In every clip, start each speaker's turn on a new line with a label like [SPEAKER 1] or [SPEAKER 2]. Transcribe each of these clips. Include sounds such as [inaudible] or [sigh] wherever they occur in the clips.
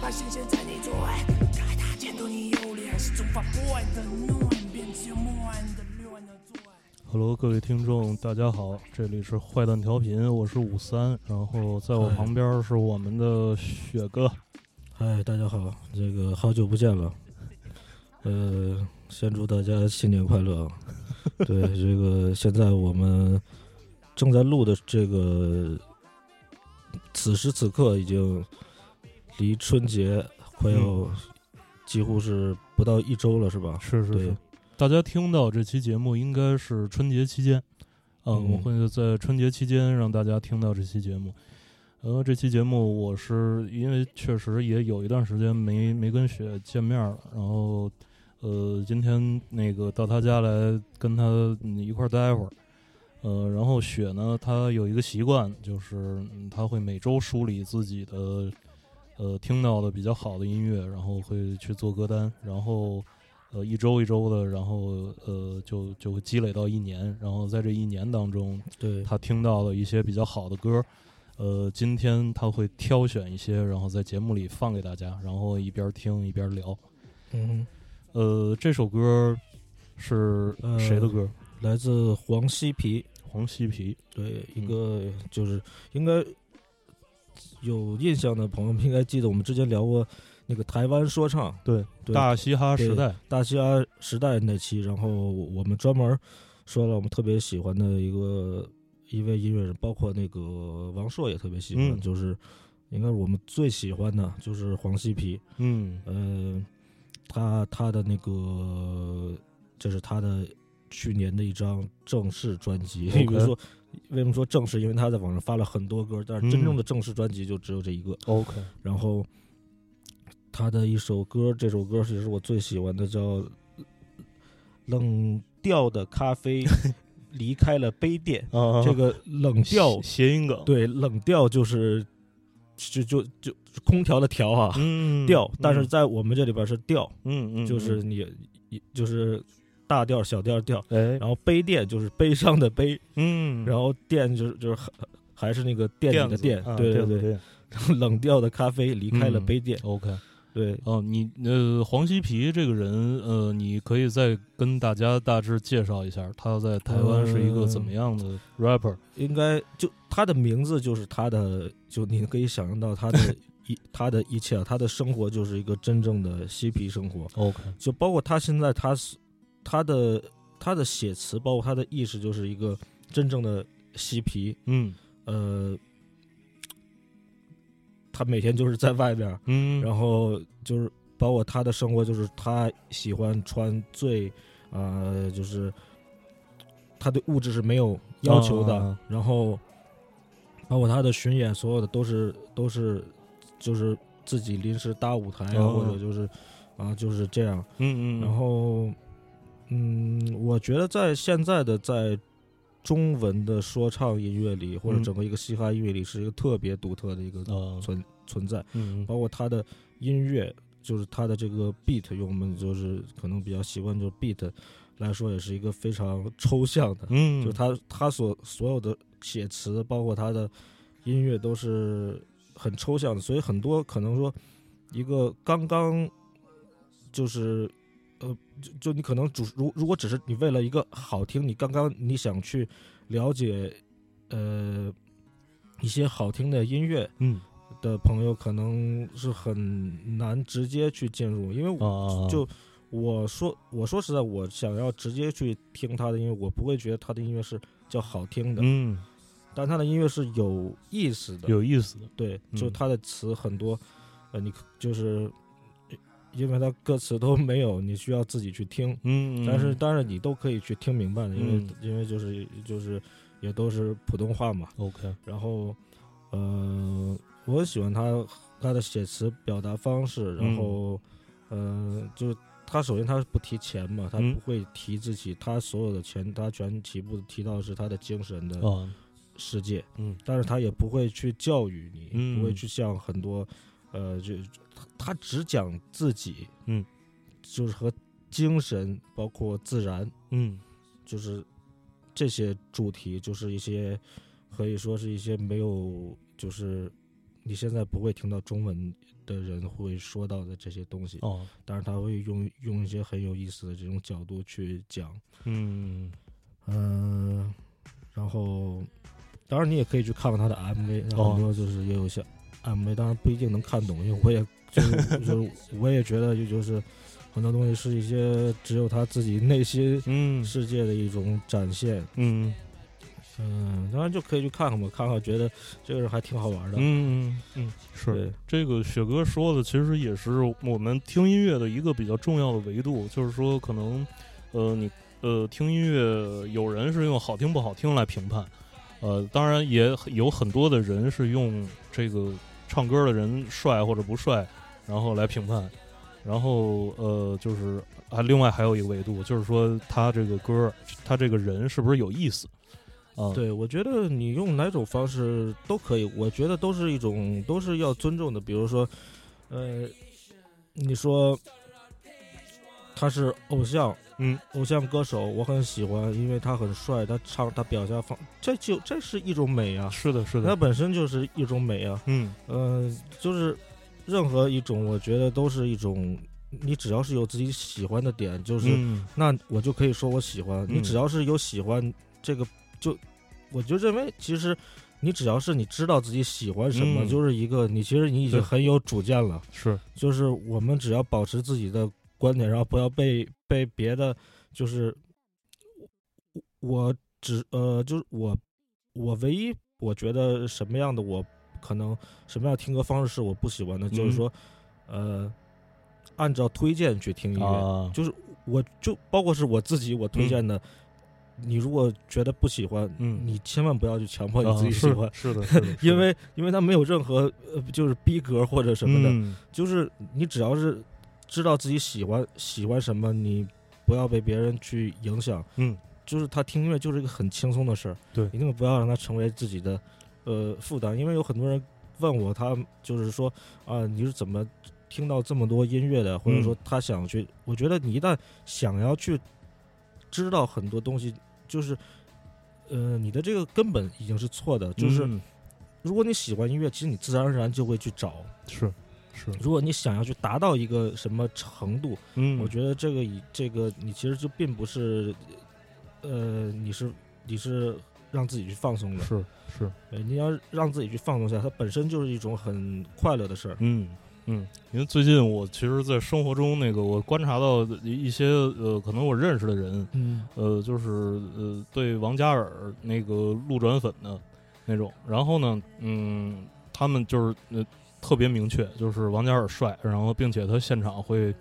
[SPEAKER 1] 发现现在你最爱该他见到你右脸是中发 boy 的暖，变寂寞的乱的最。
[SPEAKER 2] Hello，各位听众，大家好，这里是坏蛋调频，我是五三，然后在我旁边是我们的雪哥，
[SPEAKER 3] 嗨，哎大家好，这个好久不见了，呃，先祝大家新年快乐。啊！对，这个现在我们正在录的这个，此时此刻已经离春节快要几乎是不到一周了，是吧？
[SPEAKER 2] 是是
[SPEAKER 3] 对
[SPEAKER 2] 是，，大家听到这期节目应该是春节期间，嗯，
[SPEAKER 3] 嗯
[SPEAKER 2] 我会在春节期间让大家听到这期节目。呃，这期节目我是因为确实也有一段时间没没跟雪见面了，然后呃，今天那个到他家来跟他嗯一块儿待会儿。呃，然后雪呢，她有一个习惯，就是嗯她会每周梳理自己的呃听到的比较好的音乐，然后会去做歌单，然后呃一周一周的，然后呃就就会积累到一年，然后在这一年当中，
[SPEAKER 3] 对，
[SPEAKER 2] 他听到了一些比较好的歌，呃，今天他会挑选一些，然后在节目里放给大家，然后一边听一边聊。
[SPEAKER 3] 嗯
[SPEAKER 2] 呃，这首歌是
[SPEAKER 3] 呃
[SPEAKER 2] 谁的歌？
[SPEAKER 3] 哼，来自黄西皮，
[SPEAKER 2] 黄西皮。
[SPEAKER 3] 对，一个就是应该有印象的朋友们应该记得，我们之前聊过那个台湾说唱，
[SPEAKER 2] 对，
[SPEAKER 3] 对
[SPEAKER 2] 大嘻哈时
[SPEAKER 3] 对
[SPEAKER 2] 代，
[SPEAKER 3] 大西安时代那期，然后我们专门说了我们特别喜欢的一个一位音乐人，包括那个王朔也特别喜欢，
[SPEAKER 2] 嗯
[SPEAKER 3] 就是应该是我们最喜欢的就是黄西皮，
[SPEAKER 2] 嗯
[SPEAKER 3] 呃，他他的那个这是他的去年的一张正式专辑，
[SPEAKER 2] OK
[SPEAKER 3] 比如说。为什么说正式？因为他在网上发了很多歌，但是真
[SPEAKER 2] 嗯
[SPEAKER 3] 正的正式专辑就只有这一个。
[SPEAKER 2] ，OK，
[SPEAKER 3] 然后他的一首歌，这首歌也是我最喜欢的，叫《冷掉的咖
[SPEAKER 2] [laughs]
[SPEAKER 3] 啡离开了杯垫》。
[SPEAKER 2] 啊
[SPEAKER 3] 这个冷掉，
[SPEAKER 2] 谐音梗，，
[SPEAKER 3] 对，冷掉就是就就就空调的调啊，
[SPEAKER 2] 嗯，
[SPEAKER 3] 调
[SPEAKER 2] 嗯，
[SPEAKER 3] 但是在我们这里边是调，
[SPEAKER 2] 嗯嗯，
[SPEAKER 3] 就是你就是大调、小调、调，
[SPEAKER 2] 嗯哎，
[SPEAKER 3] 然后杯垫就是悲伤的悲，
[SPEAKER 2] 嗯，
[SPEAKER 3] 然后垫就是就是还还是那个店里的
[SPEAKER 2] 子
[SPEAKER 3] 店
[SPEAKER 2] 啊，
[SPEAKER 3] 对
[SPEAKER 2] 电子
[SPEAKER 3] 对对，
[SPEAKER 2] 店
[SPEAKER 3] 冷掉的咖啡离开了
[SPEAKER 2] 嗯
[SPEAKER 3] 杯垫，
[SPEAKER 2] ，OK。
[SPEAKER 3] 对，
[SPEAKER 2] 哦，你呃，黄西皮这个人，呃，你可以再跟大家大致介绍一下，他在台湾是一个怎
[SPEAKER 3] 呃
[SPEAKER 2] 么样的 rapper？
[SPEAKER 3] 应该就他的名字就是他的，就你可以想象到他的一他的一切啊，他的生活就是一个真正的嬉皮生活，
[SPEAKER 2] OK，
[SPEAKER 3] 就包括他现在他是他的他的写词，包括他的意识，就是一个真正的嬉皮。
[SPEAKER 2] 嗯
[SPEAKER 3] 呃，他每天就是在外边儿，
[SPEAKER 2] 嗯，
[SPEAKER 3] 然后就是包括他的生活，就是他喜欢穿最，呃，就是他对物质是没有要求的，
[SPEAKER 2] 啊
[SPEAKER 3] 然后包括他的巡演，所有的都是都是就是自己临时搭舞台啊，
[SPEAKER 2] 哦
[SPEAKER 3] 或者就是啊就是这样，
[SPEAKER 2] 嗯嗯，
[SPEAKER 3] 然后嗯，我觉得在现在的在。中文的说唱音乐里，或者
[SPEAKER 2] 嗯
[SPEAKER 3] 整个一个嘻哈音乐里，是一个特别独特的一个
[SPEAKER 2] 呃，
[SPEAKER 3] 存存在。
[SPEAKER 2] 嗯
[SPEAKER 3] 包括他的音乐，就是他的这个 beat，用我们就是可能比较习惯就是 beat 来说，也是一个非常抽象的，
[SPEAKER 2] 嗯，
[SPEAKER 3] 就他他所所有的写词，包括他的音乐都是很抽象的，所以很多可能说一个刚刚就是。呃，就就你可能只如如果只是你为了一个好听，你刚刚你想去了解，呃，一些好听的音乐，
[SPEAKER 2] 嗯
[SPEAKER 3] 的朋友可能是很难直接去进入，因为我、
[SPEAKER 2] 啊，
[SPEAKER 3] 就我说我说实在，我想要直接去听他的音乐，我不会觉得他的音乐是叫好听的，
[SPEAKER 2] 嗯
[SPEAKER 3] 但他的音乐是有意思的，
[SPEAKER 2] 有意思，
[SPEAKER 3] 对，
[SPEAKER 2] 嗯
[SPEAKER 3] 就他的词很多，呃，你可就是因为他歌词都没有，你需要自己去听，
[SPEAKER 2] 嗯，
[SPEAKER 3] 但是
[SPEAKER 2] 嗯
[SPEAKER 3] 当然你都可以去听明白的，因为、
[SPEAKER 2] 嗯
[SPEAKER 3] 因为就是就是也都是普通话嘛，
[SPEAKER 2] OK，
[SPEAKER 3] 然后，呃，我很喜欢他他的写词表达方
[SPEAKER 2] 嗯
[SPEAKER 3] 式，然后，呃，就是他首先他不提钱嘛，他
[SPEAKER 2] 嗯
[SPEAKER 3] 不会提自己，他所有的钱他全起步提到的是他的精神的
[SPEAKER 2] 啊，
[SPEAKER 3] 世界，
[SPEAKER 2] 嗯
[SPEAKER 3] 但是他也不会去教育你，
[SPEAKER 2] 嗯
[SPEAKER 3] 不会去像很多，呃，就他他只讲自己，
[SPEAKER 2] 嗯，
[SPEAKER 3] 就是和精神包括自然
[SPEAKER 2] 嗯
[SPEAKER 3] 就是这些主题，就是一些可以说是一些没有，就是你现在不会听到中文的人会说到的这些东西，
[SPEAKER 2] 哦，
[SPEAKER 3] 但是他会用用一些很有意思的这种角度去讲，
[SPEAKER 2] 嗯，
[SPEAKER 3] 嗯、然后当然你也可以去看看他的 MV，然后很多就是也有一些 MV，当然不一定能看懂，因为我也就是就是我也觉得就就是很多东西是一些只有他自己内心
[SPEAKER 2] 嗯，
[SPEAKER 3] 世界的一种展现，
[SPEAKER 2] 嗯，
[SPEAKER 3] 嗯，当然就可以去看看吧，看看觉得这个人还挺好玩的，
[SPEAKER 2] 嗯嗯嗯，
[SPEAKER 3] 对
[SPEAKER 2] 是这个雪哥说的，其实也是我们听音乐的一个比较重要的维度，就是说可能，呃，你呃听音乐，有人是用好听不好听来评判，呃，当然也有很多的人是用这个唱歌的人帅或者不帅，然后来评判，然后呃就是啊，另外还有一个维度就是说他这个歌，他这个人是不是有意思啊？，
[SPEAKER 3] 对，我觉得你用哪种方式都可以，我觉得都是一种都是要尊重的。比如说，呃，你说他是偶像，
[SPEAKER 2] 嗯，
[SPEAKER 3] 偶像歌手，我很喜欢，因为他很帅，他唱他表现方，这就这是一种美啊，
[SPEAKER 2] 是的，是
[SPEAKER 3] 它
[SPEAKER 2] 的，
[SPEAKER 3] 本身就是一种美啊。
[SPEAKER 2] 嗯
[SPEAKER 3] 呃，就是任何一种，我觉得都是一种，你只要是有自己喜欢的点，就是。
[SPEAKER 2] 嗯。
[SPEAKER 3] 那我就可以说我喜欢。你
[SPEAKER 2] 嗯
[SPEAKER 3] 只要是有喜欢这个，就我就认为，其实你只要是你知道自己喜欢什么，
[SPEAKER 2] 嗯
[SPEAKER 3] 就是一个你其实你已经
[SPEAKER 2] 对
[SPEAKER 3] 很有主见了。
[SPEAKER 2] 是，
[SPEAKER 3] 就是我们只要保持自己的观点，然后不要被被别的，就是我我只呃，就是我我唯一我觉得什么样的我可能什么样的听歌方式是我不喜欢的，就是
[SPEAKER 2] 嗯
[SPEAKER 3] 说，呃，按照推荐去听音乐。
[SPEAKER 2] 啊，
[SPEAKER 3] 就是我就包括是我自己我推荐的，你如果觉得不喜欢，
[SPEAKER 2] 嗯
[SPEAKER 3] 你千万不要去强迫
[SPEAKER 2] 啊
[SPEAKER 3] 你自己喜
[SPEAKER 2] 是
[SPEAKER 3] 欢，
[SPEAKER 2] 是的，是的
[SPEAKER 3] 因为因为它没有任何呃就是逼格或者什么的，
[SPEAKER 2] 嗯
[SPEAKER 3] 就是你只要是知道自己喜欢喜欢什么，你不要被别人去影响，
[SPEAKER 2] 嗯，
[SPEAKER 3] 就是他听音乐就是一个很轻松的事儿，
[SPEAKER 2] 对
[SPEAKER 3] 一定不要让它成为自己的呃负担，因为有很多人问我，他就是说啊、你是怎么听到这么多音乐的，或者
[SPEAKER 2] 嗯
[SPEAKER 3] 说他想去，我觉得你一旦想要去知道很多东西，就是呃，你的这个根本已经是错的，就是
[SPEAKER 2] 嗯
[SPEAKER 3] 如果你喜欢音乐，其实你自然而然就会去找，
[SPEAKER 2] 是是，
[SPEAKER 3] 如果你想要去达到一个什么程度，
[SPEAKER 2] 嗯，
[SPEAKER 3] 我觉得这个以这个你其实就并不是，呃，你是你是让自己去放松的，
[SPEAKER 2] 是是，
[SPEAKER 3] 呃你要让自己去放松一下，它本身就是一种很快乐的事儿。
[SPEAKER 2] 嗯嗯，因为最近我其实，在生活中那个我观察到一一些呃，可能我认识的人，
[SPEAKER 3] 嗯，
[SPEAKER 2] 呃，就是呃，对王嘉尔那个路转粉的那种。然后呢，嗯，他们就是呃特别明确，就是王嘉尔帅，然后并且他现场会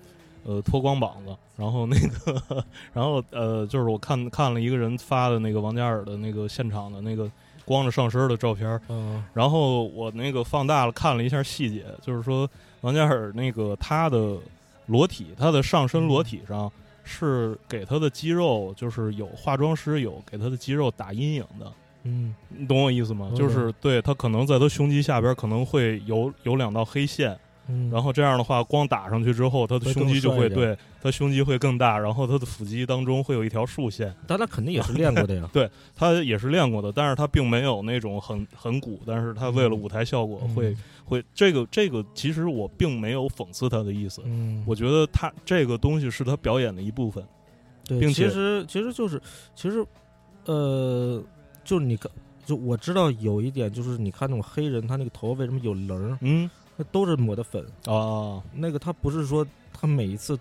[SPEAKER 2] 呃脱光膀子，然后那个， [laughs] 然后呃，就是我看看了一个人发的那个王嘉尔的那个现场的那个光着上身的照片儿，
[SPEAKER 3] 嗯
[SPEAKER 2] 然后我那个放大了看了一下细节，就是说王嘉尔那个他的裸体，他的上身裸体上是给他的肌肉，就是有化妆师有给他的肌肉打阴影的，
[SPEAKER 3] 嗯
[SPEAKER 2] 你懂我意思吗？
[SPEAKER 3] 嗯
[SPEAKER 2] 就是对他可能在他胸肌下边可能会有有两道黑线，
[SPEAKER 3] 嗯
[SPEAKER 2] 然后这样的话光打上去之后，他的
[SPEAKER 3] 会更
[SPEAKER 2] 胸肌就
[SPEAKER 3] 帅一
[SPEAKER 2] 会
[SPEAKER 3] 点
[SPEAKER 2] 对他胸肌会更大，然后他的腹肌当中会有一条竖线。。
[SPEAKER 3] 但他肯定也是练过的呀
[SPEAKER 2] [laughs] 他也是练过的，但是他并没有那种很很鼓，但是他为了舞台效果会、会这个这个，其实我并没有讽刺他的意思，
[SPEAKER 3] 嗯，
[SPEAKER 2] 我觉得他这个东西是他表演的一部分。
[SPEAKER 3] 对，
[SPEAKER 2] 并
[SPEAKER 3] 其
[SPEAKER 2] 且
[SPEAKER 3] 实其实就是其实，呃，就是你看，就我知道有一点就是你看那种黑人，他那个头为什么有棱儿，
[SPEAKER 2] 嗯
[SPEAKER 3] 那都是抹的粉。
[SPEAKER 2] 啊，
[SPEAKER 3] 那个他不是说他每一次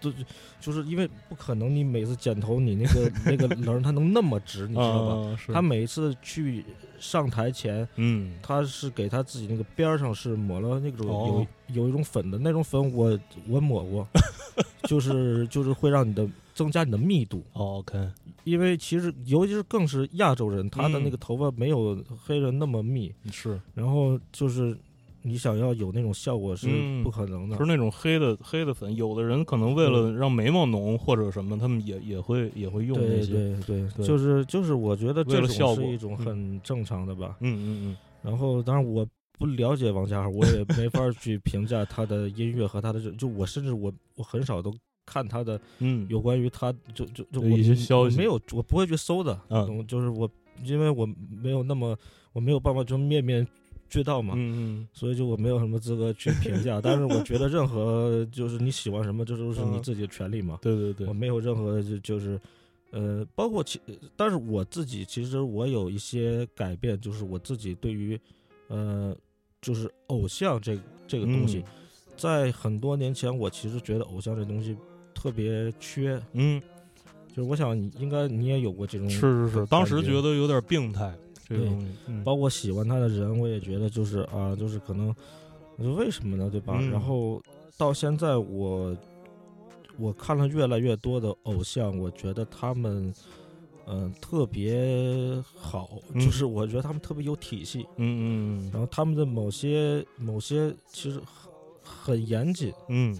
[SPEAKER 3] 都就是因为不可能你每次剪头你那个那个棱儿它能那么直，你知道
[SPEAKER 2] [laughs]
[SPEAKER 3] 吧？
[SPEAKER 2] 啊是
[SPEAKER 3] 他每一次去上台前，
[SPEAKER 2] 嗯
[SPEAKER 3] 他是给他自己那个边儿上是抹了那种有、
[SPEAKER 2] 哦
[SPEAKER 3] 有一种粉的那种粉我，我抹过， [laughs] 就是就是会让你的增加你的密度，
[SPEAKER 2] 哦 OK
[SPEAKER 3] 因为其实尤其是更是亚洲人，他的那
[SPEAKER 2] 嗯
[SPEAKER 3] 个头发没有黑人那么密，
[SPEAKER 2] 是，
[SPEAKER 3] 然后就是你想要有那种效果是
[SPEAKER 2] 嗯
[SPEAKER 3] 不可能的
[SPEAKER 2] 不是。那种黑的黑的粉，有的人可能为
[SPEAKER 3] 嗯
[SPEAKER 2] 了让眉毛浓或者什么，他们也也会也会用那
[SPEAKER 3] 对
[SPEAKER 2] 些。
[SPEAKER 3] 对对
[SPEAKER 2] 对
[SPEAKER 3] 就是就是，我觉得
[SPEAKER 2] 为
[SPEAKER 3] 这
[SPEAKER 2] 了效
[SPEAKER 3] 种是
[SPEAKER 2] 果
[SPEAKER 3] 一种
[SPEAKER 2] 嗯
[SPEAKER 3] 很正常的吧。
[SPEAKER 2] 嗯嗯
[SPEAKER 3] 然后，当然我不了解王嘉尔，我也没法儿去评价他的音乐和他的这，就我甚至我我很少都看他的
[SPEAKER 2] 嗯嗯，
[SPEAKER 3] 有关于他就就就我
[SPEAKER 2] 一些
[SPEAKER 3] 我
[SPEAKER 2] 消息
[SPEAKER 3] 没有，我不会去搜的。
[SPEAKER 2] 嗯
[SPEAKER 3] 懂就是我因为我没有那么我没有办法就面面追到嘛，
[SPEAKER 2] 嗯嗯，
[SPEAKER 3] 所以就我没有什么资格去评价。但是我觉得任何就是你喜欢什么，这都是你
[SPEAKER 2] 嗯
[SPEAKER 3] 自己的权利嘛。
[SPEAKER 2] 对对对
[SPEAKER 3] 我，没有任何就就是，呃，包括其，但是我自己其实我有一些改变，就是我自己对于，呃，就是偶像这这个东西，
[SPEAKER 2] 嗯
[SPEAKER 3] 在很多年前我其实觉得偶像这东西特别缺，
[SPEAKER 2] 嗯，
[SPEAKER 3] 就是我想你应该你也有过这种，
[SPEAKER 2] 嗯，是是是，当时觉得有点病态，这个
[SPEAKER 3] 对
[SPEAKER 2] 东西，嗯
[SPEAKER 3] 包括喜欢他的人，我也觉得就是啊，就是可能，我说为什么呢，对吧？
[SPEAKER 2] 嗯
[SPEAKER 3] 然后到现在我我看了越来越多的偶像，我觉得他们嗯、呃特别好，
[SPEAKER 2] 嗯
[SPEAKER 3] 就是我觉得他们特别有体系，
[SPEAKER 2] 嗯嗯
[SPEAKER 3] 然后他们的某些某些其实很很严谨，
[SPEAKER 2] 嗯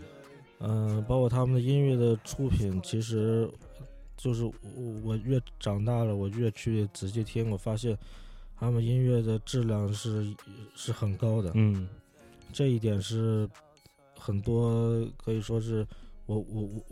[SPEAKER 2] 嗯
[SPEAKER 3] 嗯、包括他们的音乐的出品，其实就是我我越长大了，我越去仔细听，我发现他们音乐的质量是是很高的，
[SPEAKER 2] 嗯
[SPEAKER 3] 这一点是很多可以说是我我我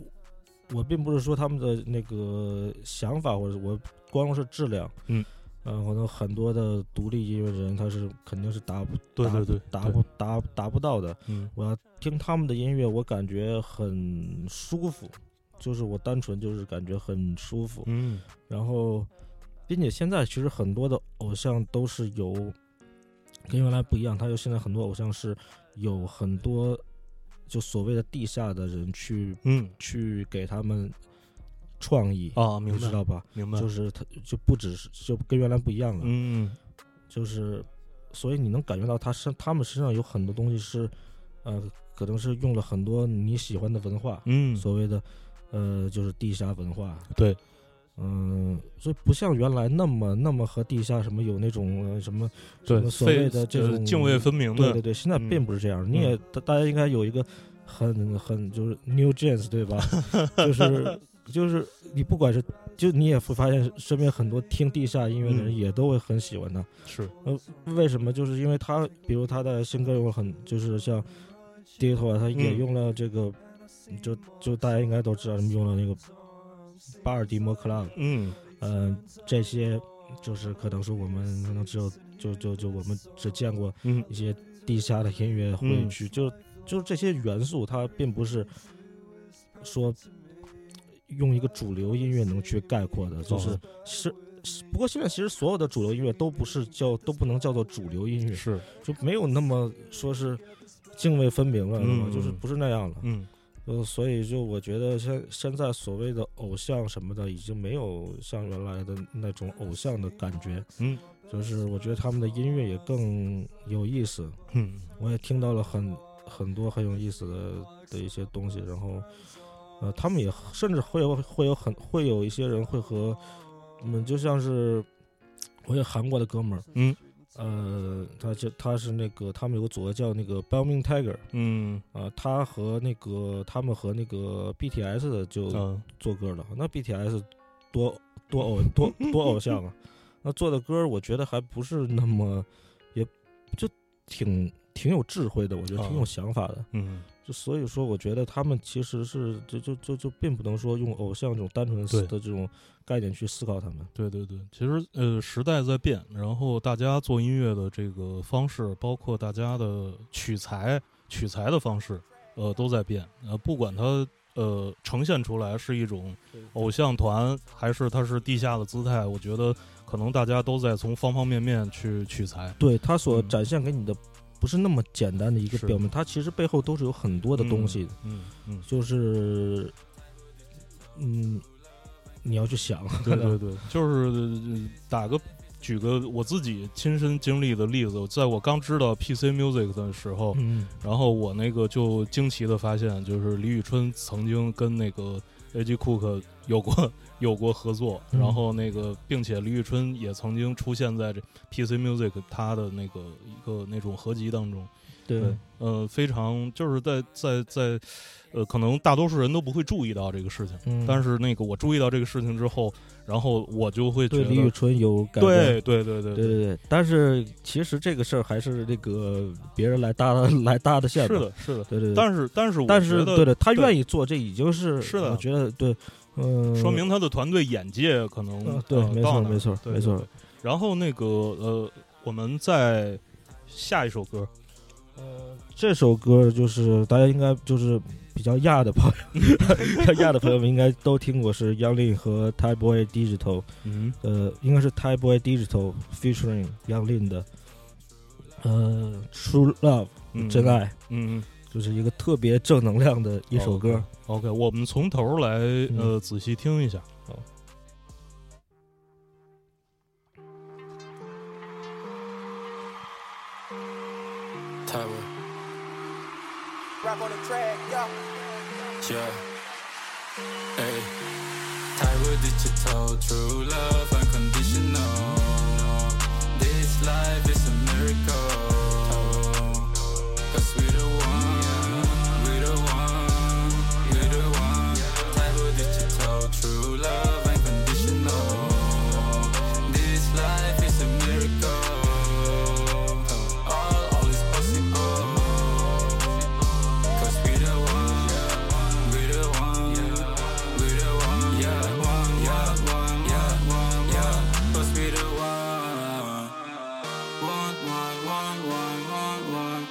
[SPEAKER 3] 我并不是说他们的那个想法，或者我光是质量，
[SPEAKER 2] 嗯。
[SPEAKER 3] 呃，可能很多的独立音乐人，他是肯定是达不
[SPEAKER 2] 对对对，
[SPEAKER 3] 达
[SPEAKER 2] 对
[SPEAKER 3] 不达达不到的，
[SPEAKER 2] 嗯
[SPEAKER 3] 我要听他们的音乐，我感觉很舒服，就是我单纯就是感觉很舒服。
[SPEAKER 2] 嗯
[SPEAKER 3] 然后，并且现在其实很多的偶像都是有跟原来不一样，他有现在很多偶像是有很多就所谓的地下的人去
[SPEAKER 2] 嗯
[SPEAKER 3] 去给他们创意，
[SPEAKER 2] 啊，
[SPEAKER 3] 你
[SPEAKER 2] 明
[SPEAKER 3] 知
[SPEAKER 2] 白
[SPEAKER 3] 道吧？
[SPEAKER 2] 明白，
[SPEAKER 3] 就是他就不只是就跟原来不一样了，
[SPEAKER 2] 嗯嗯
[SPEAKER 3] 就是，所以你能感觉到他身他们身上有很多东西是，呃，可能是用了很多你喜欢的文化，
[SPEAKER 2] 嗯，
[SPEAKER 3] 所谓的，呃，就是地下文化，
[SPEAKER 2] 对，
[SPEAKER 3] 嗯、所以不像原来那么那么和地下什么有那种、呃、什么什
[SPEAKER 2] 对，
[SPEAKER 3] 么所
[SPEAKER 2] 非
[SPEAKER 3] 谓的这
[SPEAKER 2] 就是
[SPEAKER 3] 种
[SPEAKER 2] 泾渭分明
[SPEAKER 3] 对
[SPEAKER 2] 的
[SPEAKER 3] 对，对，现在
[SPEAKER 2] 嗯
[SPEAKER 3] 并不是这样，你也大大家应该有一个很很就是 new jeans 对
[SPEAKER 2] [laughs]
[SPEAKER 3] 吧？就是就是你不管是就你也会发现身边很多听地下音乐的人
[SPEAKER 2] 嗯
[SPEAKER 3] 也都会很喜欢他。
[SPEAKER 2] 是，
[SPEAKER 3] 为什么？就是因为他，比如他的新歌有很，就是像 d i t o 啊，他也
[SPEAKER 2] 嗯
[SPEAKER 3] 用了这个，就就大家应该都知道，什么用了那个巴尔的摩 club，
[SPEAKER 2] 嗯
[SPEAKER 3] 嗯、这些就是可能是我们可能只有就就就我们只见过
[SPEAKER 2] 嗯
[SPEAKER 3] 一些地下的音乐会
[SPEAKER 2] 嗯
[SPEAKER 3] 去，就就这些元素，它并不是说用一个主流音乐能去概括的，就是
[SPEAKER 2] 哦
[SPEAKER 3] 是。是不过现在其实所有的主流音乐都不是叫都不能叫做主流音乐，
[SPEAKER 2] 是，
[SPEAKER 3] 就没有那么说是泾渭分明了，
[SPEAKER 2] 嗯
[SPEAKER 3] 是吧就是不是那样了。
[SPEAKER 2] 嗯
[SPEAKER 3] 呃，所以就我觉得现现在所谓的偶像什么的，已经没有像原来的那种偶像的感觉。
[SPEAKER 2] 嗯，
[SPEAKER 3] 就是我觉得他们的音乐也更有意思，
[SPEAKER 2] 嗯
[SPEAKER 3] 我也听到了很很多很有意思的的一些东西。然后，呃，他们也甚至会有会有很会有一些人会和，嗯，就像是我有韩国的哥们儿，
[SPEAKER 2] 嗯
[SPEAKER 3] 呃，他就他是那个他们有个组合叫那个 b o m b i n g Tiger。
[SPEAKER 2] 嗯
[SPEAKER 3] 啊，他和那个他们和那个 BTS 的就
[SPEAKER 2] 嗯
[SPEAKER 3] 做歌了。那 BTS 多多偶 [laughs] 多多偶像啊，那做的歌儿我觉得还不是那么，也就挺挺有智慧的，我觉得挺有
[SPEAKER 2] 啊
[SPEAKER 3] 想法的。
[SPEAKER 2] 嗯，
[SPEAKER 3] 就所以说，我觉得他们其实是就就就就并不能说用偶像这种单纯
[SPEAKER 2] 对
[SPEAKER 3] 的这种概念去思考他们。
[SPEAKER 2] 对对对，其实呃时代在变，然后大家做音乐的这个方式，包括大家的取材取材的方式，呃都在变。呃，不管它呃呈现出来是一种偶像团，还是它是地下的姿态，我觉得可能大家都在从方方面面去取材。
[SPEAKER 3] 对他所
[SPEAKER 2] 嗯
[SPEAKER 3] 展现给你的不是那么简单的一个
[SPEAKER 2] 是
[SPEAKER 3] 表面，他其实背后都是有很多的东西的。
[SPEAKER 2] 嗯嗯，
[SPEAKER 3] 就是，嗯，你要去想，[laughs]
[SPEAKER 2] 对对对，就是呃打个举个我自己亲身经历的例子，在我刚知道 PC Music 的时候，
[SPEAKER 3] 嗯，
[SPEAKER 2] 然后我那个就惊奇的发现，就是李宇春曾经跟那个 A.G. Cook 有过有过合作，
[SPEAKER 3] 嗯
[SPEAKER 2] 然后那个并且李宇春也曾经出现在这 PC Music 他的那个一个那种合集当中。
[SPEAKER 3] 对，，
[SPEAKER 2] 呃，非常就是在在在，呃，可能大多数人都不会注意到这个事情。
[SPEAKER 3] 嗯，
[SPEAKER 2] 但是那个我注意到这个事情之后，然后我就会觉
[SPEAKER 3] 对
[SPEAKER 2] 得，
[SPEAKER 3] 李宇春有感觉。
[SPEAKER 2] 对对对
[SPEAKER 3] 对
[SPEAKER 2] 对
[SPEAKER 3] 对对，但是其实这个事儿还是那个别人来搭 [laughs] 的来搭的线
[SPEAKER 2] 是
[SPEAKER 3] 的，
[SPEAKER 2] 的，是的。
[SPEAKER 3] 对对对。
[SPEAKER 2] 但是但是我
[SPEAKER 3] 但
[SPEAKER 2] 觉
[SPEAKER 3] 是
[SPEAKER 2] 得
[SPEAKER 3] 对的，他
[SPEAKER 2] 对
[SPEAKER 3] 愿意做这已经是
[SPEAKER 2] 是的
[SPEAKER 3] 我觉得对，嗯，
[SPEAKER 2] 说明他的团队眼界可能、
[SPEAKER 3] 呃对
[SPEAKER 2] 呃
[SPEAKER 3] 没
[SPEAKER 2] 到
[SPEAKER 3] 错
[SPEAKER 2] 哪儿
[SPEAKER 3] 没错
[SPEAKER 2] 对
[SPEAKER 3] 没错
[SPEAKER 2] 对对然后那个呃，我们在下一首歌，
[SPEAKER 3] 呃，这首歌就是大家应该就是比较亚的朋友，比较亚的朋友们 [laughs] 应该都听过，是 Young Lin 和 t y Boy Digital，
[SPEAKER 2] 嗯，
[SPEAKER 3] 呃，应该是 t y Boy Digital featuring Young Lin 的，呃，True Love
[SPEAKER 2] 嗯
[SPEAKER 3] 真，爱，
[SPEAKER 2] 嗯
[SPEAKER 3] 就是一个特别正能量的一首
[SPEAKER 2] 哦
[SPEAKER 3] 歌。
[SPEAKER 2] ，OK，我们从头来，
[SPEAKER 3] 嗯
[SPEAKER 2] 呃，仔细听一下，
[SPEAKER 4] Tyler.
[SPEAKER 5] Rock on the track, yeah.
[SPEAKER 4] Yeah. Hey. Tyler Digital, true love, unconditional. This life is a miracle. Cause we the one, we the one, we the one. Tyler Digital, true love, unconditional. This life is a miracle. All, all is possible. Cause we the one, we the one, we the one, yeah, one, yeah, one, yeah, one, yeah. Cause we the one, one, one, one, one, one,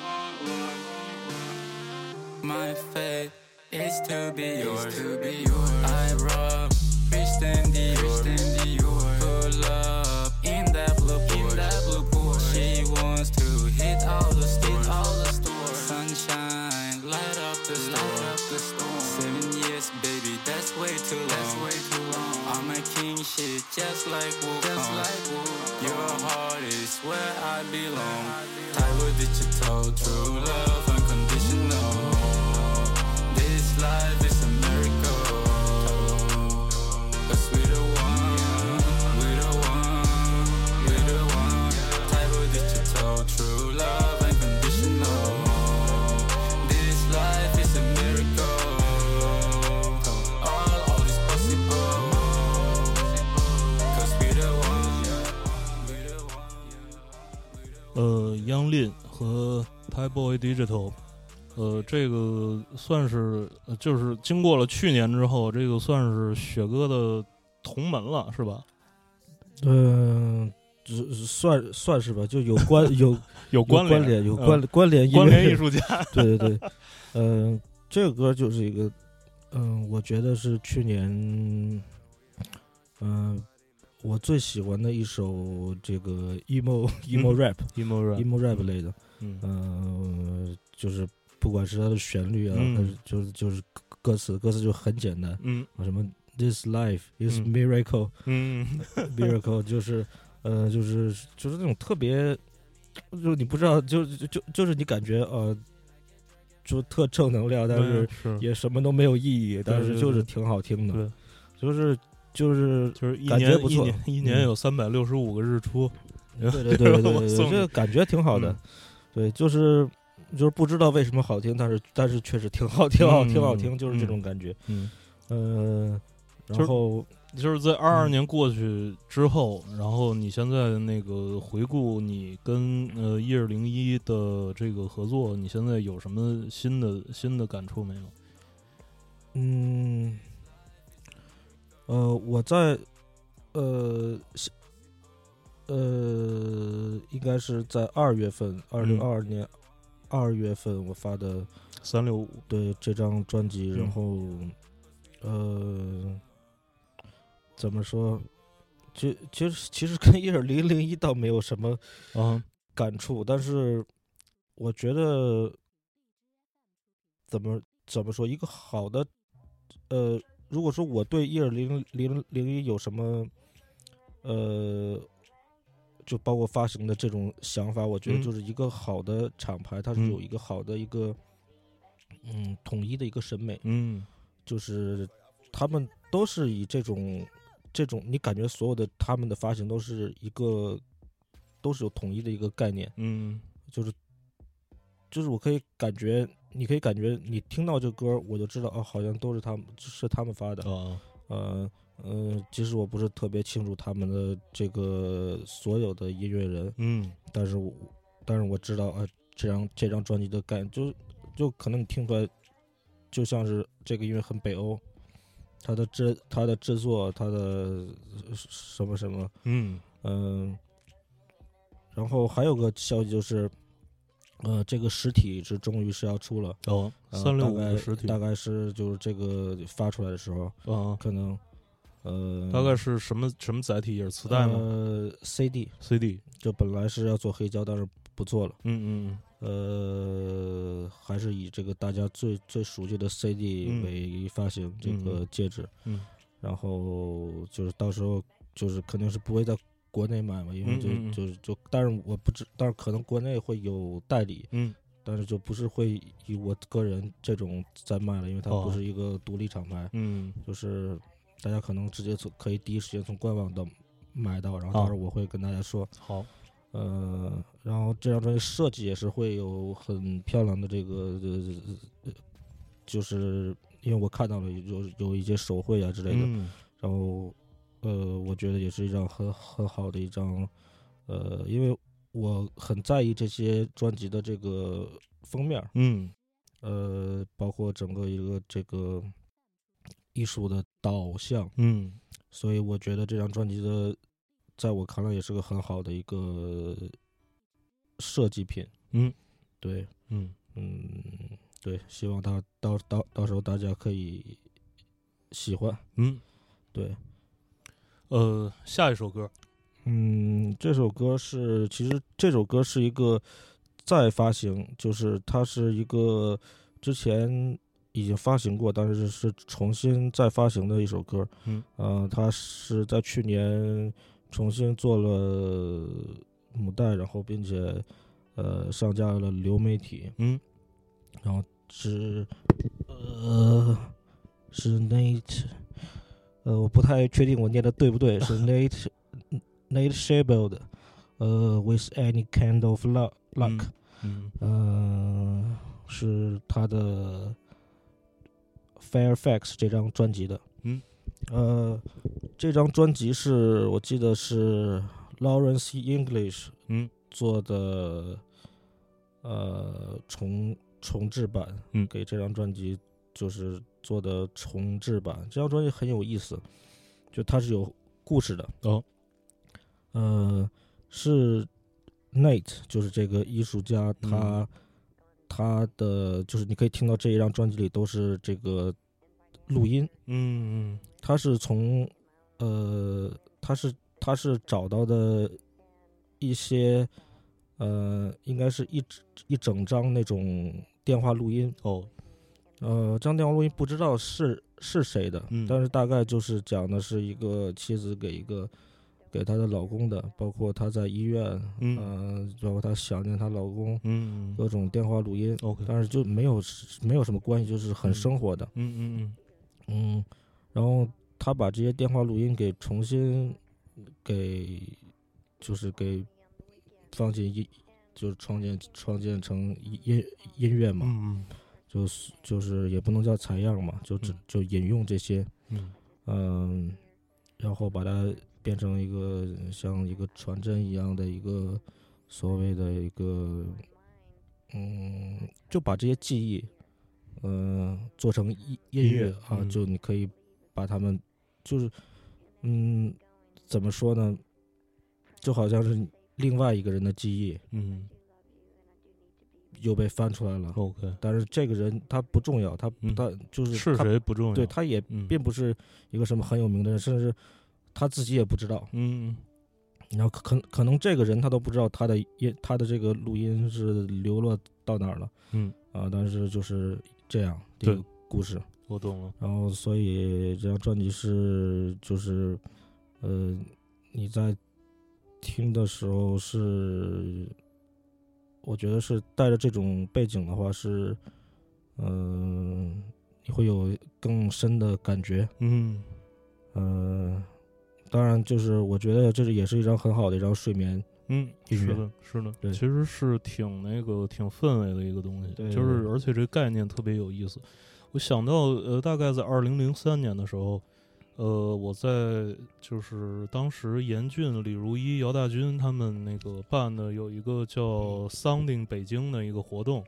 [SPEAKER 4] one. My fate is to be yours. To be yours. I rob, Christian Dior. Christian Dior. Pull up in that blue Porsche. In that blue Porsche. She wants to hit all the stores. Hit all the stores. Sunshine, light up the storm. Light up the storm. Seven years, baby, that's way too long. That's way too long. I'm a king, shit, just like Wukong. Just like Wukong. Your heart is where I belong. Tyler Digital, true love, unconditional. This life is a miracle. Cause we the one, we the one, we the one. Tyler Digital, true love, unconditional. This life is a miracle. All, all is possible. Cause we the one, we the one.
[SPEAKER 2] 呃，Young Lin 和 t y Boy Digital，呃，这个算是呃就是经过了去年之后，这个算是雪哥的同门了，是吧？
[SPEAKER 3] 嗯，只算算是吧，就有
[SPEAKER 2] [laughs]
[SPEAKER 3] 关有
[SPEAKER 2] 有
[SPEAKER 3] 有
[SPEAKER 2] 关
[SPEAKER 3] 联
[SPEAKER 2] 联，
[SPEAKER 3] 有
[SPEAKER 2] 嗯
[SPEAKER 3] 关关联音乐
[SPEAKER 2] 关联艺术家，
[SPEAKER 3] [laughs] 对对对，嗯、这个歌就是一个，嗯、我觉得是去年，嗯、我最喜欢的一首这个 emo
[SPEAKER 2] 嗯
[SPEAKER 3] emo rap、
[SPEAKER 2] emo rap，
[SPEAKER 3] emo rap 类的，
[SPEAKER 2] 嗯
[SPEAKER 3] 嗯、就是不管是它的旋律啊，
[SPEAKER 2] 嗯
[SPEAKER 3] 还是就是就是歌词，歌词就很简单，
[SPEAKER 2] 嗯
[SPEAKER 3] 啊什么 this life is
[SPEAKER 2] 嗯
[SPEAKER 3] miracle，、
[SPEAKER 2] 嗯 [laughs]
[SPEAKER 3] Miracle 就是，呃，就是就是那种特别，就是你不知道，就就就就是你感觉呃，就特正能量，但是
[SPEAKER 2] 是
[SPEAKER 3] 也什么都没有意义，但是就是挺好听的，
[SPEAKER 2] 对，
[SPEAKER 3] 就是
[SPEAKER 2] [laughs]
[SPEAKER 3] 就是
[SPEAKER 2] 就是一
[SPEAKER 3] 感觉
[SPEAKER 2] 年
[SPEAKER 3] 不
[SPEAKER 2] 一
[SPEAKER 3] 错
[SPEAKER 2] 年一年
[SPEAKER 3] 嗯
[SPEAKER 2] 有三百六十五个日出，
[SPEAKER 3] 对对对对
[SPEAKER 2] 我
[SPEAKER 3] 对
[SPEAKER 2] 送
[SPEAKER 3] 对，
[SPEAKER 2] 你
[SPEAKER 3] 这个感觉挺好的，
[SPEAKER 2] 嗯
[SPEAKER 3] 对，就是就是不知道为什么好听，但是但是确实挺好听，挺好挺好
[SPEAKER 2] 嗯
[SPEAKER 3] 听，就是这
[SPEAKER 2] 嗯
[SPEAKER 3] 种感觉，
[SPEAKER 2] 嗯，
[SPEAKER 3] 呃，
[SPEAKER 2] 就是
[SPEAKER 3] 然后
[SPEAKER 2] 就是在二二
[SPEAKER 3] 嗯
[SPEAKER 2] 年过去之后，然后你现在那个回顾你跟呃一二零一的这个合作，你现在有什么新的新的感触没有？
[SPEAKER 3] 嗯，呃，我在呃，是呃，应该是在二月份，二零二二年二月份我发的
[SPEAKER 2] 三六五，
[SPEAKER 3] 对这张专辑，然
[SPEAKER 2] 嗯
[SPEAKER 3] 后呃，怎么说？其其实其实跟一二零零一倒没有什么
[SPEAKER 2] 啊，
[SPEAKER 3] 感触，但是我觉得怎么怎么说，一个好的，呃，如果说我对一二零零零一有什么，呃，就包括发行的这种想法，我觉得
[SPEAKER 2] 嗯
[SPEAKER 3] 就是一个好的厂牌，它是
[SPEAKER 2] 嗯
[SPEAKER 3] 有一个好的一个，嗯，统一的一个审美，
[SPEAKER 2] 嗯
[SPEAKER 3] 就是他们都是以这种这种，你感觉所有的他们的发行都是一个都是有统一的一个概念，
[SPEAKER 2] 嗯
[SPEAKER 3] 就是就是我可以感觉，你可以感觉你听到这歌，我就知道哦，好像都是他们是他们发的，
[SPEAKER 2] 啊，
[SPEAKER 3] 呃呃，即使我不是特别清楚他们的这个所有的音乐人，
[SPEAKER 2] 嗯
[SPEAKER 3] 但是我但是我知道啊、呃这张这张专辑的概就就可能你听出来，就像是这个音乐很北欧，它的制它的制作，它的呃什么什么，
[SPEAKER 2] 嗯
[SPEAKER 3] 嗯、然后还有个消息就是，呃，这个实体是终于是要出了，
[SPEAKER 2] 哦，
[SPEAKER 3] 呃
[SPEAKER 2] 三六五
[SPEAKER 3] 大概
[SPEAKER 2] 的实体，
[SPEAKER 3] 大概是就是这个发出来的时候，
[SPEAKER 2] 嗯，
[SPEAKER 3] 可能呃
[SPEAKER 2] 大概是什么什么载体？也是磁带吗
[SPEAKER 3] 呃，CD
[SPEAKER 2] ？CD？
[SPEAKER 3] 就本来是要做黑胶，但是不做了，
[SPEAKER 2] 嗯嗯
[SPEAKER 3] 呃，还是以这个大家最最熟悉的 CD
[SPEAKER 2] 嗯
[SPEAKER 3] 为发行这个介质，
[SPEAKER 2] 嗯
[SPEAKER 3] 然后就是到时候就是肯定是不会在国内买嘛，因为
[SPEAKER 2] 嗯
[SPEAKER 3] 就
[SPEAKER 2] 嗯嗯
[SPEAKER 3] 就是就，但是我不知，但是可能国内会有代理，
[SPEAKER 2] 嗯
[SPEAKER 3] 但是就不是会以我个人这种在卖了，因为它
[SPEAKER 2] 哦
[SPEAKER 3] 不是一个独立厂牌，
[SPEAKER 2] 嗯
[SPEAKER 3] 就是大家可能直接从可以第一时间从官网到买到，然后到
[SPEAKER 2] 哦
[SPEAKER 3] 时候我会跟大家说，
[SPEAKER 2] 嗯，好，
[SPEAKER 3] 呃，然后这张专辑设计也是会有很漂亮的这个，呃呃就是因为我看到了有有有一些手绘啊之类的，
[SPEAKER 2] 嗯
[SPEAKER 3] 然后呃，我觉得也是一张很很好的一张，呃，因为我很在意这些专辑的这个封面儿，
[SPEAKER 2] 嗯
[SPEAKER 3] 呃，包括整个一个这个艺术的导向，
[SPEAKER 2] 嗯
[SPEAKER 3] 所以我觉得这张专辑的，在我看来也是个很好的一个设计品。
[SPEAKER 2] 嗯，
[SPEAKER 3] 对，
[SPEAKER 2] 嗯，
[SPEAKER 3] 嗯，对，希望他到到到时候大家可以喜欢。
[SPEAKER 2] 嗯，
[SPEAKER 3] 对，
[SPEAKER 2] 呃，下一首歌，
[SPEAKER 3] 嗯，这首歌是，其实这首歌是一个再发行，就是它是一个之前已经发行过，但是是重新再发行的一首歌。
[SPEAKER 2] 嗯，
[SPEAKER 3] 呃，它是在去年重新做了母带，然后并且呃上架了流媒体，
[SPEAKER 2] 嗯
[SPEAKER 3] 然后是呃是 Nate，呃，我不太确定我念的对不对，
[SPEAKER 2] [laughs]
[SPEAKER 3] 是 Nate Nate s h e b e l d 呃，With Any Kind of Luck Luck，
[SPEAKER 2] 嗯
[SPEAKER 3] 嗯、呃，是他的 Fairfax 这张专辑的，
[SPEAKER 2] 嗯，
[SPEAKER 3] 呃，这张专辑是我记得是 Lawrence English
[SPEAKER 2] 嗯
[SPEAKER 3] 做的，呃，重重制版，
[SPEAKER 2] 嗯
[SPEAKER 3] 给这张专辑就是做的重制版。这张专辑很有意思，就它是有故事的
[SPEAKER 2] 哦，
[SPEAKER 3] 呃，是 Nate，就是这个艺术家，
[SPEAKER 2] 嗯
[SPEAKER 3] 他、他的就是你可以听到这一张专辑里都是这个录音，
[SPEAKER 2] 嗯嗯
[SPEAKER 3] 他是从呃，他是他是找到的一些呃，应该是一整一整张那种电话录音，
[SPEAKER 2] 哦，
[SPEAKER 3] 呃，这张电话录音不知道是是谁的，
[SPEAKER 2] 嗯
[SPEAKER 3] 但是大概就是讲的是一个妻子给一个给她的老公的，包括她在医院，
[SPEAKER 2] 嗯
[SPEAKER 3] 呃，包括她想念她老公，
[SPEAKER 2] 嗯
[SPEAKER 3] 各种电话录音，
[SPEAKER 2] ，OK，
[SPEAKER 3] 但是就没有没有什么关系，就是很
[SPEAKER 2] 嗯
[SPEAKER 3] 生活的。
[SPEAKER 2] 嗯嗯
[SPEAKER 3] 嗯，然后他把这些电话录音给重新给，就是给放进音，就是创建创建成音音音乐嘛，
[SPEAKER 2] 嗯
[SPEAKER 3] 就是就是也不能叫采样嘛，就只
[SPEAKER 2] 嗯
[SPEAKER 3] 就引用这些，
[SPEAKER 2] 嗯
[SPEAKER 3] 嗯，然后把它变成一个像一个传真一样的一个所谓的一个，嗯，就把这些记忆，嗯，做成音音
[SPEAKER 2] 音乐
[SPEAKER 3] 乐啊，
[SPEAKER 2] 嗯
[SPEAKER 3] 就你可以把它们，就是，嗯，怎么说呢，就好像是另外一个人的记忆
[SPEAKER 2] 嗯
[SPEAKER 3] 又被翻出来了，
[SPEAKER 2] ，OK，
[SPEAKER 3] 但是这个人他不重要，他
[SPEAKER 2] 哦嗯
[SPEAKER 3] 他就是
[SPEAKER 2] 是
[SPEAKER 3] 他
[SPEAKER 2] 谁不重要，
[SPEAKER 3] 对，他也
[SPEAKER 2] 嗯
[SPEAKER 3] 并不是一个什么很有名的人，甚至他自己也不知道。
[SPEAKER 2] 嗯
[SPEAKER 3] 然后可可可能这个人他都不知道他的音他的这个录音是流落到哪儿了
[SPEAKER 2] 嗯，
[SPEAKER 3] 啊、但是就是这样的一个
[SPEAKER 2] 对
[SPEAKER 3] 故事。
[SPEAKER 2] 我懂了，
[SPEAKER 3] 然后所以这张专辑是就是呃你在听的时候是，我觉得是带着这种背景的话是，嗯、你会有更深的感觉。
[SPEAKER 2] 嗯
[SPEAKER 3] 嗯，当然，就是我觉得这是也是一张很好的一张睡眠。
[SPEAKER 2] 嗯，
[SPEAKER 3] 音
[SPEAKER 2] 是
[SPEAKER 3] 乐
[SPEAKER 2] 的，是的，
[SPEAKER 3] 对
[SPEAKER 2] 其实是挺那个挺氛围的一个东西，
[SPEAKER 3] 对
[SPEAKER 2] 就是
[SPEAKER 3] 对
[SPEAKER 2] 而且这概念特别有意思。我想到呃，大概在二零零三年的时候，呃，我在就是当时严俊、李如一、姚大军他们那个办的有一个叫 Sounding 北京的一个活动，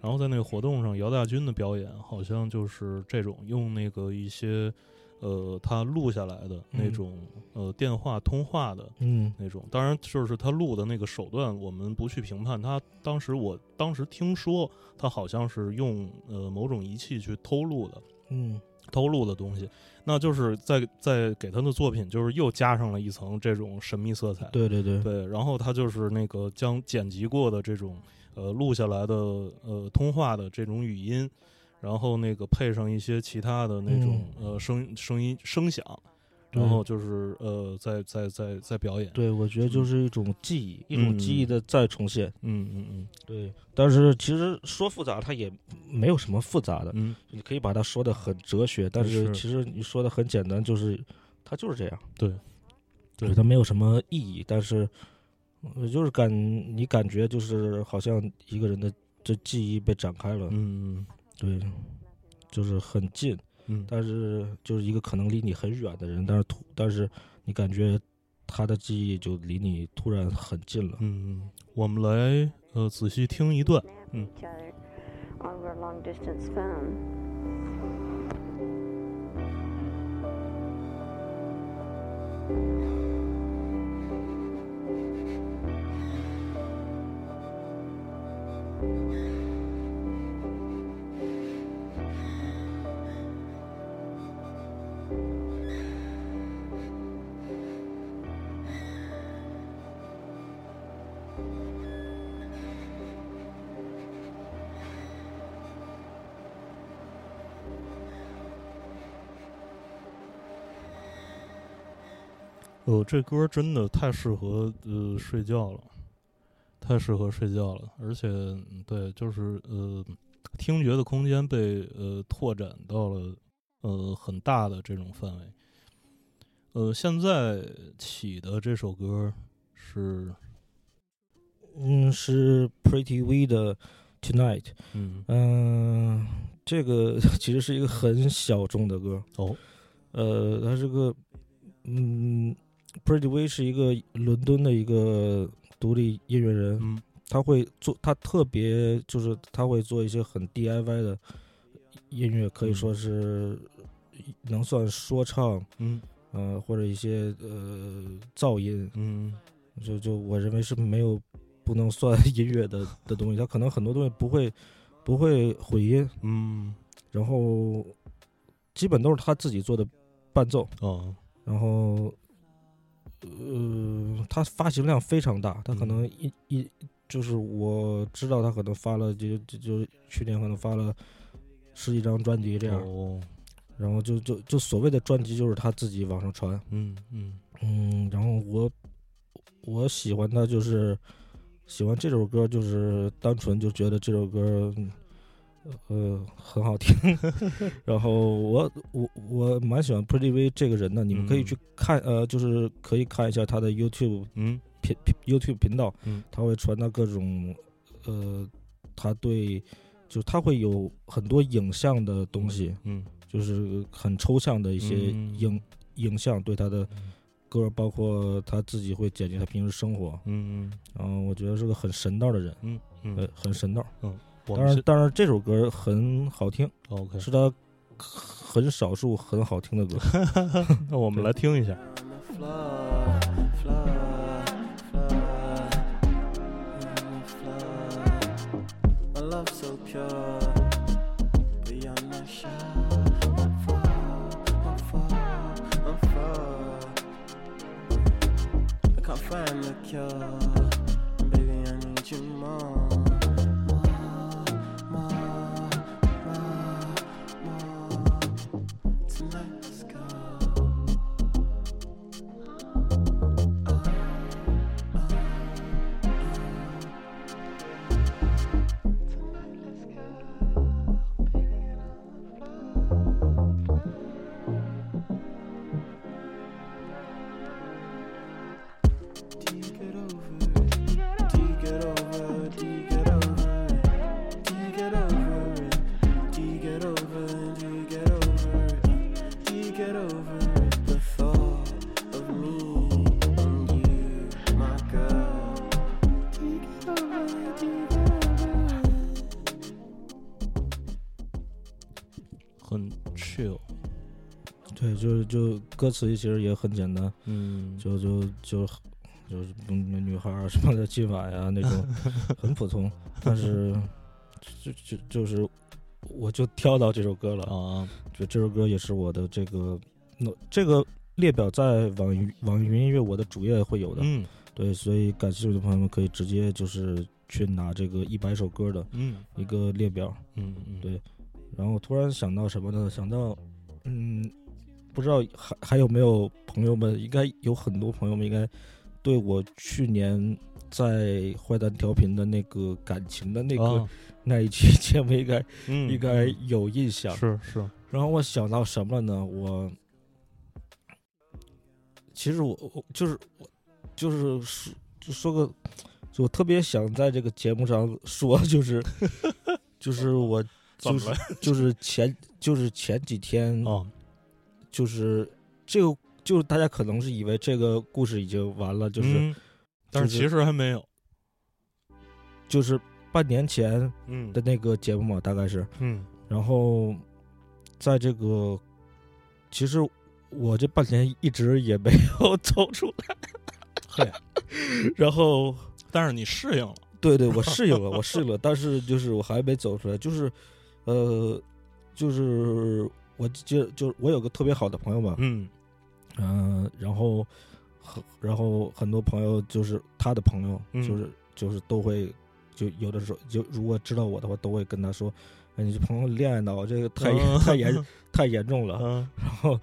[SPEAKER 2] 然后在那个活动上，姚大军的表演好像就是这种用那个一些呃，他录下来的那
[SPEAKER 3] 嗯
[SPEAKER 2] 种、呃电话通话的
[SPEAKER 3] 嗯
[SPEAKER 2] 那种。当然，就是他录的那个手段，我们不去评判。他当时我当时听说，他好像是用呃某种仪器去偷录的，
[SPEAKER 3] 嗯
[SPEAKER 2] 偷录的东西，那就是在在给他的作品就是又加上了一层这种神秘色彩。
[SPEAKER 3] 对对对，
[SPEAKER 2] 对，然后他就是那个将剪辑过的这种呃录下来的呃通话的这种语音，然后那个配上一些其他的那种、
[SPEAKER 3] 嗯
[SPEAKER 2] 呃声声音声响，然后就是呃在在在在表演。
[SPEAKER 3] 对，我觉得就是一种记忆，一种记忆的再重现。
[SPEAKER 2] 嗯嗯嗯
[SPEAKER 3] 对，但是其实说复杂，它也没有什么复杂的，
[SPEAKER 2] 嗯，
[SPEAKER 3] 你可以把它说的很哲学，但是
[SPEAKER 2] 是
[SPEAKER 3] 其实你说的很简单，就是它就是这样。
[SPEAKER 2] 对，对
[SPEAKER 3] 它没有什么意义，但是呃就是感你感觉就是好像一个人的这记忆被展开了，
[SPEAKER 2] 嗯
[SPEAKER 3] 对，就是很近，
[SPEAKER 2] 嗯嗯
[SPEAKER 3] 但是就是一个可能离你很远的人，但是突但是你感觉他的记忆就离你突然很近了。
[SPEAKER 2] 嗯，我们来呃仔细听一段。嗯
[SPEAKER 5] each other over a long distance phone.
[SPEAKER 2] 呃，这歌真的太适合呃睡觉了，太适合睡觉了，而且嗯对，就是呃，听觉的空间被呃拓展到了呃很大的这种范围。呃，现在起的这首歌是
[SPEAKER 3] 嗯，是 Pretty V 的 Tonight。
[SPEAKER 2] 嗯
[SPEAKER 3] 嗯、这个 [laughs] 其实是一个很小众的歌。
[SPEAKER 2] 哦
[SPEAKER 3] 呃，它是个嗯，Pretty V 是一个伦敦的一个独立音乐人，
[SPEAKER 2] 嗯
[SPEAKER 3] 他会做，他特别就是他会做一些很 DIY 的音乐，可以
[SPEAKER 2] 嗯
[SPEAKER 3] 说是能算说唱，
[SPEAKER 2] 嗯
[SPEAKER 3] 呃，或者一些呃噪音，
[SPEAKER 2] 嗯
[SPEAKER 3] 就就我认为是没有不能算 [laughs] 音乐的的东西，它可能很多东西不会不会混音，
[SPEAKER 2] 嗯
[SPEAKER 3] 然后基本都是他自己做的伴奏，
[SPEAKER 2] 哦
[SPEAKER 3] 然后呃，他发行量非常大，他可能一、一就是我知道他可能发了就就就去年可能发了十几张专辑这样，
[SPEAKER 2] 哦
[SPEAKER 3] 然后就就就所谓的专辑就是他自己往上传，
[SPEAKER 2] 嗯嗯
[SPEAKER 3] 嗯，然后我我喜欢他就是喜欢这首歌，就是单纯就觉得这首歌嗯呃很好听， [laughs] 然后我我我蛮喜欢 Pretty V 这个人的，你们可以
[SPEAKER 2] 嗯
[SPEAKER 3] 去看、呃，就是可以看一下他的 YouTube
[SPEAKER 2] 嗯
[SPEAKER 3] 频频 YouTube 频道，
[SPEAKER 2] 嗯
[SPEAKER 3] 他会传达各种呃，他对就是他会有很多影像的东西，
[SPEAKER 2] 嗯
[SPEAKER 3] 就是很抽象的一些
[SPEAKER 2] 嗯
[SPEAKER 3] 影、影像对他的歌，包括他自己会剪辑他平时生活。
[SPEAKER 2] 嗯
[SPEAKER 3] 然后我觉得是个很神道的人，
[SPEAKER 2] 嗯
[SPEAKER 3] 呃
[SPEAKER 2] 嗯，，
[SPEAKER 3] 很神道。
[SPEAKER 2] 我
[SPEAKER 3] 当
[SPEAKER 2] 们
[SPEAKER 3] 然
[SPEAKER 2] 是，
[SPEAKER 3] 当然这首歌很好听，
[SPEAKER 2] OK，
[SPEAKER 3] 是他很少数很好听的
[SPEAKER 2] [laughs]
[SPEAKER 3] 歌。
[SPEAKER 2] 那我们来听一下。
[SPEAKER 4] My love so pure, beyond my shell. I'm far, I'm far, I'm far. I can't find the cure, baby. I need you more, more, more, more, more. Tonight, let's go. Do you get over it? Do you get over it? Do you get over it? Do you get over it? Do you get over it? Do you get over it? Do you get over it? The thought of me and you, my girl. Do you get over it? Do you get over it?
[SPEAKER 2] 很 chill，
[SPEAKER 3] 对，就是就歌词其实也很简单，
[SPEAKER 2] 嗯，
[SPEAKER 3] 就就就就是嗯女孩儿什么的技法呀
[SPEAKER 2] [laughs]
[SPEAKER 3] 那种，很普通，但是就就就是我就挑到这首歌了，
[SPEAKER 2] 啊，
[SPEAKER 3] 就这首歌也是我的这个那这个列表在网易网易云音乐我的主页会有的，
[SPEAKER 2] 嗯
[SPEAKER 3] 对，所以感兴趣的朋友们可以直接就是去拿这个一百首歌的
[SPEAKER 2] 嗯
[SPEAKER 3] 一个列表。
[SPEAKER 2] 嗯嗯，
[SPEAKER 3] 对然后突然想到什么呢？想到，嗯，不知道还还有没有朋友们，应该有很多朋友们应该对我去年在坏蛋调频的那个感情的那个、
[SPEAKER 2] 啊
[SPEAKER 3] 那一期节目应该、
[SPEAKER 2] 嗯
[SPEAKER 3] 应该有印象。
[SPEAKER 2] 是是，
[SPEAKER 3] 然后我想到什么了呢？我其实我我就是我就是说就说个，就我特别想在这个节目上说，就是
[SPEAKER 2] [laughs]
[SPEAKER 3] 就是我
[SPEAKER 2] 怎
[SPEAKER 3] 就
[SPEAKER 2] 么
[SPEAKER 3] 是 [laughs] 就是前就是前几天
[SPEAKER 2] 哦，
[SPEAKER 3] 就是这个就是大家可能是以为这个故事已经完了，就是、
[SPEAKER 2] 嗯，但是
[SPEAKER 3] 就
[SPEAKER 2] 其
[SPEAKER 3] 是
[SPEAKER 2] 实还没有，
[SPEAKER 3] 就是半年前
[SPEAKER 2] 嗯
[SPEAKER 3] 的那个节目嘛，大概是。
[SPEAKER 2] 嗯
[SPEAKER 3] 然后在这个，其实我这半年一直也没有 [laughs] 走出来。
[SPEAKER 2] 嘿，
[SPEAKER 3] 然后啊
[SPEAKER 2] 但是你适应了，
[SPEAKER 3] 对对，我适应了，我适应了，但是就是我还没走出来，就是呃，就是我就就我有个特别好的朋友嘛，
[SPEAKER 2] 嗯
[SPEAKER 3] 嗯、然后很然后很多朋友就是他的朋友，
[SPEAKER 2] 嗯
[SPEAKER 3] 就是就是都会就有的时候就如果知道我的话，都会跟他说。哎，你这朋友恋爱脑，这个太、
[SPEAKER 2] 嗯
[SPEAKER 3] 太严太严重 [laughs] 了。
[SPEAKER 2] 嗯
[SPEAKER 3] 然后，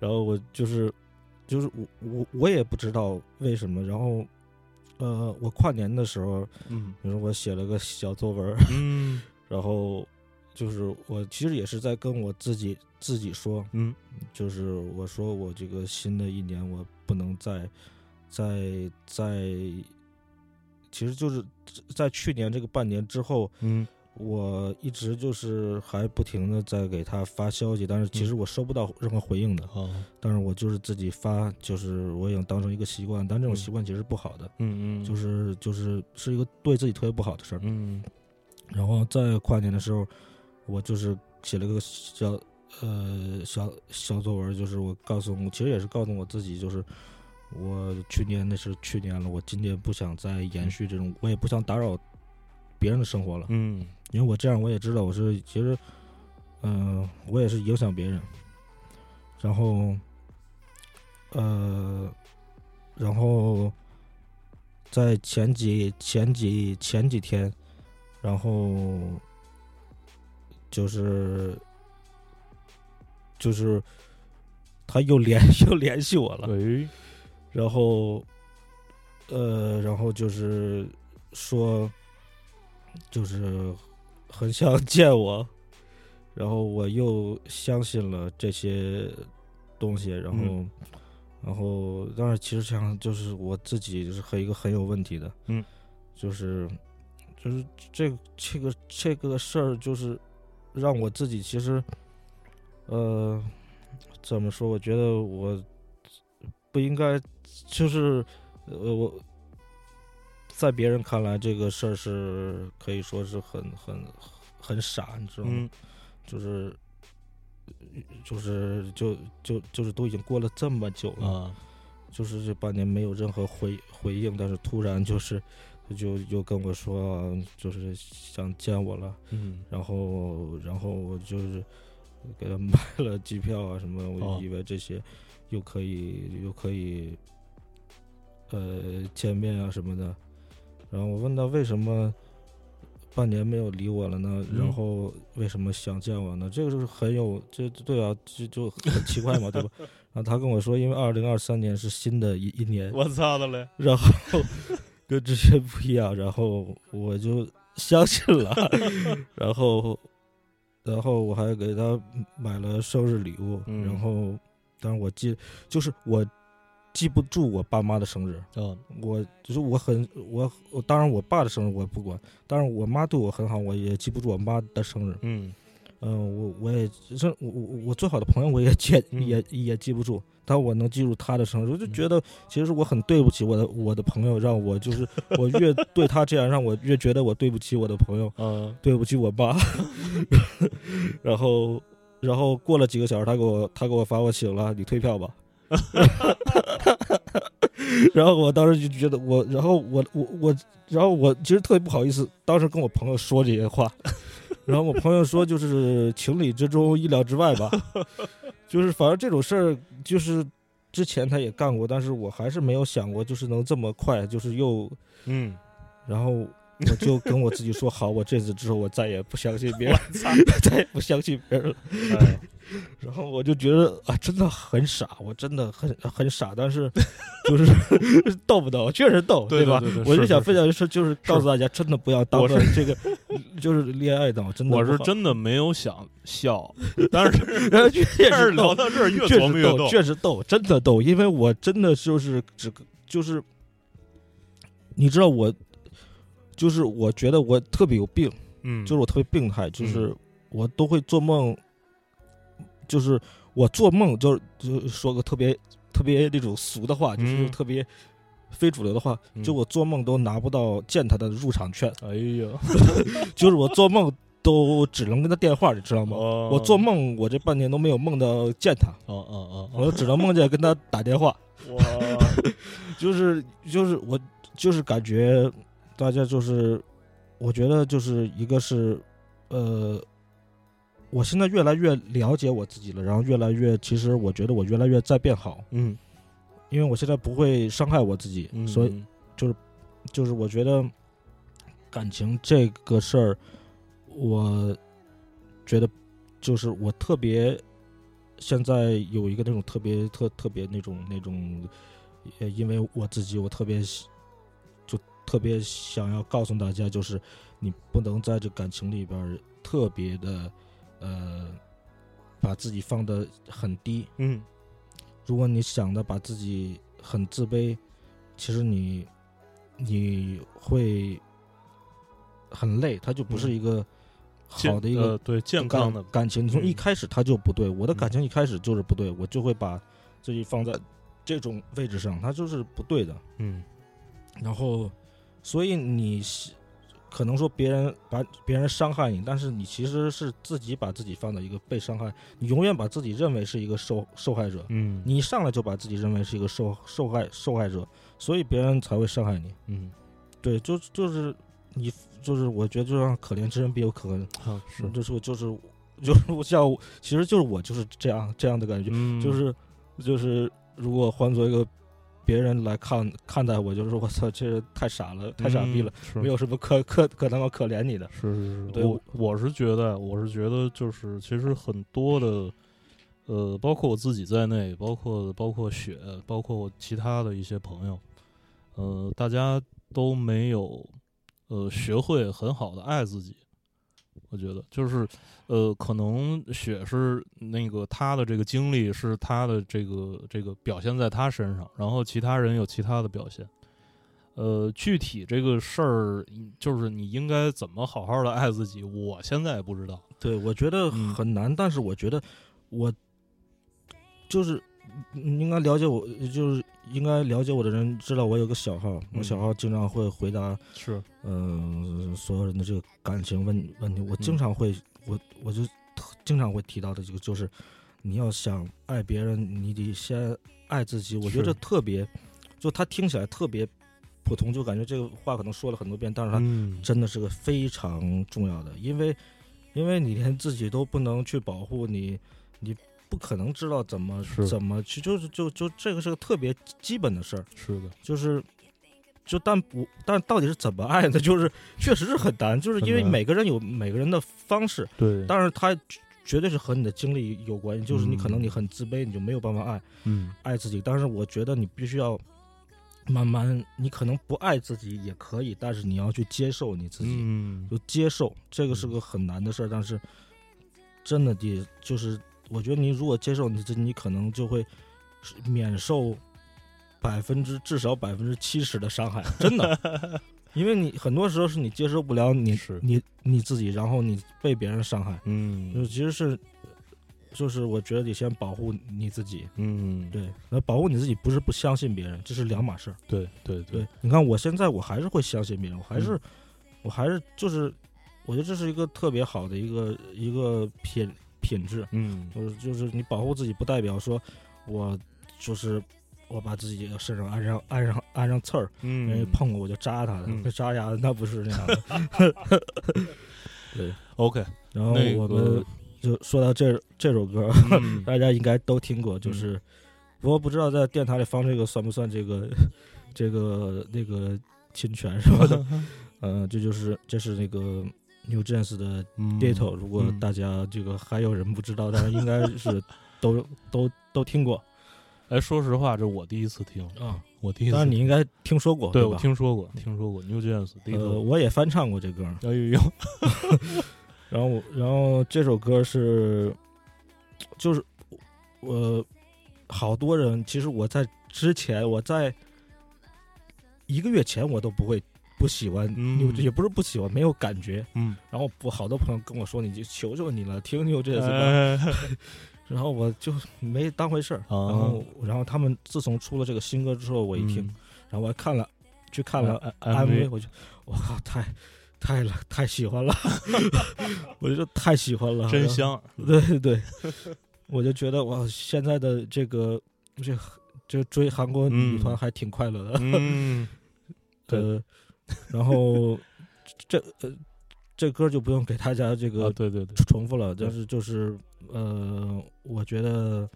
[SPEAKER 3] 然后我就是，就是我我我也不知道为什么。然后，呃，我跨年的时候，
[SPEAKER 2] 嗯
[SPEAKER 3] 你说我写了个小作文儿， [laughs]
[SPEAKER 2] 嗯
[SPEAKER 3] 然后就是我其实也是在跟我自己自己说，
[SPEAKER 2] 嗯
[SPEAKER 3] 就是我说我这个新的一年我不能再再再，其实就是在去年这个半年之后，
[SPEAKER 2] 嗯
[SPEAKER 3] 我一直就是还不停的在给他发消息，但是其实我收不到任何回应的。
[SPEAKER 2] 好，
[SPEAKER 3] 但是我就是自己发，就是我已经当成一个习惯，但这种
[SPEAKER 2] 嗯
[SPEAKER 3] 习惯其实不好的，
[SPEAKER 2] 嗯嗯，
[SPEAKER 3] 就是就是是一个对自己特别不好的事儿。
[SPEAKER 2] 嗯
[SPEAKER 3] 然后在跨年的时候，我就是写了个小呃小小作文，就是我告诉我其实也是告诉我自己，就是我去年那是去年了，我今年不想再延续这种，我也不想打扰别人的生活了，
[SPEAKER 2] 嗯
[SPEAKER 3] 因为我这样我也知道我是其实，嗯、我也是影响别人，然后，呃，然后在前几前几前几天，然后就是就是他又联 [laughs] 又联系我了，
[SPEAKER 2] 喂，
[SPEAKER 3] 然后，呃，然后就是说，就是很想 [laughs] 见我，然后我又相信了这些东西，然后，
[SPEAKER 2] 嗯
[SPEAKER 3] 然后，但是其实想就是我自己是很一个很有问题的，
[SPEAKER 2] 嗯，
[SPEAKER 3] 就是，就是这个这个这个事儿，就是让我自己其实，呃，怎么说？我觉得我不应该，就是呃，我在别人看来这个事儿是可以说是很很很傻，你知道吗？
[SPEAKER 2] 嗯
[SPEAKER 3] 就是就是就就就是都已经过了这么久了，
[SPEAKER 2] 啊，
[SPEAKER 3] 就是这半年没有任何回回应，但是突然就是就又跟我说、啊就是想见我了，
[SPEAKER 2] 嗯
[SPEAKER 3] 然后然后我就是给他买了机票啊什么，
[SPEAKER 2] 哦
[SPEAKER 3] 我以为这些又可以又可以呃见面啊什么的，然后我问他为什么半年没有理我了呢？
[SPEAKER 2] 嗯
[SPEAKER 3] 然后为什么想见我呢？这个就是很有这对啊，这就很奇怪嘛，
[SPEAKER 2] [laughs]
[SPEAKER 3] 对吧？然后他跟我说，因为二零二三年是新的一一年，
[SPEAKER 2] 我操的嘞，
[SPEAKER 3] 然后跟之前不一样，然后我就相信
[SPEAKER 2] [laughs]
[SPEAKER 3] 了，然后，然后我还给他买了生日礼物，
[SPEAKER 2] 嗯
[SPEAKER 3] 然后，但是我记，就是我记不住我爸妈的生日，
[SPEAKER 2] 哦，
[SPEAKER 3] 我就是我很我我当然我爸的生日我不管，但是我妈对我很好，我也记不住我妈的生日，
[SPEAKER 2] 嗯
[SPEAKER 3] 嗯、我我也这我我我最好的朋友我也记、
[SPEAKER 2] 嗯
[SPEAKER 3] 也也记不住，但我能记住他的生日，我就觉得其实我很对不起我的我的朋友，让我就是我越 [laughs] 对他这样，让我越觉得我对不起我的朋友，
[SPEAKER 2] 啊，
[SPEAKER 3] [laughs] 对不起我爸，然后然后过了几个小时，他给我他给我发过请了，你退票吧。 [laughs] 然后我当时就觉得我，然后我我我，然后我其实特别不好意思，当时跟我朋友说这些话， [laughs] 然后我朋友说就是情理之中，意料之外吧，就是反正这种事儿就是之前他也干过，但是我还是没有想过就是能这么快，就是又
[SPEAKER 2] 嗯，
[SPEAKER 3] 然后我就跟我自己说，好，我这次之后我再也不相信别人，再也不相信别人了。
[SPEAKER 2] 哎
[SPEAKER 3] 然后我就觉得啊，真的很傻，我真的很很傻，但是就是 [laughs] 逗不逗，确实逗，
[SPEAKER 2] 对
[SPEAKER 3] 吧？
[SPEAKER 2] 对对对
[SPEAKER 3] 我
[SPEAKER 2] 是
[SPEAKER 3] 就是想
[SPEAKER 2] 是
[SPEAKER 3] 分享就是就是告诉大家，真的不要当
[SPEAKER 2] 我
[SPEAKER 3] 个这个就是恋爱脑，真的
[SPEAKER 2] 我
[SPEAKER 3] 不
[SPEAKER 2] 是
[SPEAKER 3] 好，
[SPEAKER 2] 真的没有想
[SPEAKER 3] [laughs]
[SPEAKER 2] 笑，但是
[SPEAKER 3] 确
[SPEAKER 2] [laughs] 但是
[SPEAKER 3] 实
[SPEAKER 2] 聊
[SPEAKER 3] 逗，
[SPEAKER 2] 到这儿越
[SPEAKER 3] 确
[SPEAKER 2] 琢磨
[SPEAKER 3] 实
[SPEAKER 2] 越
[SPEAKER 3] 逗，
[SPEAKER 2] 逗，
[SPEAKER 3] 确实逗，真的逗，因为我真的就是只就是，你知道我就是我觉得我特别有病。
[SPEAKER 2] 嗯，
[SPEAKER 3] 就是我特别病态，就是我都会做梦，就是我做梦就是就是说个特别特别那种俗的话，就是
[SPEAKER 2] 嗯
[SPEAKER 3] 特别非主流的话，
[SPEAKER 2] 嗯
[SPEAKER 3] 就我做梦都拿不到见他的入场券，
[SPEAKER 2] 哎呀，
[SPEAKER 3] 就是我做梦都只能跟他电话，你知道吗？
[SPEAKER 2] 我
[SPEAKER 3] 我做，梦，我这半年都没有梦到见他，
[SPEAKER 2] 哦哦哦
[SPEAKER 3] 我只能梦见跟他打电话，
[SPEAKER 2] 哦，哇，
[SPEAKER 3] 就是就是我就是感觉大家就是，我觉得就是一个是，呃，我现在越来越了解我自己了，然后越来越，其实我觉得我越来越在变好，
[SPEAKER 2] [laughs] 嗯，
[SPEAKER 3] 因为我现在不会伤害我自己，
[SPEAKER 2] 嗯
[SPEAKER 3] 所以就是我觉得感情这个事儿，我觉得就是我特别现在有一个那种特别特特别那种那种，呃，因为我自己我特别喜就特别想要告诉大家，就是你不能在这感情里边儿特别的呃把自己放得很低，
[SPEAKER 2] 嗯
[SPEAKER 3] 如果你想的把自己很自卑，其实你你会很累，它就不是
[SPEAKER 2] 嗯
[SPEAKER 3] 一个
[SPEAKER 2] 健
[SPEAKER 3] 好的一
[SPEAKER 2] 呃
[SPEAKER 3] 个
[SPEAKER 2] 对健
[SPEAKER 3] 感、
[SPEAKER 2] 康的，
[SPEAKER 3] 感情。从一
[SPEAKER 2] 嗯
[SPEAKER 3] 开始它就不对，我的
[SPEAKER 2] 嗯
[SPEAKER 3] 感情一开始就是不对，我就会把自己放在这种位置上，它就是不对的。
[SPEAKER 2] 嗯
[SPEAKER 3] 然后，所以你是可能说别人把别人伤害你，但是你其实是自己把自己放在一个被伤害，你永远把自己认为是一个受受害者。
[SPEAKER 2] 嗯
[SPEAKER 3] 你一上来就把自己认为是一个受受害受害者，所以别人才会伤害你。
[SPEAKER 2] 嗯，
[SPEAKER 3] 对，就就是你就是我觉得就让可怜之人必有可恨，
[SPEAKER 2] 好是，
[SPEAKER 3] 就是我就是就是我像我其实就是我就是这样这样的感觉，
[SPEAKER 2] 嗯
[SPEAKER 3] 就是就是如果换做一个别人来看看待我，就是我操，这人太傻了，太傻逼了，，
[SPEAKER 2] 嗯是
[SPEAKER 3] 没有什么可可可他妈可怜你的。
[SPEAKER 2] 是是是，
[SPEAKER 3] 对
[SPEAKER 2] 我我是觉得，我是觉得就是其实很多的，呃，包括我自己在内，包括包括雪，包括我其他的一些朋友，呃，大家都没有呃学会很好的爱自己。我觉得就是，呃，可能雪是那个他的这个经历是他的这个这个表现在他身上，然后其他人有其他的表现。呃，具体这个事儿，就是你应该怎么好好的爱自己，我现在也不知道。
[SPEAKER 3] 对，我觉得
[SPEAKER 2] 嗯
[SPEAKER 3] 很难，但是我觉得我就是你应该了解我，就是应该了解我的人知道我有个小号，我
[SPEAKER 2] 嗯
[SPEAKER 3] 小号经常会回答
[SPEAKER 2] 是，
[SPEAKER 3] 嗯所有人的这个感情问问题，我经
[SPEAKER 2] 嗯
[SPEAKER 3] 常会、我我就特经常会提到的这个就是你要想爱别人，你得先爱自己。我觉得这
[SPEAKER 2] 是
[SPEAKER 3] 特别，就他听起来特别普通，就感觉这个话可能说了很多遍，但是他
[SPEAKER 2] 嗯，
[SPEAKER 3] 真的是个非常重要的，因为因为你连自己都不能去保护你，你不可能知道怎么
[SPEAKER 2] 是
[SPEAKER 3] 怎么去，就是就就这个是个特别基本的事儿，
[SPEAKER 2] 是的，
[SPEAKER 3] 就是就但不但到底是怎么爱的， [laughs] 就是确实是很难，就是因为
[SPEAKER 2] 很难
[SPEAKER 3] 每个人有每个人的方式，
[SPEAKER 2] 对，
[SPEAKER 3] 当然他绝对是和你的经历有关系，就是你可能
[SPEAKER 2] 嗯
[SPEAKER 3] 你很自卑，你就没有办法爱
[SPEAKER 2] 嗯，
[SPEAKER 3] 爱自己，但是我觉得你必须要。慢慢，你可能不爱自己也可以，但是你要去接受你自己。
[SPEAKER 2] 嗯，
[SPEAKER 3] 就接受，这个是个很难的事儿，但是真的得就是，我觉得你如果接受你自己，你可能就会是免受百分之至少百分之七十的伤害，真的，因为你很多时候是你接受不了你
[SPEAKER 2] 是
[SPEAKER 3] 你你自己，然后你被别人伤害，就
[SPEAKER 2] 嗯，
[SPEAKER 3] 其实是就是我觉得得先保护你自己，
[SPEAKER 2] 嗯，
[SPEAKER 3] 对，那保护你自己不是不相信别人，这是两码事儿。
[SPEAKER 2] 对，对，嗯
[SPEAKER 3] 对，，你看我现在我还是会相信别人，我还是、我还是就是，我觉得这是一个特别好的一个一个品品质。
[SPEAKER 2] 嗯，
[SPEAKER 3] 就是就是你保护自己，不代表说我就是我把自己的身上安上安上安上刺儿，人
[SPEAKER 2] 嗯
[SPEAKER 3] 家碰我 [laughs] 我就扎他的， [laughs]
[SPEAKER 2] 嗯
[SPEAKER 3] 扎牙那不是那
[SPEAKER 2] [laughs]
[SPEAKER 3] 样的。
[SPEAKER 2] ，OK，
[SPEAKER 3] 然后
[SPEAKER 2] 那
[SPEAKER 3] 我
[SPEAKER 2] 个
[SPEAKER 3] 们就说到这这首歌，
[SPEAKER 2] 嗯
[SPEAKER 3] 大家应该都听过，就是、不过不知道在电台里放这个算不算这个 [laughs] 这个那个侵权什么的。
[SPEAKER 2] 嗯
[SPEAKER 3] [laughs] 呃，这就是这是那个 New Jeans 的
[SPEAKER 2] 嗯
[SPEAKER 3] Ditto，、如果大家这个还有人不知道，但是应该
[SPEAKER 2] [laughs]
[SPEAKER 3] 是都都都听过
[SPEAKER 2] 哎，说实话，这我第一次听，
[SPEAKER 3] 啊。
[SPEAKER 2] 我第一次，
[SPEAKER 3] 当然你应该听说过，
[SPEAKER 2] 对
[SPEAKER 3] 对
[SPEAKER 2] 我
[SPEAKER 3] 吧？嗯
[SPEAKER 2] 听说过，听说过 New Jeans 第一
[SPEAKER 3] 呃，
[SPEAKER 2] 头，
[SPEAKER 3] 我也翻唱过这歌儿，
[SPEAKER 2] 哎呦呦，
[SPEAKER 3] 然后我然后这首歌是，就是我、好多人，其实我在之前，我在一个月前我都不会不喜欢，
[SPEAKER 2] 嗯
[SPEAKER 3] 牛也不是不喜欢，没有感觉。
[SPEAKER 2] 嗯，
[SPEAKER 3] 然后我好多朋友跟我说，你就求求你了，听听这次吧。
[SPEAKER 2] 哎
[SPEAKER 3] 然后我就没当回事儿。
[SPEAKER 2] 啊
[SPEAKER 3] 然后然后他们自从出了这个新歌之后，我一听，
[SPEAKER 2] 嗯
[SPEAKER 3] 然后我还看了去看了
[SPEAKER 2] 啊
[SPEAKER 3] MV，我就我靠，太太了，太喜欢了， [laughs] 我就说太喜欢了，
[SPEAKER 2] 真。香，
[SPEAKER 3] [laughs] 对对对，我就觉得哇，现在的这个这这追韩国女团
[SPEAKER 2] 嗯
[SPEAKER 3] 还挺快 [laughs] 乐的，
[SPEAKER 2] 嗯，对
[SPEAKER 3] 呃，然后这呃这歌就不用给大家这
[SPEAKER 2] 啊，
[SPEAKER 3] 个
[SPEAKER 2] 对对对，
[SPEAKER 3] 重复了，
[SPEAKER 2] 对
[SPEAKER 3] 但是就是呃，我觉得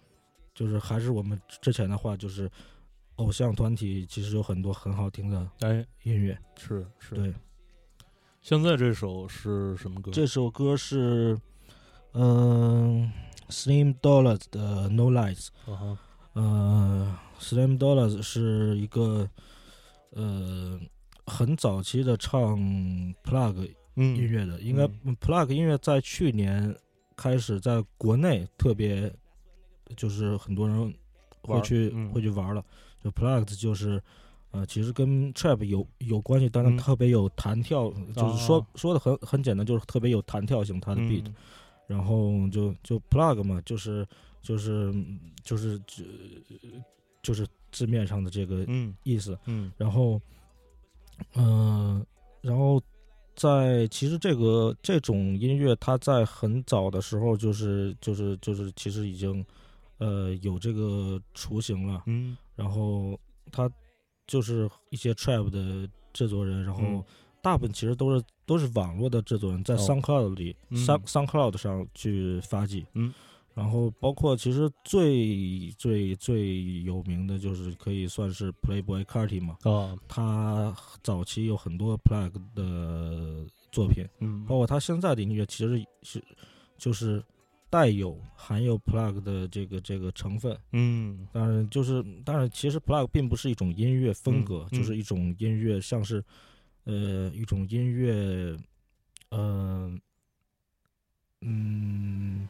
[SPEAKER 3] 就是还是我们之前的话，就是偶像团体其实有很多很好听的
[SPEAKER 2] 哎，
[SPEAKER 3] 音乐，
[SPEAKER 2] 是是，
[SPEAKER 3] 对。
[SPEAKER 2] 现在这首是什么歌？
[SPEAKER 3] 这首歌是，嗯、s l i m Dollars 的《No Lights》。
[SPEAKER 2] 啊哈
[SPEAKER 3] 呃，Slim Dollars 是一个，呃，很早期的唱 Plug
[SPEAKER 2] 嗯
[SPEAKER 3] 音乐的，应该
[SPEAKER 2] 嗯
[SPEAKER 3] Plug 音乐在去年开始在国内特别，就是很多人
[SPEAKER 2] 玩
[SPEAKER 3] 会
[SPEAKER 2] 儿
[SPEAKER 3] 去、
[SPEAKER 2] 嗯
[SPEAKER 3] 会去玩了。就 Plug 就是，呃，其实跟 Trap 有有关系，但是
[SPEAKER 2] 嗯
[SPEAKER 3] 特别有弹跳，就是说、
[SPEAKER 2] 哦
[SPEAKER 3] 说的很很简单，就是特别有弹跳性，它的 beat、
[SPEAKER 2] 嗯
[SPEAKER 3] 然后就就 plug 嘛，就是就是嗯就是就就是字面上的这个
[SPEAKER 2] 嗯
[SPEAKER 3] 意思。
[SPEAKER 2] 嗯
[SPEAKER 3] 然后，嗯、然后在其实这个这种音乐，它在很早的时候就是就是就是其实已经呃有这个雏形了。
[SPEAKER 2] 嗯
[SPEAKER 3] 然后他就是一些 trap 的制作人，然
[SPEAKER 2] 嗯
[SPEAKER 3] 后大部分其实都是都是网络的制作人，在
[SPEAKER 2] 哦
[SPEAKER 3] SoundCloud 里、
[SPEAKER 2] 嗯
[SPEAKER 3] Sound SoundCloud 上去发迹，
[SPEAKER 2] 嗯，
[SPEAKER 3] 然后包括其实最最最有名的就是可以算是 Playboy Carti 嘛，
[SPEAKER 2] 啊
[SPEAKER 3] 他早期有很多 Plug 的作品，
[SPEAKER 2] 嗯
[SPEAKER 3] 包括他现在的音乐其实是就是带有含有 Plug 的这个这个成分，
[SPEAKER 2] 嗯
[SPEAKER 3] 当然，就是当然，其实 plug 并不是一种音乐风格，
[SPEAKER 2] 嗯
[SPEAKER 3] 就是一种音乐，像是呃一种音乐，呃，嗯，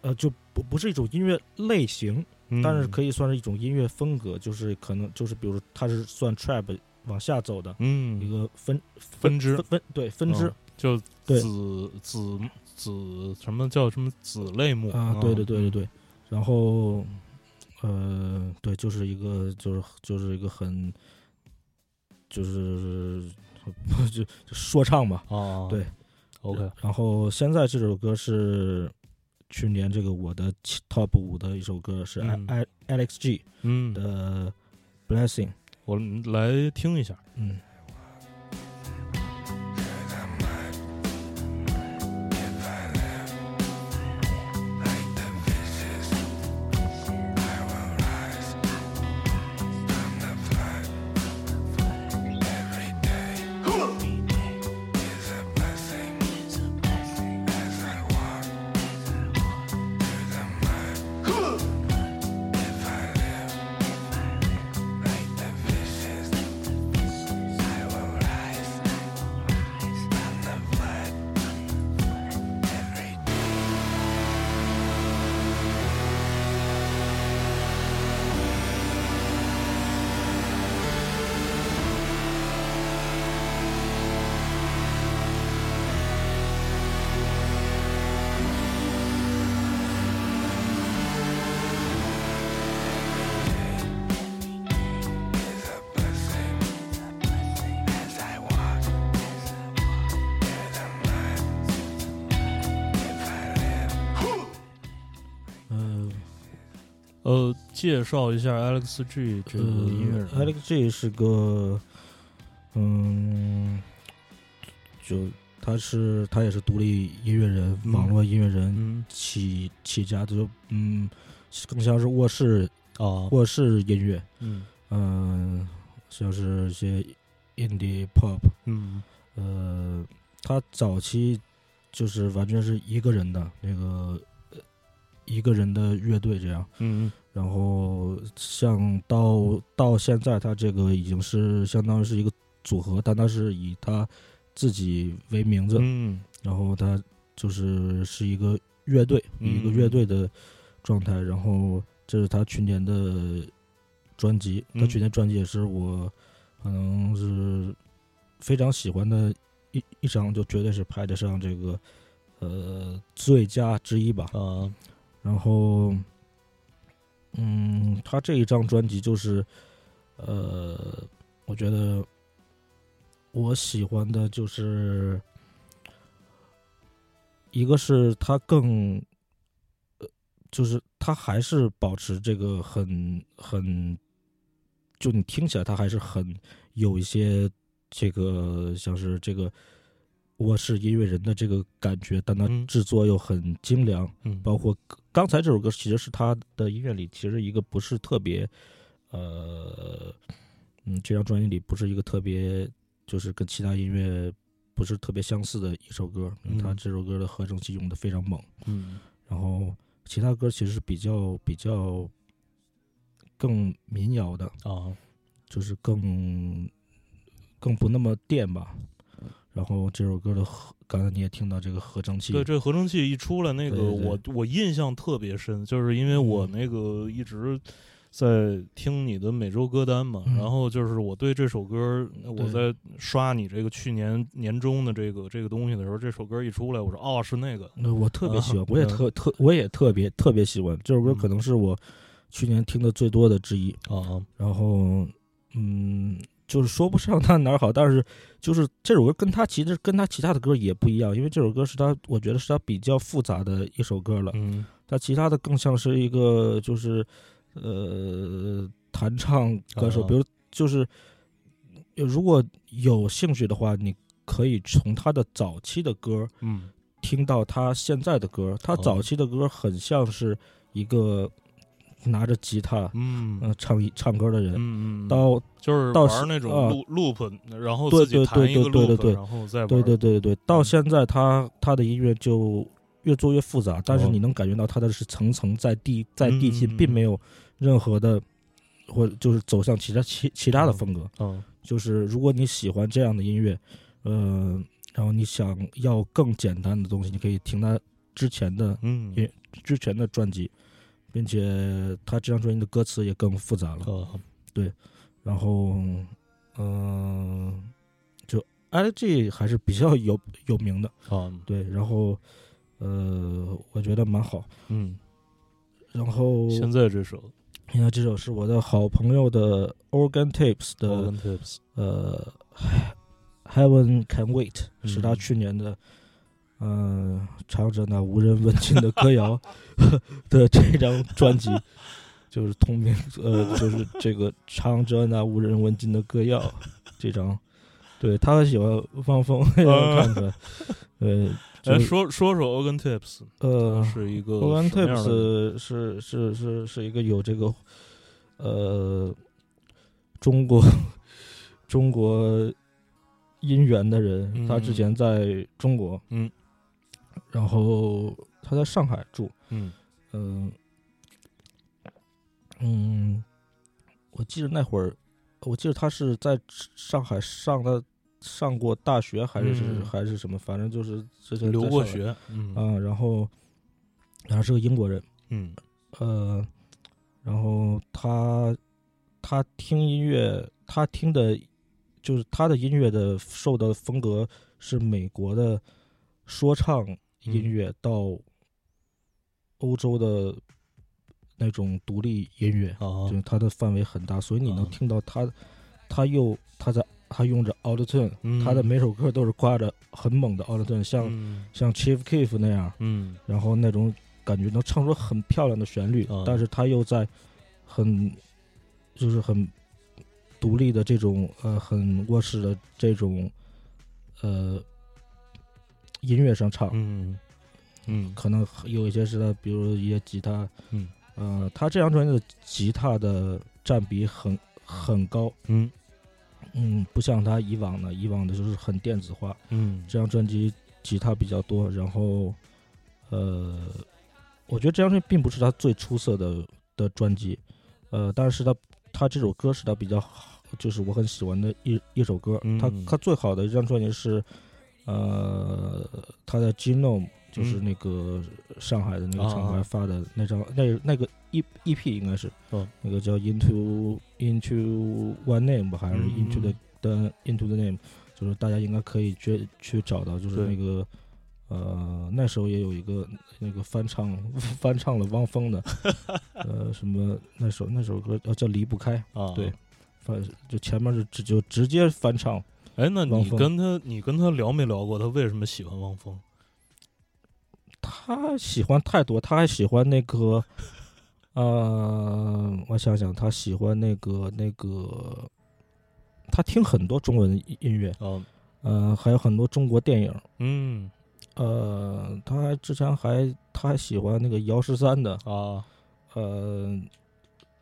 [SPEAKER 3] 呃，就不不是一种音乐类型，
[SPEAKER 2] 嗯，
[SPEAKER 3] 但是可以算是一种音乐风格，就是可能就是比如说它是算 trap 往下走的
[SPEAKER 2] 嗯
[SPEAKER 3] 一个分
[SPEAKER 2] 分支
[SPEAKER 3] 分分对分支
[SPEAKER 2] 嗯就
[SPEAKER 3] 对
[SPEAKER 2] 子子子什么叫什么子类目
[SPEAKER 3] 啊，对对对对
[SPEAKER 2] 嗯
[SPEAKER 3] 对，然后呃，对，就是一个就是就是一个很就是就就说唱吧。
[SPEAKER 2] 啊
[SPEAKER 3] 对
[SPEAKER 2] ，OK
[SPEAKER 3] 然后现在这首歌是去年这个我的七 top 五的一首歌，是 I、
[SPEAKER 2] 嗯
[SPEAKER 3] I Alex G
[SPEAKER 2] 嗯，
[SPEAKER 3] 的 Blessing。
[SPEAKER 2] 我们来听一下，
[SPEAKER 3] 嗯，
[SPEAKER 1] I
[SPEAKER 2] 呃，介绍一下 Alex G 这个音乐人。
[SPEAKER 3] 呃、Alex G 是个，嗯，就他是他也是独立音乐人，
[SPEAKER 2] 嗯
[SPEAKER 3] 网络音乐人
[SPEAKER 2] 嗯
[SPEAKER 3] 起起家，就嗯，更像是卧室
[SPEAKER 2] 啊，
[SPEAKER 3] 卧室音乐，
[SPEAKER 2] 嗯
[SPEAKER 3] 嗯、像是一些 indie pop，
[SPEAKER 2] 嗯
[SPEAKER 3] 呃，他早期就是完全是一个人的那个呃一个人的乐队这样。
[SPEAKER 2] 嗯
[SPEAKER 3] 然后像到到现在，他这个已经是相当于是一个组合，但他是以他自己为名字，
[SPEAKER 2] 嗯
[SPEAKER 3] 然后他就是是一个乐队，
[SPEAKER 2] 嗯
[SPEAKER 3] 一个乐队的状态。然后这是他去年的专辑，
[SPEAKER 2] 嗯
[SPEAKER 3] 他去年专辑也是我可能是非常喜欢的一一张，就绝对是排得上这个呃最佳之一吧。
[SPEAKER 2] 啊，
[SPEAKER 3] 然后，嗯，他这一张专辑就是，呃，我觉得我喜欢的就是，一个是他更，呃，就是他还是保持这个很很，就你听起来他还是很有一些这个像是这个。我是音乐人的这个感觉，但他
[SPEAKER 2] 嗯
[SPEAKER 3] 制作又很精良，
[SPEAKER 2] 嗯
[SPEAKER 3] 包括刚才这首歌，其实是他的音乐里其实一个不是特别，呃，嗯，这张专辑里不是一个特别，就是跟其他音乐不是特别相似的一首歌。因为他
[SPEAKER 2] 嗯
[SPEAKER 3] 这首歌的合成器用的非常猛，
[SPEAKER 2] 嗯
[SPEAKER 3] 然后其他歌其实是比较比较更民谣的，
[SPEAKER 2] 啊，
[SPEAKER 3] 就是更更不那么电吧。然后这首歌的合，刚才你也听到这个合成器，
[SPEAKER 2] 对，这合成器一出来，那个
[SPEAKER 3] 对对对嗯
[SPEAKER 2] 我我印象特别深，就是因为我那个一直在听你的每周歌单嘛，
[SPEAKER 3] 嗯
[SPEAKER 2] 然后就是我对这首歌，我
[SPEAKER 3] 对
[SPEAKER 2] 在刷你这个去年年中的这个这个东西的时候，这首歌一出来，我说哦是那个，
[SPEAKER 3] 那我特别喜欢，
[SPEAKER 2] 啊
[SPEAKER 3] 我也
[SPEAKER 2] 嗯
[SPEAKER 3] 特特我也特别特别喜欢这首歌，
[SPEAKER 2] 嗯
[SPEAKER 3] 可能是我去年听的最多的之一。
[SPEAKER 2] 啊，
[SPEAKER 3] 然后，嗯，就是说不上它哪儿好，但是就是这首歌跟他其实跟他其他的歌也不一样，因为这首歌是他我觉得是他比较复杂的一首歌了，
[SPEAKER 2] 嗯
[SPEAKER 3] 他其他的更像是一个就是呃弹唱歌手，
[SPEAKER 2] 啊
[SPEAKER 3] 比如就是如果有兴趣的话，你可以从他的早期的歌。
[SPEAKER 2] 嗯
[SPEAKER 3] 听到他现在的歌，他
[SPEAKER 2] 哦
[SPEAKER 3] 早期的歌很像是一个拿着吉他，
[SPEAKER 2] 嗯
[SPEAKER 3] 嗯、唱一唱歌的人。
[SPEAKER 2] 嗯嗯，
[SPEAKER 3] 到
[SPEAKER 2] 就是
[SPEAKER 3] 到
[SPEAKER 2] 玩
[SPEAKER 3] 是
[SPEAKER 2] 那种
[SPEAKER 3] 啊
[SPEAKER 2] loop loop，然后
[SPEAKER 3] 对
[SPEAKER 2] 自己
[SPEAKER 3] 对
[SPEAKER 2] 弹
[SPEAKER 3] 对
[SPEAKER 2] 一个
[SPEAKER 3] 对对对
[SPEAKER 2] loop，
[SPEAKER 3] 对
[SPEAKER 2] 然后再玩，
[SPEAKER 3] 对对对对对，到
[SPEAKER 2] 嗯
[SPEAKER 3] 现在他他的音乐就越做越复杂，但是
[SPEAKER 2] 哦
[SPEAKER 3] 你能感觉到他的是层层在递在递进
[SPEAKER 2] 嗯嗯，嗯
[SPEAKER 3] 并没有任何的或者就是走向其他其其他的
[SPEAKER 2] 哦
[SPEAKER 3] 风格。
[SPEAKER 2] 嗯
[SPEAKER 3] 就是如果你喜欢这样的音乐，呃，然后你想要更简单的东西，你可以听他之前的
[SPEAKER 2] 嗯
[SPEAKER 3] 也之前的专辑，并且他这张专辑的歌词也更复杂了。
[SPEAKER 2] 啊
[SPEAKER 3] 然后，嗯、就 L G 还是比较有有名的，
[SPEAKER 2] 啊
[SPEAKER 3] 对。然后，呃，我觉得蛮好。
[SPEAKER 2] 嗯，
[SPEAKER 3] 然后，
[SPEAKER 2] 现在这首
[SPEAKER 3] 现在这首是我的好朋友的 Organ Tapes 的
[SPEAKER 2] Organ Tips
[SPEAKER 3] 呃，Heaven Can Wait
[SPEAKER 2] 嗯
[SPEAKER 3] 是他去年的，呃，唱着那无人问津的歌谣 [laughs] 的这张专辑，就是同名，呃，就是这个唱着那无人问津的歌谣这张，对他很喜欢汪峰， [laughs]
[SPEAKER 2] 啊
[SPEAKER 3] 看出来，呃，
[SPEAKER 2] 哎，
[SPEAKER 3] 就是
[SPEAKER 2] 说说说 Organ Tips，
[SPEAKER 3] 呃，
[SPEAKER 2] 是一个
[SPEAKER 3] o r a n
[SPEAKER 2] 什么样的
[SPEAKER 3] Tapes 是是是是一个有这个呃中国中国姻缘的人，
[SPEAKER 2] 嗯
[SPEAKER 3] 他之前在中国，
[SPEAKER 2] 嗯，
[SPEAKER 3] 然后他在上海住，
[SPEAKER 2] 嗯
[SPEAKER 3] 嗯、嗯，我记得那会儿，我记得他是在上海上的上过大学还是、
[SPEAKER 2] 嗯
[SPEAKER 3] 还是什么，反正就是之前在
[SPEAKER 2] 留过
[SPEAKER 3] 上海
[SPEAKER 2] 学，嗯
[SPEAKER 3] 啊、然后然后是个英国人。
[SPEAKER 2] 嗯
[SPEAKER 3] 呃，然后他他听音乐，他听的，就是他的音乐的受到的风格是美国的说唱
[SPEAKER 2] 嗯
[SPEAKER 3] 音乐到欧洲的那种独立音乐，
[SPEAKER 2] 啊
[SPEAKER 3] 就是它的范围很大，所以你能
[SPEAKER 2] 啊
[SPEAKER 3] 听到他，他又他在他用着 auto tune，、
[SPEAKER 2] 嗯
[SPEAKER 3] 他的每首歌都是挂着很猛的 auto tune，像、
[SPEAKER 2] 嗯
[SPEAKER 3] 像 Chief Keef 那样，
[SPEAKER 2] 嗯
[SPEAKER 3] 然后那种感觉能唱出很漂亮的旋律，
[SPEAKER 2] 啊
[SPEAKER 3] 但是他又在很就是很独立的这种呃很卧室的这种呃音乐上唱，
[SPEAKER 2] 嗯嗯
[SPEAKER 3] 可能有一些是他，比如一些吉他，
[SPEAKER 2] 嗯，
[SPEAKER 3] 呃，他这张专辑的吉他的占比很很高，
[SPEAKER 2] 嗯
[SPEAKER 3] 嗯，不像他以往的，以往的就是很电子化，
[SPEAKER 2] 嗯，
[SPEAKER 3] 这张专辑吉他比较多，然后，呃，我觉得这张专辑并不是他最出色的的专辑，呃，但是他他这首歌是他比较好，就是我很喜欢的一一首歌，
[SPEAKER 2] 嗯
[SPEAKER 3] 他他最好的一张专辑是，呃，他在 Genome 就是
[SPEAKER 2] 嗯
[SPEAKER 3] 那个上海的那个
[SPEAKER 2] 啊
[SPEAKER 3] 厂牌发的那张、那那个 E EP 应该是，
[SPEAKER 2] 哦
[SPEAKER 3] 那个叫 Into Into One Name 吧，还是
[SPEAKER 2] 嗯
[SPEAKER 3] Into the 的 Into the Name，就是大家应该可以去去找到，就是
[SPEAKER 2] 对
[SPEAKER 3] 那个呃那时候也有一个那个翻唱翻唱了汪峰的，呃什么那首那首歌呃叫离不开，
[SPEAKER 2] 啊，
[SPEAKER 3] 对反就前面是直就直接翻唱，
[SPEAKER 2] 哎，那
[SPEAKER 3] 汪
[SPEAKER 2] 你
[SPEAKER 3] 峰
[SPEAKER 2] 跟他，你跟他聊没聊过？他为什么喜欢汪峰？
[SPEAKER 3] 他喜欢太多，他还喜欢那个。呃，我想想，他喜欢那个那个，他听很多中文音乐，
[SPEAKER 2] 哦，
[SPEAKER 3] 呃，还有很多中国电影。
[SPEAKER 2] 嗯
[SPEAKER 3] 呃，他还之前还他还喜欢那个姚十三的，
[SPEAKER 2] 啊，
[SPEAKER 3] 呃，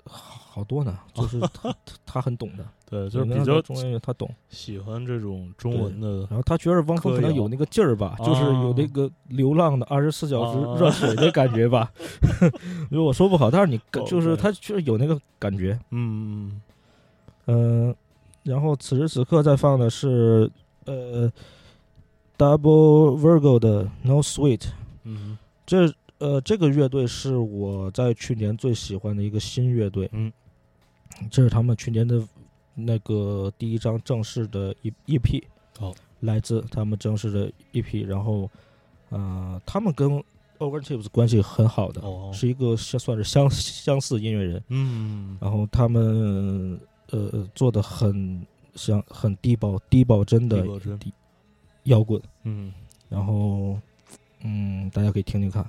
[SPEAKER 3] 好好多
[SPEAKER 2] [laughs]
[SPEAKER 3] 呢，就是他、他他很懂的，
[SPEAKER 2] 对， [laughs] 就是
[SPEAKER 3] 有
[SPEAKER 2] 比
[SPEAKER 3] 那
[SPEAKER 2] 较
[SPEAKER 3] 种中文音乐他懂。
[SPEAKER 2] 喜欢这种中文的
[SPEAKER 3] 然后他觉得汪峰可
[SPEAKER 2] 歌
[SPEAKER 3] 能
[SPEAKER 2] 谣
[SPEAKER 3] 有那个劲儿吧，就是有那
[SPEAKER 2] 啊
[SPEAKER 3] 个流浪的二十四小
[SPEAKER 2] 啊
[SPEAKER 3] 时热水的感觉吧。 [laughs] 如果说不好，但是你感
[SPEAKER 2] 哦
[SPEAKER 3] 就是
[SPEAKER 2] 对
[SPEAKER 3] 他确实有那个感觉。
[SPEAKER 2] 嗯，
[SPEAKER 3] 嗯、然后此时此刻在放的是呃，Double Virgo 的 No Sweet。
[SPEAKER 2] 嗯嗯
[SPEAKER 3] 这呃，这个乐队是我在去年最喜欢的一个新乐队。
[SPEAKER 2] 嗯，
[SPEAKER 3] 这是他们去年的那个第一张正式的一 EP。
[SPEAKER 2] 哦，
[SPEAKER 3] 来自他们正式的 EP。然后，呃，他们跟 Over Tips 关系很好的，
[SPEAKER 2] 哦，
[SPEAKER 3] 是一个相算是相相似音乐人。
[SPEAKER 2] 嗯
[SPEAKER 3] 然后他们呃做的很像很低保低保真的
[SPEAKER 2] 李国珍
[SPEAKER 3] 摇滚。
[SPEAKER 2] 嗯
[SPEAKER 3] 然后，嗯，大家可以听听看。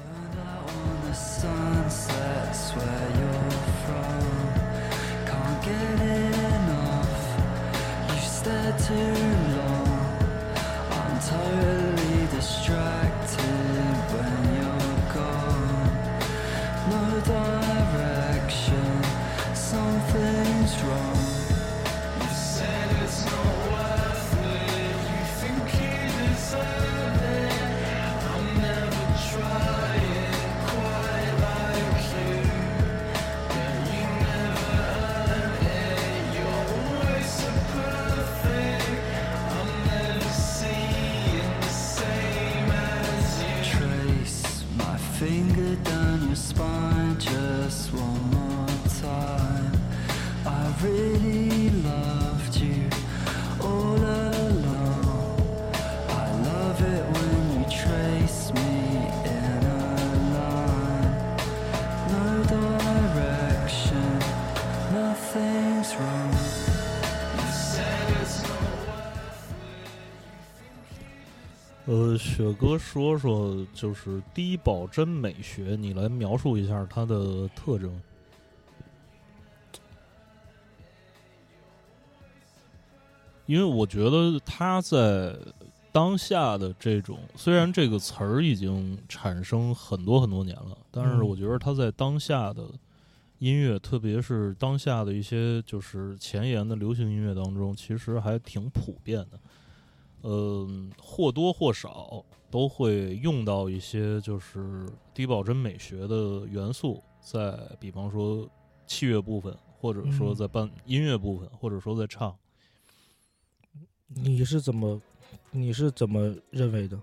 [SPEAKER 6] Burn out on the sunsets where you're from. Can't get enough. You stare too long. I'm totally distracted when you're gone. No direction. Something's wrong. You said it's not worth it. You think you deserve it. I'm never trying quite like you. Yeah, you never earn it. You're always so perfect. I'm never seeing the same as you. Trace my finger down your spine just one more time. I really loved you all along. I love it when you trace me in a line. No direction, nothing's wrong. You said it's not
[SPEAKER 2] 呃，雪哥说说就是低保真美学，你来描述一下它的特征。因为我觉得它在当下的这种，虽然这个词儿已经产生很多很多年了，但是
[SPEAKER 3] 嗯
[SPEAKER 2] 我觉得它在当下的音乐，特别是当下的一些就是前沿的流行音乐当中，其实还挺普遍的。嗯，或多或少都会用到一些就是低保真美学的元素，在比方说器乐部分，或者
[SPEAKER 3] 嗯
[SPEAKER 2] 说在伴音乐部分，或者说在唱。嗯
[SPEAKER 3] 你是怎么，你是怎么认为的？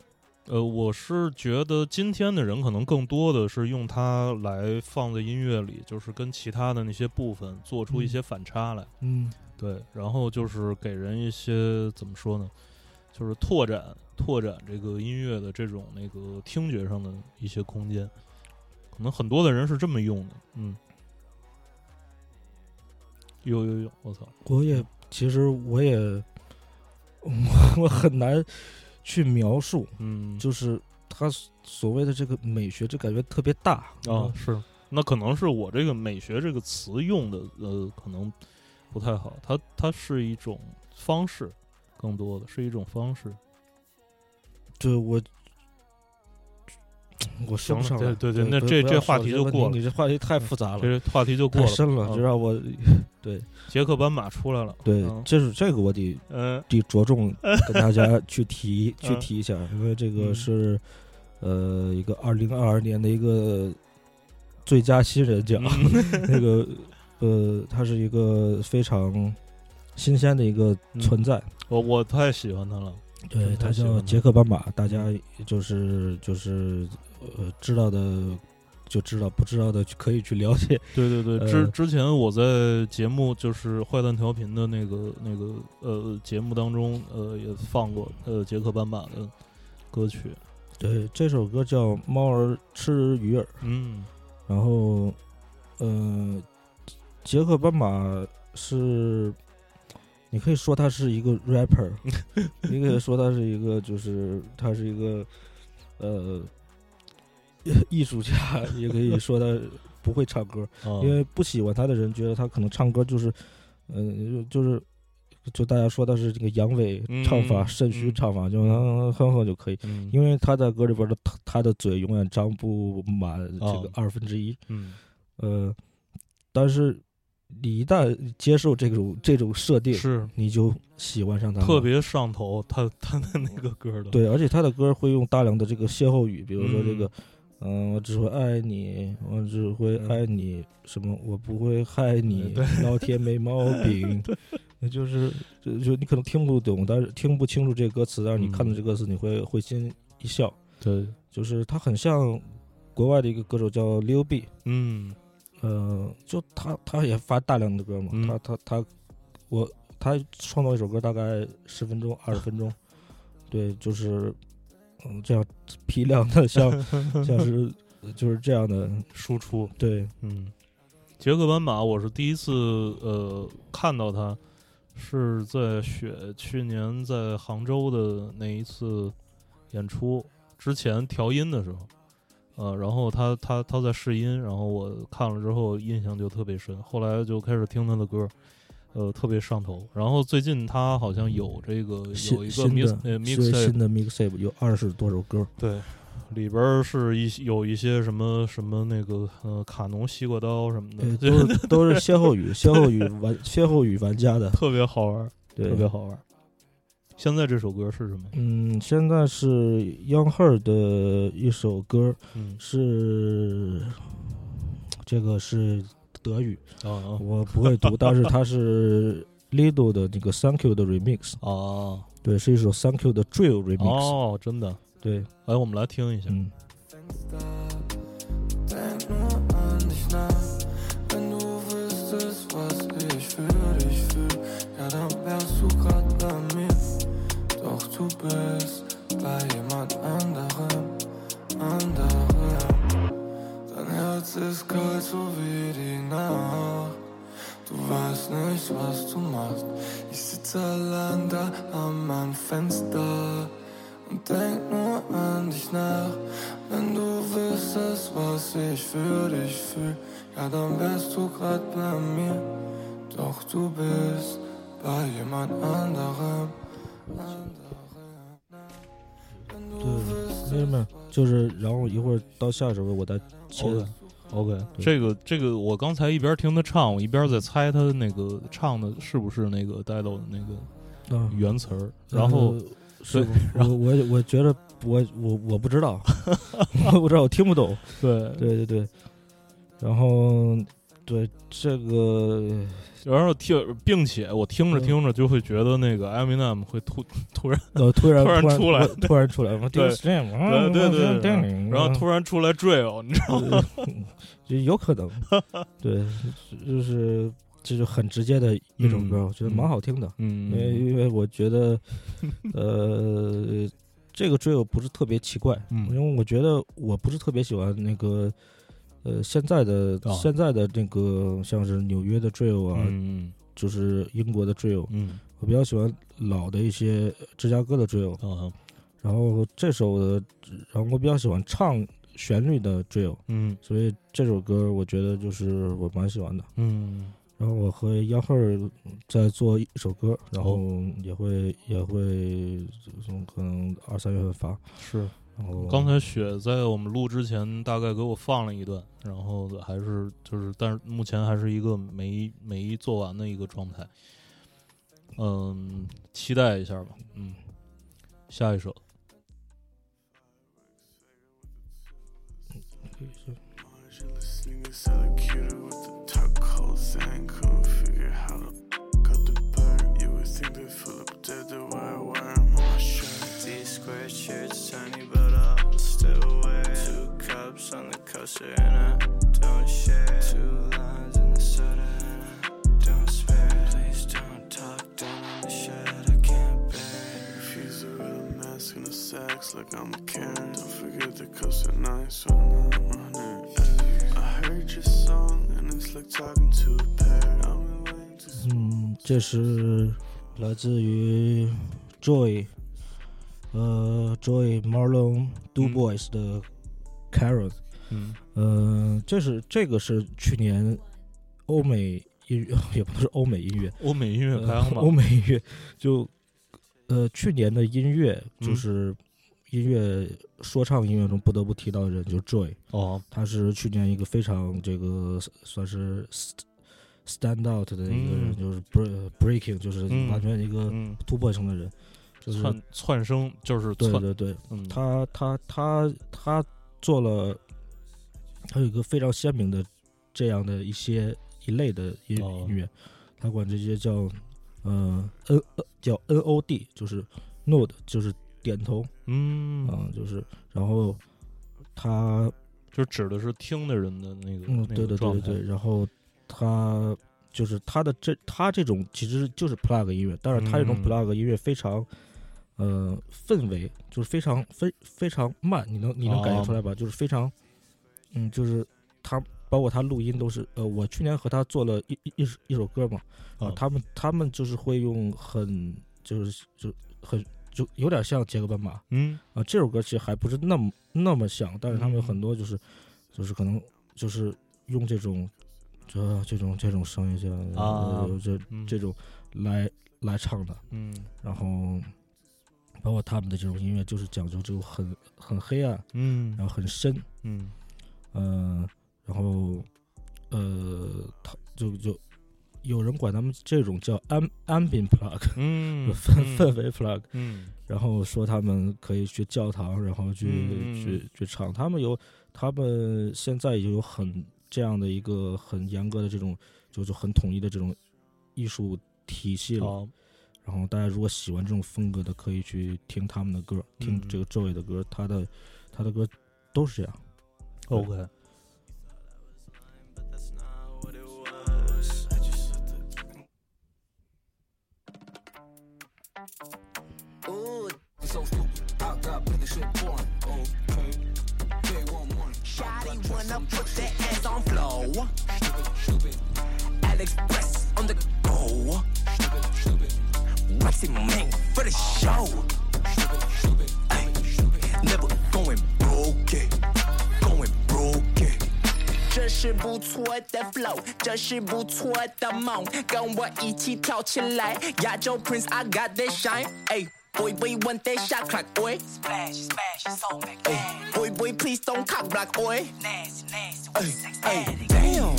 [SPEAKER 2] 呃，我是觉得今天的人可能更多的是用它来放在音乐里，就是跟其他的那些部分做出一
[SPEAKER 3] 嗯
[SPEAKER 2] 些反差来。
[SPEAKER 3] 嗯
[SPEAKER 2] 对，然后就是给人一些怎么说呢，就是拓展拓展这个音乐的这种那个听觉上的一些空间，可能很多的人是这么用的，嗯。有有有，我操！
[SPEAKER 3] 我也其实我也 [laughs] 我我很难去描述，
[SPEAKER 2] 嗯，
[SPEAKER 3] 就是他所谓的这个美学，这感觉特别大嗯
[SPEAKER 2] 啊，是，那可能是我这个美学这个词用的，呃，可能不太好。它它是一种方式，更多的是一种方式。
[SPEAKER 3] 对我，我说
[SPEAKER 2] 行
[SPEAKER 3] 不
[SPEAKER 2] 了
[SPEAKER 3] 上
[SPEAKER 2] 对
[SPEAKER 3] 来。
[SPEAKER 2] 对对
[SPEAKER 3] 对，
[SPEAKER 2] 那
[SPEAKER 3] 不
[SPEAKER 2] 这
[SPEAKER 3] 不
[SPEAKER 2] 这
[SPEAKER 3] 要
[SPEAKER 2] 话
[SPEAKER 3] 说
[SPEAKER 2] 题
[SPEAKER 3] 这
[SPEAKER 2] 就
[SPEAKER 3] 问题
[SPEAKER 2] 过了
[SPEAKER 3] 你这话题太复杂了，
[SPEAKER 2] 这话题就
[SPEAKER 3] [laughs]
[SPEAKER 2] 过
[SPEAKER 3] 太
[SPEAKER 2] 了，
[SPEAKER 3] 深了，
[SPEAKER 2] 啊
[SPEAKER 3] 就让我对
[SPEAKER 2] 杰克斑马出来了。
[SPEAKER 3] 对，
[SPEAKER 2] 嗯
[SPEAKER 3] 这是这个我得
[SPEAKER 2] 嗯
[SPEAKER 3] 得着
[SPEAKER 2] [laughs]
[SPEAKER 3] 重跟大家去提去
[SPEAKER 2] 嗯
[SPEAKER 3] 提一下，因为这
[SPEAKER 2] 嗯
[SPEAKER 3] 个是呃一个二零二二年的一个最佳新人奖，
[SPEAKER 2] 嗯
[SPEAKER 3] [laughs] 那个呃，它是一个非常新鲜的一个
[SPEAKER 2] 嗯
[SPEAKER 3] 存在。
[SPEAKER 2] 我我太喜欢他了。
[SPEAKER 3] 对，
[SPEAKER 2] 真
[SPEAKER 3] 他
[SPEAKER 2] 太喜
[SPEAKER 3] 叫
[SPEAKER 2] 欢
[SPEAKER 3] 杰
[SPEAKER 2] 了
[SPEAKER 3] 克斑马，大家就是就是呃知道的就知道，不知道的就可以去了解。
[SPEAKER 2] 对对对，
[SPEAKER 3] 呃
[SPEAKER 2] 之之前我在节目就是坏蛋调频的那个那个呃节目当中，呃也放过呃杰克斑马的歌曲。
[SPEAKER 3] 对，这首歌叫《猫儿吃鱼儿》，
[SPEAKER 2] 嗯
[SPEAKER 3] 然后呃，杰克斑马是。你可以说他是一个
[SPEAKER 2] [laughs]
[SPEAKER 3] rapper，你可以说他是一个，就是他是一个，呃，艺术家，也可以说他不会唱
[SPEAKER 2] [laughs]
[SPEAKER 3] 歌，
[SPEAKER 2] 啊，
[SPEAKER 3] 因为不喜欢他的人觉得他可能唱歌就是，嗯、就就是就大家说他是这个阳痿
[SPEAKER 2] 嗯
[SPEAKER 3] 唱法、肾虚
[SPEAKER 2] 嗯
[SPEAKER 3] 唱法，就哼哼哼就可以。
[SPEAKER 2] 嗯
[SPEAKER 3] 因为他在歌里边的他他的嘴永远张不满这
[SPEAKER 2] 哦
[SPEAKER 3] 个二分之一，
[SPEAKER 2] 嗯
[SPEAKER 3] 呃，但是你一旦接受这种这种设定，
[SPEAKER 2] 是
[SPEAKER 3] 你就喜欢上他了，
[SPEAKER 2] 特别上头，他他的那个歌的。
[SPEAKER 3] 对，而且他的歌会用大量的这个歇后语，比如说这
[SPEAKER 2] 嗯
[SPEAKER 3] 个，嗯、我只会爱你，我只会
[SPEAKER 2] 嗯
[SPEAKER 3] 爱你，什么我不会害你
[SPEAKER 2] 对，
[SPEAKER 3] 老天没毛
[SPEAKER 2] [laughs]
[SPEAKER 3] 病。那就是就就你可能听不懂，但是听不清楚这个歌词，但是你看到
[SPEAKER 2] 嗯
[SPEAKER 3] 这个歌词，你会会心一笑。
[SPEAKER 2] 对，
[SPEAKER 3] 就是他很像国外的一个歌手叫 Lil B，
[SPEAKER 2] 嗯
[SPEAKER 3] 呃，就他他也发大量的歌嘛，
[SPEAKER 2] 嗯
[SPEAKER 3] 他他他，我他创造一首歌大概十分钟二十分
[SPEAKER 2] [laughs]
[SPEAKER 3] 钟，对，就是嗯这样批量的
[SPEAKER 2] [laughs]
[SPEAKER 3] 像像是就是这样的，
[SPEAKER 2] 输出。
[SPEAKER 3] 对，
[SPEAKER 2] 嗯，杰克斑马，我是第一次呃看到他是在雪去年在杭州的那一次演出之前调音的时候，呃，然后他他他在试音，然后我看了之后印象就特别深，后来就开始听他的歌。呃，特别上头。然后最近他好像有这个有
[SPEAKER 3] 新
[SPEAKER 2] 一个
[SPEAKER 3] 新
[SPEAKER 2] mix
[SPEAKER 3] 的
[SPEAKER 2] 呃
[SPEAKER 3] 新
[SPEAKER 2] mixtape
[SPEAKER 3] 新的 mixtape 有二十多首歌，
[SPEAKER 2] 对，里边儿是一些有一些什么什么那个呃卡农西瓜刀什么
[SPEAKER 3] 对，
[SPEAKER 2] 的，
[SPEAKER 3] 都是都是歇后语，歇后语玩歇后语玩家的，
[SPEAKER 2] [laughs] 特别好玩儿，
[SPEAKER 3] 对
[SPEAKER 2] 特，别好玩儿。现在这首歌是什么？
[SPEAKER 3] 嗯，现在是 Young Her 的一首歌
[SPEAKER 2] 嗯 [laughs]
[SPEAKER 3] 是这个是德语。
[SPEAKER 2] 啊
[SPEAKER 3] 我不会读，但是它
[SPEAKER 2] [laughs]
[SPEAKER 3] 是 Lido 的那个 Thank You 的 remix，
[SPEAKER 2] 啊哦
[SPEAKER 3] 对，是一首 Thank You 的 Drill remix，、
[SPEAKER 2] 哦，真的。
[SPEAKER 3] 对，
[SPEAKER 2] 来，我们来听一下。
[SPEAKER 3] 嗯，
[SPEAKER 4] Denk nur an dich nach, wenn du wüsstest, was ich für dich fühl. Ja, dann wärst du grad bei mir. Doch du bist bei jemand anderem, anderem. Dein Herz ist kalt, so wie die Nacht. Du weißt nicht, was du machst. Ich sitze allein da an meinem Fenster und denk nur an dich nach. Wenn du wüsstest, was ich für dich fühl, ja, dann wärst du grad bei mir. Doch du bist bei jemand anderem. anderem. Wenn du
[SPEAKER 3] 对，妹妹
[SPEAKER 4] wüsstest,
[SPEAKER 3] 们，就是，然后一会儿到下一首歌我再切，
[SPEAKER 2] OK OK，
[SPEAKER 3] 对
[SPEAKER 2] 这个这个，我刚才一边听他唱，我一边在猜他那个唱的是不是那个 Dido 的那个
[SPEAKER 3] 嗯，
[SPEAKER 2] 原词儿。然后
[SPEAKER 3] 呃是
[SPEAKER 2] 对
[SPEAKER 3] 吗，我我我觉得我我我不知
[SPEAKER 2] [laughs]
[SPEAKER 3] 道，我不知道，我听不懂，
[SPEAKER 2] 对，
[SPEAKER 3] 对对对，然后对这个。
[SPEAKER 2] 然后听，并且我听着
[SPEAKER 3] 嗯
[SPEAKER 2] 听着就会觉得那个 Eminem 会突突然。
[SPEAKER 3] 呃，突然
[SPEAKER 2] [laughs] 突然出来
[SPEAKER 3] 突然出来，
[SPEAKER 2] [laughs]
[SPEAKER 3] 我
[SPEAKER 2] 对
[SPEAKER 3] Stream，
[SPEAKER 2] 对对对
[SPEAKER 3] 嗯
[SPEAKER 2] 对，然后突然出来 drill，你知道吗？
[SPEAKER 3] 啊呃就有可
[SPEAKER 2] [laughs]
[SPEAKER 3] 能，对，就是这就很直接的一首歌，
[SPEAKER 2] 嗯
[SPEAKER 3] 我觉得蛮好听的，因为
[SPEAKER 2] 嗯
[SPEAKER 3] 因为我觉
[SPEAKER 2] [laughs]
[SPEAKER 3] 得，呃，这个追我不是特别奇怪，
[SPEAKER 2] 嗯
[SPEAKER 3] 因为我觉得我不是特别喜欢那个。呃，现在的、
[SPEAKER 2] 哦
[SPEAKER 3] 现在的那个像是纽约的 drill 啊，
[SPEAKER 2] 嗯
[SPEAKER 3] 就是英国的 drill，
[SPEAKER 2] 嗯
[SPEAKER 3] 我比较喜欢老的一些芝加哥的 drill，
[SPEAKER 2] 嗯啊，
[SPEAKER 3] 然后这首的，然后我比较喜欢唱旋律的 drill，
[SPEAKER 2] 嗯
[SPEAKER 3] 所以这首歌我觉得就是我蛮喜欢的。
[SPEAKER 2] 嗯
[SPEAKER 3] 然后我和杨赫在做一首歌，然后
[SPEAKER 2] 哦
[SPEAKER 3] 也会、也会，嗯可能二三月份发。
[SPEAKER 2] 是。
[SPEAKER 3] 然后
[SPEAKER 2] 刚才雪在我们录之前大概给我放了一段，然后还是就是，但是目前还是一个没没做完的一个状态。嗯，期待一下吧。嗯，下一首，
[SPEAKER 7] Shit, this nigga sound cuter with the tacos. I ain't couldn't figure how to f- up the bird. You would think they fill up dead the way I wear 'em on my shirt.
[SPEAKER 4] These square shirts tiny, but I'll still wear it. Two cups on the coaster, and I don't share. Two lines in the soda, and I don't spare. Please don't talk down on the shit I can't bear.
[SPEAKER 7] Refuse to wear the mask and the sacks like I'm a Karen. Don't forget the cups are nice when I'm running. Ayy, I heard your song and it's like talking to a parrot. I'm in line to
[SPEAKER 3] 嗯，这是来自于 Joy，呃，Joy Marlon Dubois 的 Carol。
[SPEAKER 2] 嗯
[SPEAKER 3] 嗯、呃，这是这个是去年欧美音乐， [laughs] 也不是欧美音乐，
[SPEAKER 2] 欧美音乐排行
[SPEAKER 3] 呃
[SPEAKER 2] 榜。
[SPEAKER 3] 欧美音乐就呃去年的音乐
[SPEAKER 2] 嗯
[SPEAKER 3] 就是音乐说唱音乐中不得不提到的人就是 Joy，
[SPEAKER 2] 哦，
[SPEAKER 3] 他是去年一个非常这个算是 st- stand out 的一个人，
[SPEAKER 2] 嗯
[SPEAKER 3] 就是 bre- breaking，就是
[SPEAKER 2] 嗯
[SPEAKER 3] 完全一个
[SPEAKER 2] 嗯，
[SPEAKER 3] 突破性的人，就是
[SPEAKER 2] 窜窜升就是
[SPEAKER 3] 对
[SPEAKER 2] 窜，
[SPEAKER 3] 对对，
[SPEAKER 2] 嗯，
[SPEAKER 3] 他他他他做了，他有一个非常鲜明的这样的一些一类的音
[SPEAKER 2] 哦
[SPEAKER 3] 音乐，他管这些叫呃 N 呃叫 N O D，就是 node，就是点头
[SPEAKER 2] 嗯，
[SPEAKER 3] 啊、就是然后他
[SPEAKER 2] 就指的是听的人的那个，
[SPEAKER 3] 嗯，
[SPEAKER 2] 那
[SPEAKER 3] 对
[SPEAKER 2] 个
[SPEAKER 3] 对
[SPEAKER 2] 状
[SPEAKER 3] 对
[SPEAKER 2] 态
[SPEAKER 3] 对，然后他就是他的这他这种其实就是 plug 音乐，但是他这种
[SPEAKER 2] 嗯
[SPEAKER 3] plug 音乐非常、呃氛围就是非常非非常慢，你能你能感觉出
[SPEAKER 2] 哦
[SPEAKER 3] 来吧？就是非常嗯，就是他包括他录音都是呃，我去年和他做了一一一首一首歌嘛，啊、
[SPEAKER 2] 哦
[SPEAKER 3] 他们他们就是会用很就是就很就有点像杰克斑马，
[SPEAKER 2] 嗯
[SPEAKER 3] 啊，这首歌其实还不是那么那么像，但是他们有
[SPEAKER 2] 嗯
[SPEAKER 3] 很多就是、就是可能就是用这种这这种这种声音这样的
[SPEAKER 2] 啊
[SPEAKER 3] 呃这
[SPEAKER 2] 嗯
[SPEAKER 3] 这种来来唱的，
[SPEAKER 2] 嗯
[SPEAKER 3] 然后包括他们的这种音乐就是讲究这种很很黑暗，
[SPEAKER 2] 嗯
[SPEAKER 3] 然后很深，
[SPEAKER 2] 嗯
[SPEAKER 3] 呃，然后呃，他就就有人管他们这种叫安安bình plug，、 [laughs]
[SPEAKER 2] 嗯，
[SPEAKER 3] 氛
[SPEAKER 2] 嗯
[SPEAKER 3] 氛围 plug，
[SPEAKER 2] 嗯
[SPEAKER 3] 然后说他们可以去教堂，然后去、
[SPEAKER 2] 嗯嗯
[SPEAKER 3] 去去唱。他们有，他们现在也有很这样的一个很严格的这种，就是很统一的这种艺术体系了。
[SPEAKER 2] 哦
[SPEAKER 3] 然后大家如果喜欢这种风格的，可以去听他们的歌，听
[SPEAKER 2] 嗯
[SPEAKER 3] 这个 Joey 的歌，他的他的歌都是这样。
[SPEAKER 2] ，OK，
[SPEAKER 4] But that's not what it was. I just let the
[SPEAKER 1] Shawty wanna put their ass on flow. Alex Press on the go. What's it mean for the show? Ay, Never going broke, yeah. going broke. yeah. 这是不错的 flow，这是不错的梦，跟我一起跳起来，亚洲 Prince I got that shine，哎。Boy, boy, one day shot clock, boy. Splash, splash, so big. Boy, boy, please don't cock block, boy. Nasty, nasty, ay, Damn.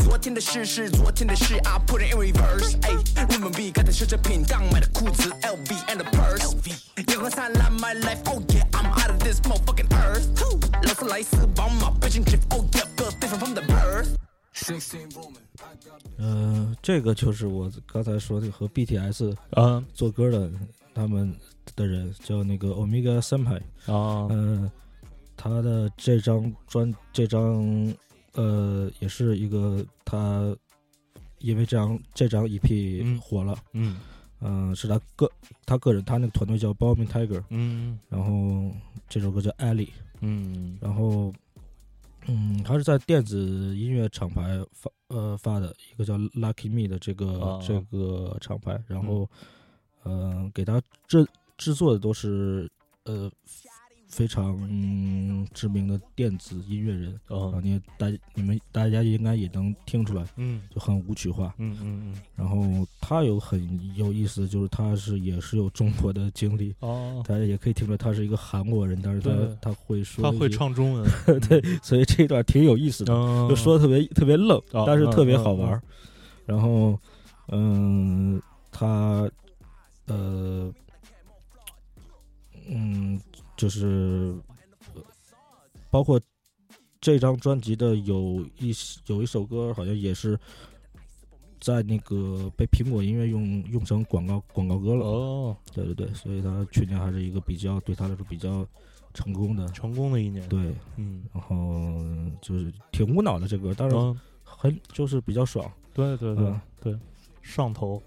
[SPEAKER 1] 昨天的事是昨天的事，I put it in reverse。哎，日本币刚才奢侈品，刚买的裤子，LV and the purse。阳光灿烂，my Oh, life，oh yeah，I'm out of this motherfucking earth。劳斯莱斯、宝马、北京 Jeep，oh yeah，built different from the birth。
[SPEAKER 3] 呃，这个就是我刚才说的和 BTS
[SPEAKER 2] 啊
[SPEAKER 3] 做歌的他们的人叫那个 Omega Senpai。
[SPEAKER 2] 啊，
[SPEAKER 3] 嗯，他的这张专这张呃，也是一个他因为这张这张 EP
[SPEAKER 2] 嗯
[SPEAKER 3] 火了，
[SPEAKER 2] 嗯
[SPEAKER 3] 嗯、是他个他个人他那个团队叫 b o m b i n Tiger，
[SPEAKER 2] 嗯
[SPEAKER 3] 然后这首歌叫 Ellie，
[SPEAKER 2] 嗯
[SPEAKER 3] 然后嗯，他是在电子音乐厂牌发呃发的一个叫 Lucky Me 的这个、
[SPEAKER 2] 啊
[SPEAKER 3] 这个厂牌，然后嗯、呃给他制制作的都是呃非常、嗯知名的电子音乐人啊，
[SPEAKER 2] 嗯
[SPEAKER 3] 你也大你们大家应该也能听出来，
[SPEAKER 2] 嗯
[SPEAKER 3] 就很舞曲化。
[SPEAKER 2] 嗯嗯
[SPEAKER 3] [laughs]
[SPEAKER 2] 嗯，
[SPEAKER 3] 然后他有很有意思，就是他是也是有中国的经历，
[SPEAKER 2] 哦，
[SPEAKER 3] 大家也可以听出来他是一个韩国人，但是
[SPEAKER 2] 对
[SPEAKER 3] 他他会说
[SPEAKER 2] 他
[SPEAKER 3] 一
[SPEAKER 2] 会
[SPEAKER 3] 些，
[SPEAKER 2] 唱中文，
[SPEAKER 3] [laughs] 对，所以这一段挺有意思的。
[SPEAKER 2] 嗯，
[SPEAKER 3] 就说的特别特别愣
[SPEAKER 2] 哦，嗯
[SPEAKER 3] 但是特别
[SPEAKER 2] 嗯嗯
[SPEAKER 3] 好玩儿。然后，嗯，他，呃，嗯，就是呃包括这张专辑的有一有一首歌，好像也是在那个被苹果音乐用用成广告广告歌了。
[SPEAKER 2] 哦，
[SPEAKER 3] 对对对，所以他去年还是一个比较对他来说比较成功的。
[SPEAKER 2] 成功的一年，，
[SPEAKER 3] 对，
[SPEAKER 2] 嗯，
[SPEAKER 3] 然后就是挺无脑的这歌，但是
[SPEAKER 2] 嗯，
[SPEAKER 3] 很就是比较爽。
[SPEAKER 2] 对对对
[SPEAKER 3] 嗯
[SPEAKER 2] 对，上头，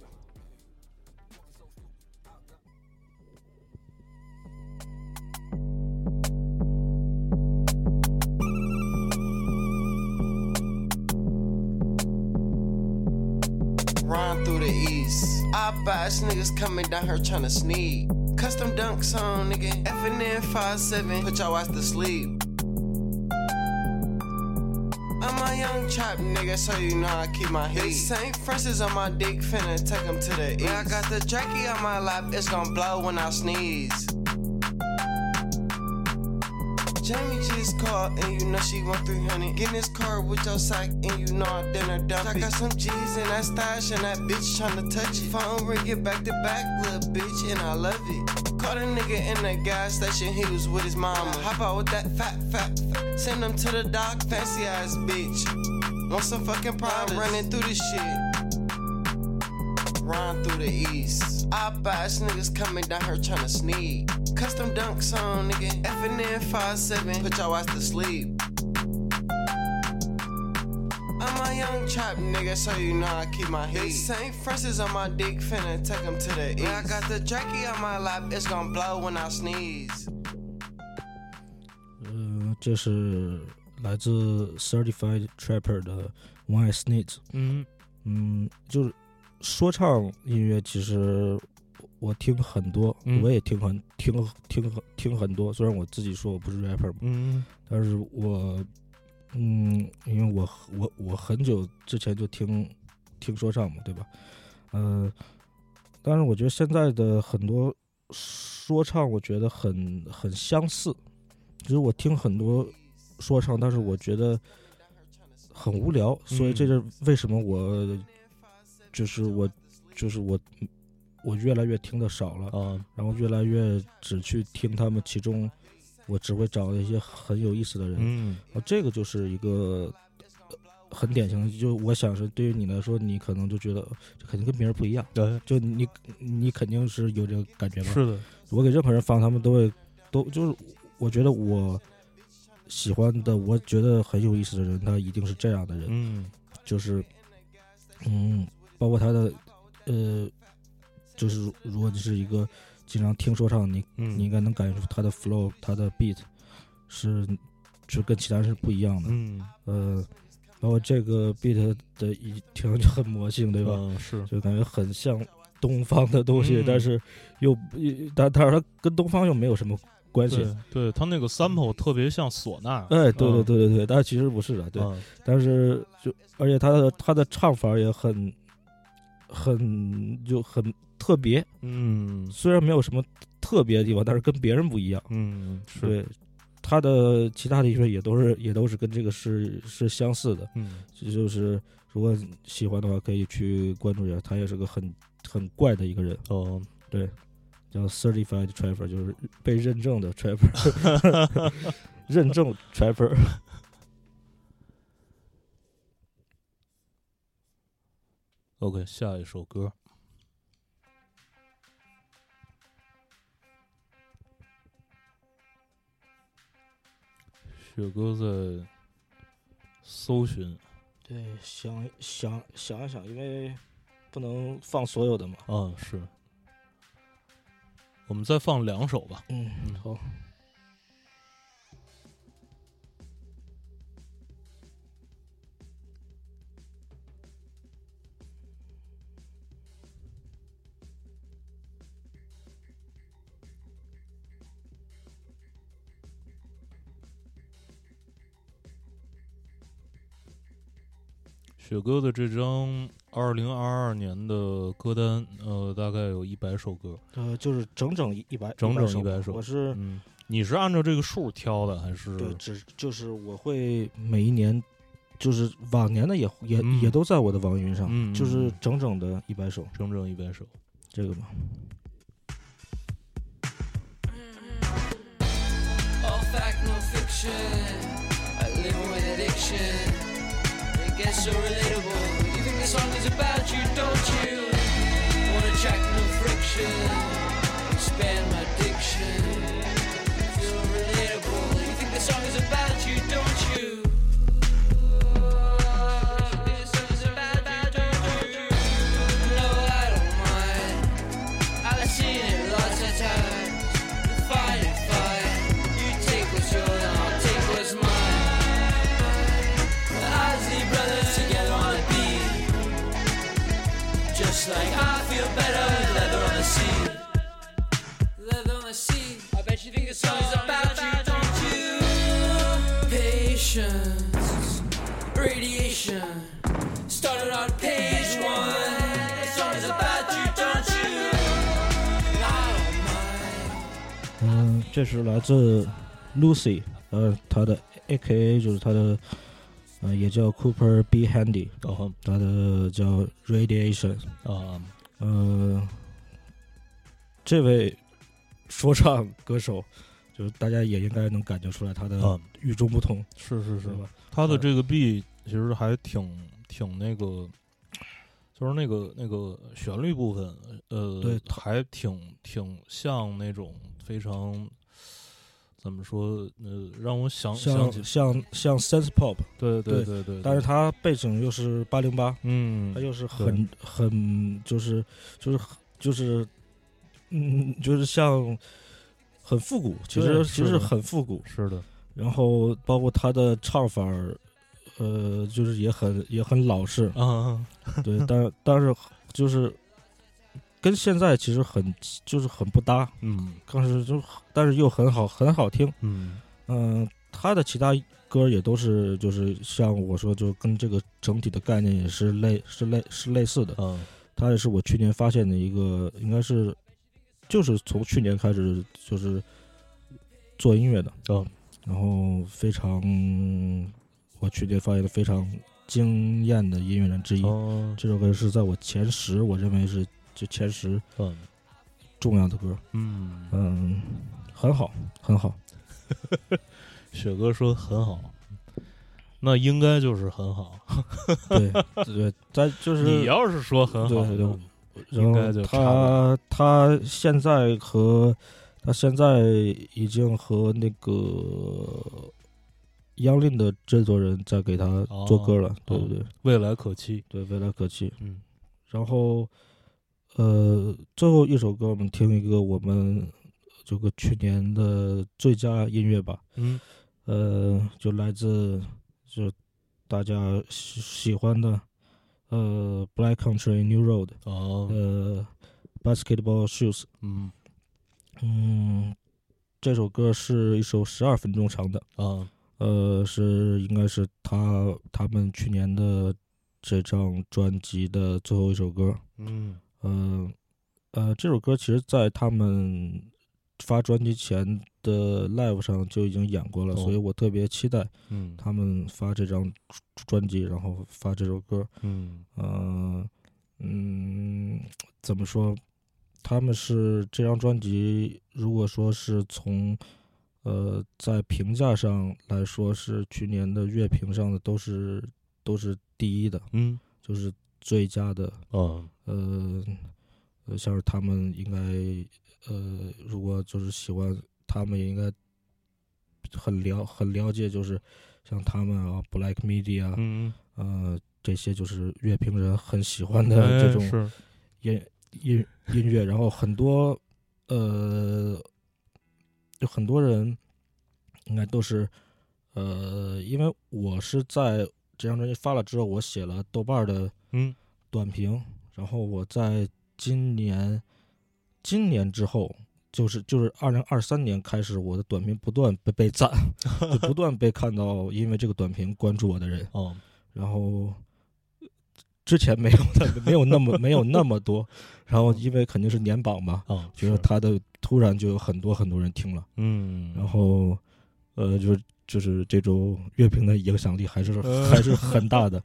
[SPEAKER 8] Run through the east. I bias niggas coming down here tryna sneak. Custom dunks on nigga. FNN 57. Put y'all ass to sleep. I'm a young chop nigga, so you know I keep my heat. St. Francis on my dick, finna take him to the east. I got the Jackie on my lap, it's gonna blow when I sneeze. Jamie just called and you know she want 300. Get in this car with your psych and you know I dinner dump it. I got some G's in that stash and that bitch tryna touch it. Phone ring it back to back, little bitch, and I love it. Caught a nigga in the gas station, he was with his mama. Hop out with that fat, fat, fat. Send him to the dock, fancy ass bitch. Want some fucking problem running through this shit run through the east. I bash niggas coming down here tryna sneak. Custom dunks on nigga, FNN 57, put y'all ass to sleep. I'm a young trap nigga, so you know I keep my heat. St. Francis on my dick, finna take him to the east. I got the Jackie on my lap, it's gonna blow when I sneeze.
[SPEAKER 3] 嗯，这是来自 Certified Trapper 的 One Snit。
[SPEAKER 2] 嗯
[SPEAKER 3] 嗯，就是说唱音乐，其实我听很多，
[SPEAKER 2] 嗯
[SPEAKER 3] 我也听很听听很听很多。虽然我自己说我不是 rapper 嘛，
[SPEAKER 2] 嗯
[SPEAKER 3] 但是我嗯，因为我我我很久之前就听听说唱嘛，对吧？呃，但是我觉得现在的很多说唱，我觉得很很相似。其实我听很多说唱，但是我觉得很无聊，所以这就是为什么我就是我就是我我越来越听的少了，
[SPEAKER 2] 啊
[SPEAKER 3] 然后越来越只去听他们其中，我只会找一些很有意思的人。
[SPEAKER 2] 嗯
[SPEAKER 3] 啊，这个就是一个呃很典型的，就我想是对于你来说，你可能就觉得哦这肯定跟别人不一样，
[SPEAKER 2] 对，
[SPEAKER 3] 就你你肯定是有这个感觉吧？
[SPEAKER 2] 是的，
[SPEAKER 3] 我给任何人放，他们都会都就是我觉得我喜欢的，我觉得很有意思的人，他一定是这样的人，
[SPEAKER 2] 嗯
[SPEAKER 3] 就是嗯，包括他的呃，就是如果你是一个经常听说唱，你
[SPEAKER 2] 嗯，
[SPEAKER 3] 你应该能感觉出他的 flow，他的 beat 是就跟其他人是不一样的。
[SPEAKER 2] 嗯
[SPEAKER 3] 呃，包括这个 beat 的一听上去很魔性，对吧？
[SPEAKER 2] 嗯是
[SPEAKER 3] 就感觉很像东方的东西，
[SPEAKER 2] 嗯
[SPEAKER 3] 但是又又但但是它跟东方又没有什么关系。
[SPEAKER 2] 对，对他那个 sample 特别像唢呐，
[SPEAKER 3] 哎，对对
[SPEAKER 2] 嗯，
[SPEAKER 3] 对对对，但其实不是的，对。
[SPEAKER 2] 嗯
[SPEAKER 3] 但是就而且他的他的唱法也很很就很特别，
[SPEAKER 2] 嗯
[SPEAKER 3] 虽然没有什么特别的地方，但是跟别人不一样。
[SPEAKER 2] 嗯是，
[SPEAKER 3] 对，他的其他的音乐也都是也都是跟这个是是相似的。
[SPEAKER 2] 嗯
[SPEAKER 3] 这就是如果喜欢的话，可以去关注一下。他也是个很很怪的一个人，
[SPEAKER 2] 哦，
[SPEAKER 3] 叫 Certified Trapper，就是被认证的 Trapper，认 [laughs] 证 Trapper。 [laughs]
[SPEAKER 2] OK，下一首歌。雪哥在搜寻
[SPEAKER 3] 对，想想想一想，因为不能放所有的嘛。
[SPEAKER 2] 啊，是。我们再放两首吧。
[SPEAKER 3] 嗯，好。
[SPEAKER 2] 雪哥的这张二零二二年的歌单，呃，大概有一百首歌。
[SPEAKER 3] 呃，就是整整一一百，
[SPEAKER 2] 整整
[SPEAKER 3] 一
[SPEAKER 2] 100首
[SPEAKER 3] 我
[SPEAKER 2] [laughs]
[SPEAKER 3] 是
[SPEAKER 2] 嗯，你是按照这个数挑的还是？
[SPEAKER 3] 对，只就是我会每一年，就是往年的也也
[SPEAKER 2] 嗯
[SPEAKER 3] 也都在我的网易云上，
[SPEAKER 2] 嗯嗯
[SPEAKER 3] 就是整整的一百首，
[SPEAKER 2] 整整一百首。
[SPEAKER 3] 这个嘛，
[SPEAKER 9] All fact, no fiction. I live with addiction. It gets so relatable. You think this song is about you, don't you? Wanna track no friction. Expand my diction. Feel relatable. You think this song is about you, don't you? This song is about you, don't you? No, I don't mind. I've seen it lots of times. Fight and fight. You take what's yours, and I'll take what's mine. The Ozzy brothers together on a beat. Just like I feel better, leather on the seat. Leather on the seat. I bet you think the song is about you, don't you? Patience, radiation. Started on page one. The song is about you, don't you? And I don't mind.
[SPEAKER 3] 嗯，这是来自 Lucy，呃，她的 A K A 就是她的，呃，也叫 Cooper B Handy，
[SPEAKER 2] 哦
[SPEAKER 3] 她的叫 Radiation，
[SPEAKER 2] 啊，
[SPEAKER 3] 呃，这位说唱歌手，就是大家也应该能感觉出来他的
[SPEAKER 2] 嗯
[SPEAKER 3] 与众不同，
[SPEAKER 2] 是是
[SPEAKER 3] 是
[SPEAKER 2] 是，
[SPEAKER 3] 吧？
[SPEAKER 2] 他嗯的这个 B 其实还挺挺那个，就是那个那个旋律部分，呃，
[SPEAKER 3] 对
[SPEAKER 2] 还挺挺像那种非常怎么说，呃，让我想想
[SPEAKER 3] 像
[SPEAKER 2] 起，
[SPEAKER 3] 像像 Sense Pop，
[SPEAKER 2] 对对
[SPEAKER 3] 对
[SPEAKER 2] 对对，
[SPEAKER 3] 但是
[SPEAKER 2] 对
[SPEAKER 3] 他背景又是八零八，
[SPEAKER 2] 嗯
[SPEAKER 3] 他，又是很很就是就是就是，嗯，就是像很复古，其
[SPEAKER 2] 对
[SPEAKER 3] 实
[SPEAKER 2] 是
[SPEAKER 3] 其实
[SPEAKER 2] 的
[SPEAKER 3] 很复古。
[SPEAKER 2] 是的，
[SPEAKER 3] 然后包括他的唱法儿，呃，就是也很也很老
[SPEAKER 2] [laughs]
[SPEAKER 3] 式，嗯
[SPEAKER 2] 啊，
[SPEAKER 3] 对，但但是就是跟现在其实很就是很不搭，
[SPEAKER 2] 嗯
[SPEAKER 3] 但是就但是又很好很好听。
[SPEAKER 2] 嗯
[SPEAKER 3] 嗯、他的其他歌也都是就是像我说，就跟这个整体的概念也是类是类是类似的。
[SPEAKER 2] 嗯
[SPEAKER 3] 他也是我去年发现的一个，应该是就是从去年开始就是做音乐的，
[SPEAKER 2] 哦
[SPEAKER 3] 然后非常我去年发现的非常惊艳的音乐人之一。
[SPEAKER 2] 哦
[SPEAKER 3] 这首歌是在我前十，我认为是就前十
[SPEAKER 2] 嗯
[SPEAKER 3] 重要的歌，
[SPEAKER 2] 嗯，
[SPEAKER 3] 嗯，很好，很好，
[SPEAKER 2] 雪哥说很好，那应该就是很好。 [laughs]
[SPEAKER 3] 对对，咱就是
[SPEAKER 2] 你要是说很好，
[SPEAKER 3] 对对对然
[SPEAKER 2] 应该
[SPEAKER 3] 后
[SPEAKER 2] 就差
[SPEAKER 3] 他他现在和他现在已经和那个央令的制作人在给他
[SPEAKER 2] 哦
[SPEAKER 3] 做歌了，对对对
[SPEAKER 2] 未来可期。
[SPEAKER 3] 对，未来可期。
[SPEAKER 2] 嗯
[SPEAKER 3] 然后呃，最后一首歌我们听一个我们这个去年的最佳音乐吧，
[SPEAKER 2] 嗯
[SPEAKER 3] 呃，就来自就大家喜喜欢的呃，Black Country New Road，
[SPEAKER 2] 哦
[SPEAKER 3] 呃，Basketball Shoes，
[SPEAKER 2] 嗯
[SPEAKER 3] 嗯，这首歌是一首十二分钟长的，
[SPEAKER 2] 啊
[SPEAKER 3] 呃，是应该是他他们去年的这张专辑的最后一首歌，
[SPEAKER 2] 嗯
[SPEAKER 3] 嗯呃，这首歌其实，在他们发专辑前的 live 上就已经演过了，
[SPEAKER 2] 哦
[SPEAKER 3] 所以我特别期待。
[SPEAKER 2] 嗯
[SPEAKER 3] 他们发这张专辑，然后发这首歌，
[SPEAKER 2] 嗯
[SPEAKER 3] 呃，嗯，怎么说？他们是这张专辑，如果说是从呃在评价上来说，是去年的乐评上的都是都是第一的，
[SPEAKER 2] 嗯
[SPEAKER 3] 就是最佳的。
[SPEAKER 2] 啊
[SPEAKER 3] 呃，呃像是他们应该呃，如果就是喜欢他们，也应该很了很了解，就是像他们啊，Black Media，、
[SPEAKER 2] 嗯，
[SPEAKER 3] 呃，这些就是乐评人很喜欢的
[SPEAKER 2] 哎
[SPEAKER 3] 这种
[SPEAKER 2] 是
[SPEAKER 3] 音、音音乐，然后很多呃，就很多人应该都是呃，因为我是在这张专辑发了之后，我写了豆瓣儿的
[SPEAKER 2] 嗯
[SPEAKER 3] 短评，然后我在今年今年之后。就是就是二零二三年开始，我的短评不断被 [laughs] 被赞，就不断被看到，因为这个短评关注我的人。
[SPEAKER 2] 哦
[SPEAKER 3] 然后之前没有的，没有那么没有那么多。然后因为肯定是年榜嘛，
[SPEAKER 2] 啊，
[SPEAKER 3] 觉得
[SPEAKER 2] 嗯是
[SPEAKER 3] 他的突然就有很多很多人听了，
[SPEAKER 2] 嗯，
[SPEAKER 3] 然后呃，就是就是这周乐评的影响力还是
[SPEAKER 2] 嗯
[SPEAKER 3] 还是很大的。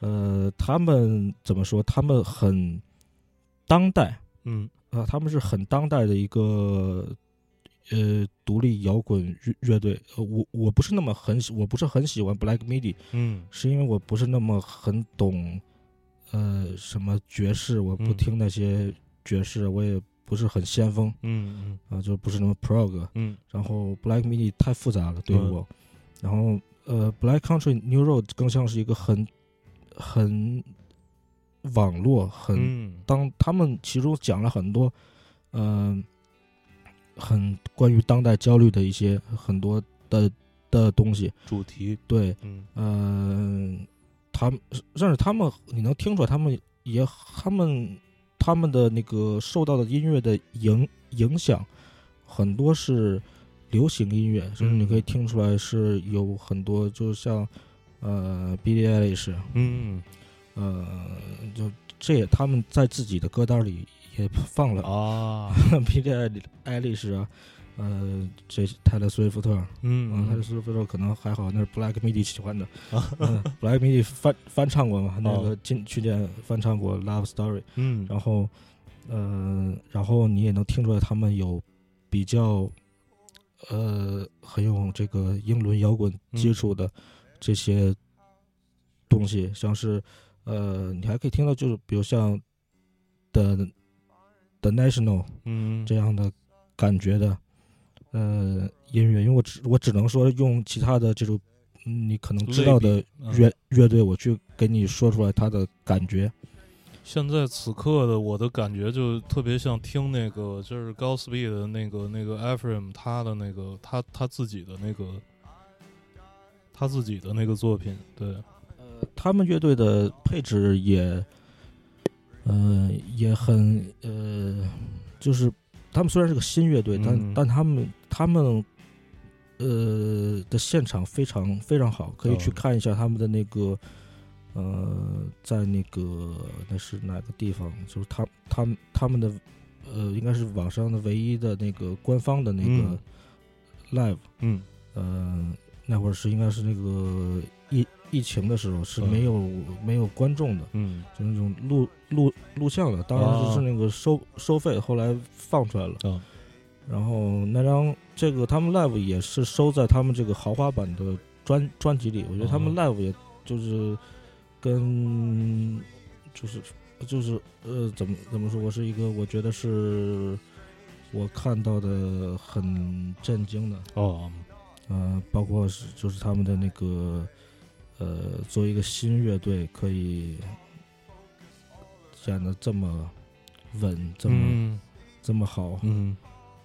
[SPEAKER 3] 呃，他们怎么说？他们很当代
[SPEAKER 2] 嗯
[SPEAKER 3] 啊、他们是很当代的一个呃独立摇滚乐乐队。呃我我不是那么很喜，我不是很喜欢 Black Midi，
[SPEAKER 2] 嗯
[SPEAKER 3] 是因为我不是那么很懂，呃，什么爵士，我不
[SPEAKER 2] 嗯
[SPEAKER 3] 听那些爵士，我也不是很先锋
[SPEAKER 2] 嗯
[SPEAKER 3] 啊、就不是那么 prog。
[SPEAKER 2] 嗯
[SPEAKER 3] 然后 Black Midi 太复杂了，对于
[SPEAKER 2] 嗯
[SPEAKER 3] 我。然后呃，Black Country New Road 更像是一个很很网络、很
[SPEAKER 2] 嗯
[SPEAKER 3] 当，他们其中讲了很多，嗯、很关于当代焦虑的一些很多的的东西。
[SPEAKER 2] 主题，
[SPEAKER 3] 对，
[SPEAKER 2] 嗯
[SPEAKER 3] 嗯，他们甚至他们，你能听出来，他们也他们他们的那个受到的音乐的影影响，很多是流行音乐，甚至你可以听出来是有很多，就像呃 Billie Eilish，
[SPEAKER 2] 嗯
[SPEAKER 3] 呃，就这也他们在自己的歌单里也放了
[SPEAKER 2] 啊
[SPEAKER 3] Billie Eilish 啊，呃，这泰勒·斯威夫特，嗯，
[SPEAKER 2] 嗯
[SPEAKER 3] 他的苏菲说可能还好，那是 Black Midi 喜欢的。
[SPEAKER 2] 啊
[SPEAKER 3] 嗯 Black Midi 翻翻唱过嘛？那
[SPEAKER 2] 哦
[SPEAKER 3] 个今去年翻唱过《Love Story》，
[SPEAKER 2] 嗯
[SPEAKER 3] 然后，呃，然后你也能听出来他们有比较，呃，很有这个英伦摇滚
[SPEAKER 2] 嗯
[SPEAKER 3] 基础的这些东西，像是，呃，你还可以听到就是比如像 The The National
[SPEAKER 2] 嗯
[SPEAKER 3] 这样的感觉的，呃，音乐，因为我只我只能说用其他的这种嗯你可能知道的
[SPEAKER 2] 嗯
[SPEAKER 3] 乐、乐队，我去给你说出来它的感觉。
[SPEAKER 2] 现在此刻的我的感觉就特别像听那个，就是高 speed 的那个那个 Ephraim 他的那个他他自己的那个他自己的那个作品，对，
[SPEAKER 3] 呃，他们乐队的配置也，呃，也很呃，就是他们虽然是个新乐队，
[SPEAKER 2] 嗯
[SPEAKER 3] 但但他们他们。呃的现场非常非常好，可以去
[SPEAKER 2] 哦
[SPEAKER 3] 看一下他们的那个，呃，在那个那是哪个地方？就是他他们他们的，呃，应该是网上的唯一的那个官方的那个
[SPEAKER 2] 嗯
[SPEAKER 3] live，
[SPEAKER 2] 嗯
[SPEAKER 3] 呃，那会儿是应该是那个疫疫情的时候是
[SPEAKER 2] 嗯
[SPEAKER 3] 没有、没有观众的，
[SPEAKER 2] 嗯
[SPEAKER 3] 就那种录录录像的，当时是
[SPEAKER 2] 哦
[SPEAKER 3] 那个收、收费，后来放出来了。
[SPEAKER 2] 哦
[SPEAKER 3] 然后那张这个他们 live 也是收在他们这个豪华版的专专辑里，我觉得他们 live 也就是跟就是就是呃怎么怎么说，我是一个我觉得是我看到的很震惊的。
[SPEAKER 2] 哦
[SPEAKER 3] 呃，包括是就是他们的那个呃，作为一个新乐队，可以显得这么稳，这么、
[SPEAKER 2] 嗯
[SPEAKER 3] 这么好。
[SPEAKER 2] 嗯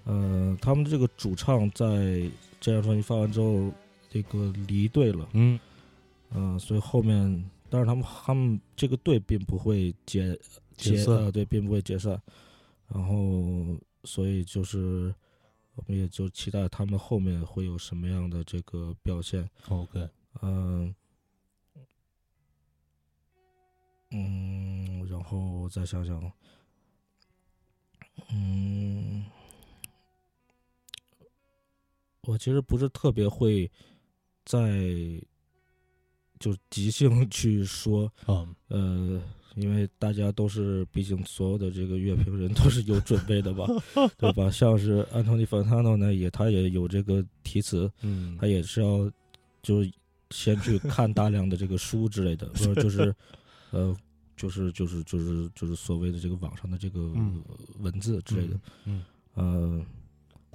[SPEAKER 3] 呃，他们这个主唱在这张专辑发完之后，这个离队了，
[SPEAKER 2] 嗯
[SPEAKER 3] 嗯、所以后面，但是他们他们这个队并不会解
[SPEAKER 2] 解
[SPEAKER 3] 解
[SPEAKER 2] 散
[SPEAKER 3] 呃，对，并不会解散。然后，所以就是我们也就期待他们后面会有什么样的这个表现。
[SPEAKER 2] ，OK，
[SPEAKER 3] 嗯，嗯，然后我再想想，嗯，我其实不是特别会在就即兴去说，
[SPEAKER 2] 嗯
[SPEAKER 3] 呃，因为大家都是，毕竟所有的这个乐评人都是有准备
[SPEAKER 2] [laughs]
[SPEAKER 3] 的吧，对吧？像是 Anthony Fantano 呢，也他也有这个题词，
[SPEAKER 2] 嗯
[SPEAKER 3] 他也是要就是先去看大量的这个书之
[SPEAKER 2] [laughs]
[SPEAKER 3] 类的，或者就是呃，就是就是就是就是所谓的这个网上的这个
[SPEAKER 2] 嗯
[SPEAKER 3] 文字之类的，
[SPEAKER 2] 嗯
[SPEAKER 3] 嗯、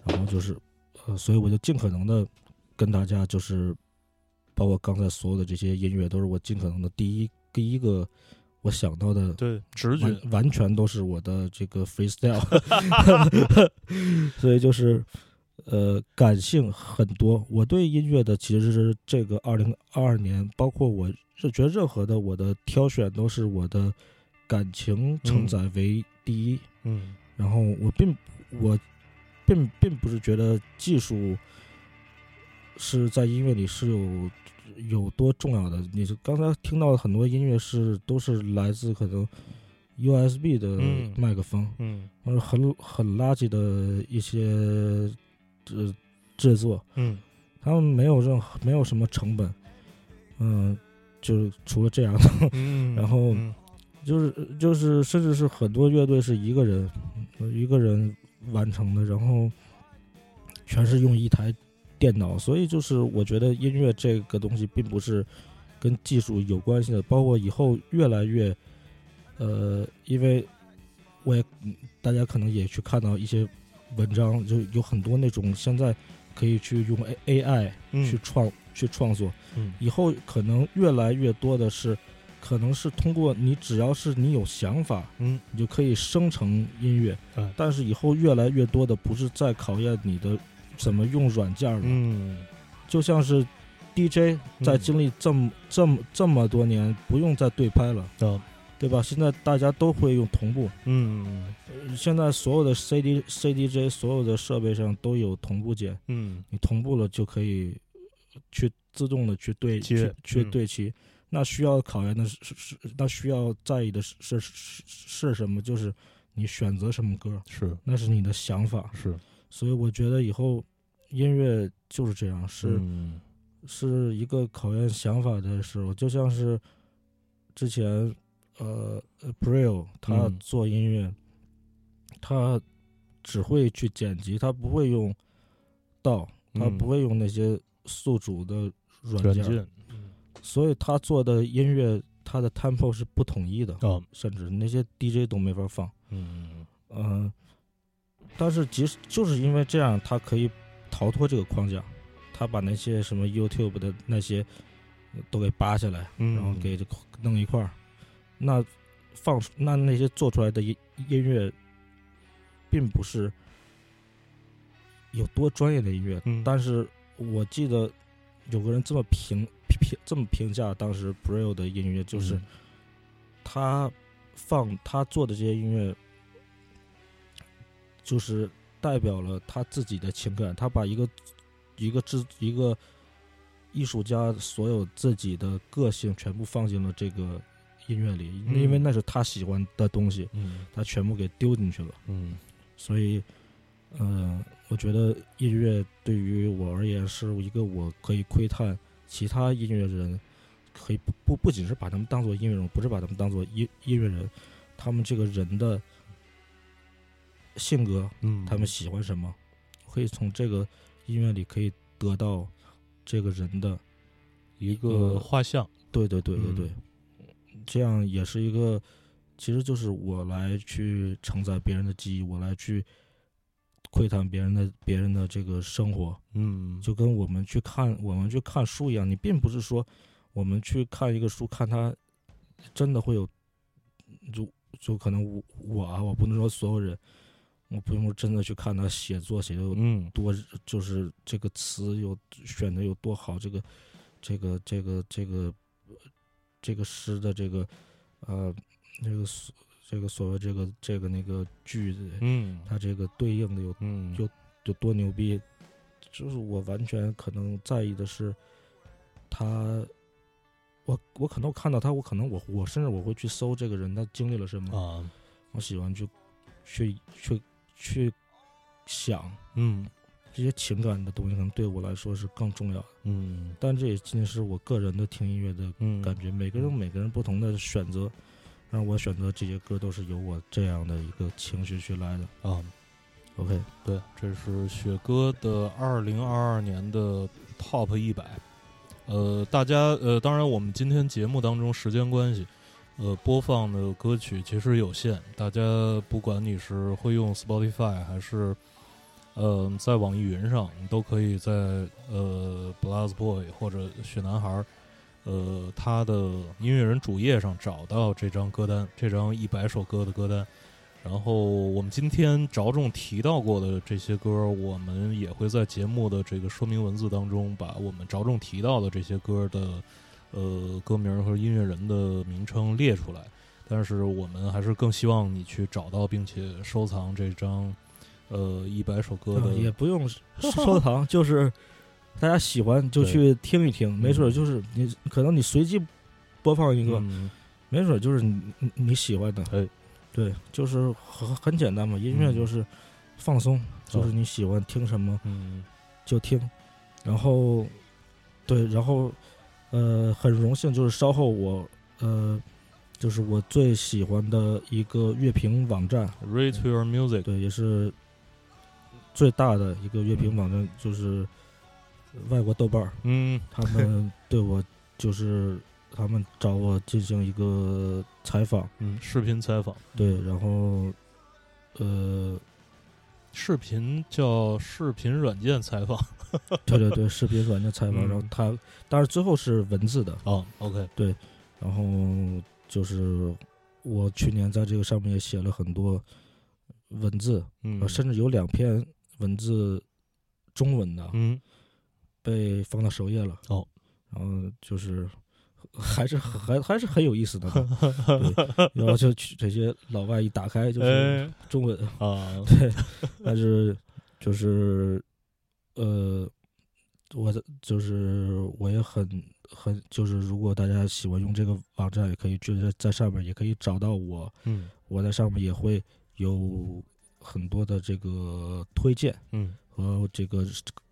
[SPEAKER 3] 呃，然后就是呃，所以我就尽可能的跟大家就是，包括刚才所有的这些音乐，都是我尽可能的第一第一个我想到的
[SPEAKER 2] 对，直觉，
[SPEAKER 3] 完完全都是我的这个 freestyle，所以就是呃感性很多。我对音乐的其实是这个二零二二年，包括我是觉得任何的我的挑选都是我的感情承载为第一，
[SPEAKER 2] 嗯
[SPEAKER 3] 然后我并我并并不是觉得技术是在音乐里是有有多重要的。你是刚才听到的很多音乐是都是来自可能 USB 的
[SPEAKER 2] 嗯
[SPEAKER 3] 麦克风，
[SPEAKER 2] 嗯
[SPEAKER 3] 或者很很垃圾的一些制制作，
[SPEAKER 2] 嗯
[SPEAKER 3] 他们没有任何没有什么成本，嗯，就是除了这样的，[laughs]
[SPEAKER 2] 嗯，
[SPEAKER 3] 然后
[SPEAKER 2] 嗯
[SPEAKER 3] 就是就是甚至是很多乐队是一个人呃一个人完成的，然后全是用一台电脑，所以就是我觉得音乐这个东西并不是跟技术有关系的，包括以后越来越呃，因为我也嗯大家可能也去看到一些文章，就有很多那种现在可以去用 A AI
[SPEAKER 2] 嗯
[SPEAKER 3] 去创、去创作，
[SPEAKER 2] 嗯
[SPEAKER 3] 以后可能越来越多的是，可能是通过你只要是你有想法，
[SPEAKER 2] 嗯，
[SPEAKER 3] 你就可以生成音乐。
[SPEAKER 2] 对
[SPEAKER 3] 但是以后越来越多的不是在考验你的怎么用软件了，
[SPEAKER 2] 嗯
[SPEAKER 3] 就像是 DJ 在
[SPEAKER 2] 嗯
[SPEAKER 3] 经历这么、这么这么多年，不用再对拍了，
[SPEAKER 2] 哦
[SPEAKER 3] 对吧？现在大家都会用同步，
[SPEAKER 2] 嗯
[SPEAKER 3] 呃现在所有的 CD、CDJ 所有的设备上都有同步键，
[SPEAKER 2] 嗯
[SPEAKER 3] 你同步了就可以去自动的去对
[SPEAKER 2] 接
[SPEAKER 3] 去去
[SPEAKER 2] 嗯
[SPEAKER 3] 对齐。那需要考验的是是是，那需要在意的是是是是什么？就是你选择什么歌，
[SPEAKER 2] 是
[SPEAKER 3] 那是你的想法。
[SPEAKER 2] 是
[SPEAKER 3] 所以我觉得以后音乐就是这样，是、
[SPEAKER 2] 嗯
[SPEAKER 3] 是一个考验想法的时候，就像是之前呃 p r i l 他
[SPEAKER 2] 嗯
[SPEAKER 3] 做音乐，他只会去剪辑，他不会用道，他
[SPEAKER 2] 嗯
[SPEAKER 3] 不会用那些宿主的软
[SPEAKER 2] 软
[SPEAKER 3] 件，
[SPEAKER 2] 件
[SPEAKER 3] 所以他做的音乐，他的 tempo 是不统一的，
[SPEAKER 2] 哦
[SPEAKER 3] 甚至那些 DJ 都没法放。
[SPEAKER 2] 嗯
[SPEAKER 3] 嗯，但是即使就是因为这样，他可以逃脱这个框架，他把那些什么 YouTube 的那些呃都给扒下来，
[SPEAKER 2] 嗯
[SPEAKER 3] 然后给这弄一块儿，那放出那那些做出来的音音乐，并不是有多专业的音乐，
[SPEAKER 2] 嗯
[SPEAKER 3] 但是我记得有个人这么评评这么评价当时 Braille 的音乐，就是。
[SPEAKER 2] 嗯
[SPEAKER 3] 他放他做的这些音乐，就是代表了他自己的情感。他把一个一个制一个艺术家所有自己的个性全部放进了这个音乐里，
[SPEAKER 2] 嗯
[SPEAKER 3] 因为那是他喜欢的东西，
[SPEAKER 2] 嗯
[SPEAKER 3] 他全部给丢进去了。
[SPEAKER 2] 嗯
[SPEAKER 3] 所以，嗯、我觉得音乐对于我而言是一个我可以窥探其他音乐人，可以不不不仅是把他们当做音乐人，不是把他们当做音音乐人，他们这个人的性格，
[SPEAKER 2] 嗯，
[SPEAKER 3] 他们喜欢什么，可以从这个音乐里可以得到这个人的，
[SPEAKER 2] 一个画像
[SPEAKER 3] 对对对对
[SPEAKER 2] 嗯
[SPEAKER 3] 对，这样也是一个，其实就是我来去承载别人的记忆，我来去窥探别人的别人的这个生活，
[SPEAKER 2] 嗯
[SPEAKER 3] 就跟我们去看我们去看书一样，你并不是说我们去看一个书，看它真的会有，就就可能我我啊，我不能说所有人，我不用真的去看他写作写的有
[SPEAKER 2] 嗯
[SPEAKER 3] 多就是这个词有选的有多好，这个这个这个这个这个诗的这个呃这个所这个所谓这个这个那个句子，
[SPEAKER 2] 嗯
[SPEAKER 3] 它这个对应的有
[SPEAKER 2] 嗯
[SPEAKER 3] 有多牛逼，就是我完全可能在意的是他。我我可能看到他，我可能我我甚至我会去搜这个人他经历了什么，
[SPEAKER 2] 啊
[SPEAKER 3] 我喜欢去去去去想，
[SPEAKER 2] 嗯
[SPEAKER 3] 这些情感的东西可能对我来说是更重要的。
[SPEAKER 2] 嗯
[SPEAKER 3] 但这也仅仅是我个人的听音乐的
[SPEAKER 2] 嗯
[SPEAKER 3] 感觉，每个人有每个人不同的选择，让我选择这些歌都是由我这样的一个情绪去来的。
[SPEAKER 2] 啊。
[SPEAKER 3] OK，
[SPEAKER 2] 对，这是雪哥的二零二二年的 Top 一百。呃，大家呃，当然我们今天节目当中时间关系，呃，播放的歌曲其实有限，大家不管你是会用 Spotify 还是呃在网易云上，你都可以在呃 Blast Boy 或者雪男孩儿。呃，他的音乐人主页上找到这张歌单，这张一百首歌的歌单，然后我们今天着重提到过的这些歌，我们也会在节目的这个说明文字当中，把我们着重提到的这些歌的呃歌名和音乐人的名称列出来。但是我们还是更希望你去找到并且收藏这张呃一百首歌的
[SPEAKER 3] 也不用收藏，就是 [laughs] 大家喜欢就
[SPEAKER 2] 对
[SPEAKER 3] 去听一听，没准儿就是你可能你随机播放一个，
[SPEAKER 2] 嗯
[SPEAKER 3] 没准儿就是你你你喜欢的。
[SPEAKER 2] 哎，
[SPEAKER 3] 对，就是很很简单嘛，音乐
[SPEAKER 2] 嗯
[SPEAKER 3] 就是放松，
[SPEAKER 2] 好
[SPEAKER 3] 就是你喜欢听什么
[SPEAKER 2] 嗯，
[SPEAKER 3] 就听，然后对，然后呃，很荣幸就是稍后我呃，就是我最喜欢的一个乐评网站，
[SPEAKER 2] Rate Your Music，
[SPEAKER 3] 对，也是最大的一个乐评网站，就是外国豆瓣儿，
[SPEAKER 2] 嗯，
[SPEAKER 3] 他们对我就是他们找我进行一个采访，
[SPEAKER 2] 嗯，视频采访，
[SPEAKER 3] 对，然后呃，
[SPEAKER 2] 视频叫视频软件采访。
[SPEAKER 3] 对对对，视频软件采访，然后
[SPEAKER 2] 嗯
[SPEAKER 3] 他当然最后是文字的，
[SPEAKER 2] 哦，OK，
[SPEAKER 3] 然后就是我去年在这个上面也写了很多文字，
[SPEAKER 2] 嗯
[SPEAKER 3] 呃，，甚至有两篇文字中文的，
[SPEAKER 2] 嗯，
[SPEAKER 3] 被放到首页了。
[SPEAKER 2] 哦，
[SPEAKER 3] 然后就是还是很还还是很有意思的嘛，
[SPEAKER 2] [laughs]
[SPEAKER 3] 对然后就去这些老外一打开就是
[SPEAKER 2] 哎
[SPEAKER 3] 中文，
[SPEAKER 2] 啊，
[SPEAKER 3] [laughs] 对，但是就是呃，我的就是我也很很就是如果大家喜欢用这个网站，也可以去在在上面也可以找到我，
[SPEAKER 2] 嗯
[SPEAKER 3] 我在上面也会有很多的这个推荐。
[SPEAKER 2] 嗯
[SPEAKER 3] 和这个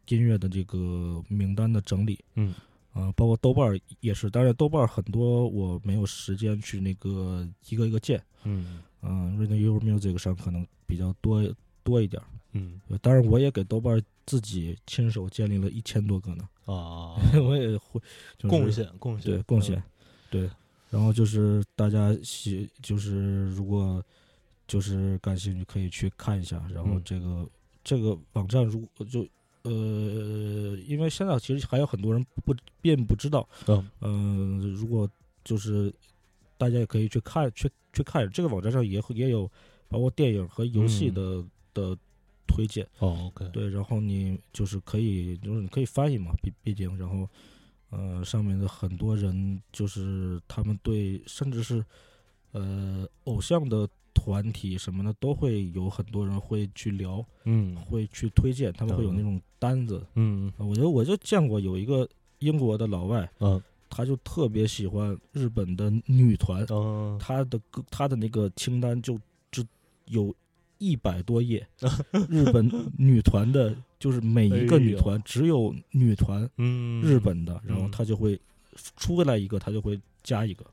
[SPEAKER 3] 音乐的这个名单的整理，
[SPEAKER 2] 嗯，
[SPEAKER 3] 啊、包括豆瓣儿也是，当然豆瓣儿很多我没有时间去那个一个一个键，
[SPEAKER 2] 嗯
[SPEAKER 3] 嗯、r a d i o Music 上可能比较多多一点儿，
[SPEAKER 2] 嗯
[SPEAKER 3] 当然我也给豆瓣儿自己亲手建立了一千多个呢， [laughs]
[SPEAKER 2] 啊，
[SPEAKER 3] 我也会、就是
[SPEAKER 2] 贡献贡献，
[SPEAKER 3] 对贡献
[SPEAKER 2] 嗯，，
[SPEAKER 3] 对，然后就是大家喜就是如果就是感兴趣可以去看一下，然后
[SPEAKER 2] 嗯
[SPEAKER 3] 这个、这个网站如果就呃，因为现在其实还有很多人不并不知道，
[SPEAKER 2] 嗯
[SPEAKER 3] 嗯、如果就是大家也可以去看去去看这个网站上也会也有包括电影和游戏
[SPEAKER 2] 嗯
[SPEAKER 3] 的、的推荐。
[SPEAKER 2] 哦，OK，
[SPEAKER 3] 对，然后你就是可以，就是你可以翻译嘛，毕毕竟，然后，呃，上面的很多人就是他们对，甚至是，呃，偶像的团体什么的，都会有很多人会去聊，
[SPEAKER 2] 嗯
[SPEAKER 3] 会去推荐，他们会有那
[SPEAKER 2] 嗯
[SPEAKER 3] 种单子。
[SPEAKER 2] 嗯
[SPEAKER 3] 啊我觉得我就见过有一个英国的老外，
[SPEAKER 2] 嗯
[SPEAKER 3] 他就特别喜欢日本的女团，
[SPEAKER 2] 嗯，
[SPEAKER 3] 他的歌，他的那个清单就就有一百多
[SPEAKER 2] [laughs]
[SPEAKER 3] 页，日本女团的，就是每一个
[SPEAKER 2] 哎呦
[SPEAKER 3] 女团只有女团
[SPEAKER 2] 嗯
[SPEAKER 3] 日
[SPEAKER 2] [laughs]
[SPEAKER 3] 本的，然后
[SPEAKER 2] 嗯
[SPEAKER 3] 他就会出来一个，他就会加
[SPEAKER 2] [laughs]
[SPEAKER 3] 一个，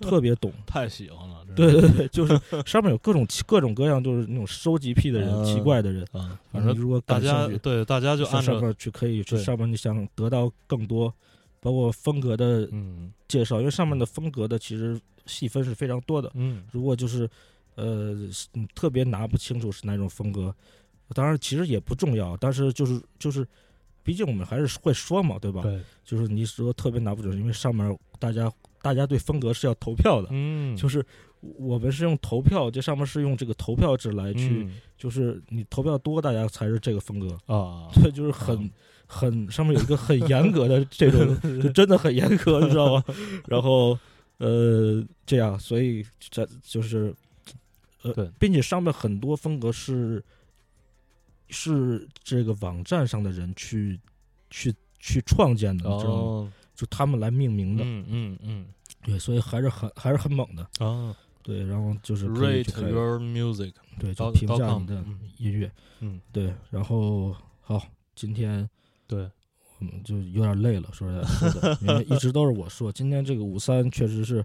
[SPEAKER 3] 特别懂。
[SPEAKER 2] 太喜欢了，
[SPEAKER 3] 对对对，就是上面有各种 [laughs] 各种各样，就是那种收集癖的人、
[SPEAKER 2] 嗯
[SPEAKER 3] 奇怪的人。
[SPEAKER 2] 啊，反正
[SPEAKER 3] 你如果
[SPEAKER 2] 大
[SPEAKER 3] 嗯感兴
[SPEAKER 2] 家
[SPEAKER 3] 趣，
[SPEAKER 2] 对大家就
[SPEAKER 3] 上
[SPEAKER 2] 按
[SPEAKER 3] 上
[SPEAKER 2] 照
[SPEAKER 3] 面去可以去
[SPEAKER 2] 对
[SPEAKER 3] 上面，你想得到更多，包括风格的
[SPEAKER 2] 嗯
[SPEAKER 3] 介绍，因为上面的风格的其实细分是非常多的。
[SPEAKER 2] 嗯
[SPEAKER 3] 如果就是呃是嗯特别拿不清楚是哪种风格，当然其实也不重要，但是就是就是，毕竟我们还是会说嘛，对吧？
[SPEAKER 2] 对
[SPEAKER 3] 就是你说特别拿不准，因为上面大家大家对风格是要投票的，
[SPEAKER 2] 嗯
[SPEAKER 3] 就是我们是用投票，这上面是用这个投票制来去，
[SPEAKER 2] 嗯
[SPEAKER 3] 就是你投票多，大家才是这个风格。
[SPEAKER 2] 啊，
[SPEAKER 3] 这就是很很上面有一个很严格的这
[SPEAKER 2] [laughs]
[SPEAKER 3] 种，就真的很严格，你知道吗？然后呃，这样，所以这就是呃
[SPEAKER 2] 对，
[SPEAKER 3] 并且上面很多风格是是这个网站上的人去去去创建的，你知道吗？
[SPEAKER 2] 哦，
[SPEAKER 3] 就他们来命名的，
[SPEAKER 2] 嗯嗯嗯
[SPEAKER 3] 对，所以还是很还是很猛的，
[SPEAKER 2] 啊
[SPEAKER 3] 对。然后就是嗯可以去
[SPEAKER 2] ，Rate
[SPEAKER 3] 看
[SPEAKER 2] Your Music，
[SPEAKER 3] 对，就
[SPEAKER 2] dot-
[SPEAKER 3] 评
[SPEAKER 2] dot
[SPEAKER 3] 价
[SPEAKER 2] com，
[SPEAKER 3] 你的
[SPEAKER 2] 嗯
[SPEAKER 3] 音乐，
[SPEAKER 2] 嗯，
[SPEAKER 3] 对。然后好，今天。
[SPEAKER 2] 对，
[SPEAKER 3] 嗯，就有点累了，说实在说的，因为一直都是我说，今天这个五三确实是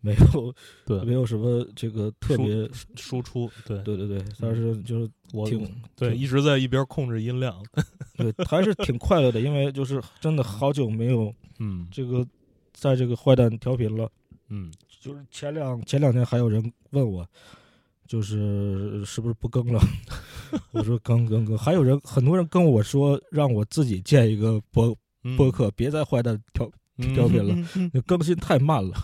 [SPEAKER 3] 没有
[SPEAKER 2] 对
[SPEAKER 3] 没有什么这个特
[SPEAKER 2] 输
[SPEAKER 3] 别，
[SPEAKER 2] 输出，对
[SPEAKER 3] 对对对，但是就是
[SPEAKER 2] 我
[SPEAKER 3] 挺
[SPEAKER 2] 对一直在一边控制
[SPEAKER 3] [laughs]
[SPEAKER 2] 音量，
[SPEAKER 3] 对，还是挺快乐的，因为就是真的好久没有
[SPEAKER 2] 嗯
[SPEAKER 3] 这个在这个坏蛋调频了，
[SPEAKER 2] 嗯
[SPEAKER 3] 就是前两前两天还有人问我，就是是不是不更了， [laughs] 我说更更更，还有人很多人跟我说让我自己建一个播
[SPEAKER 2] 嗯
[SPEAKER 3] 播客，别再坏蛋调调频了，
[SPEAKER 2] 嗯
[SPEAKER 3] 那更新太慢
[SPEAKER 2] [laughs]
[SPEAKER 3] 了。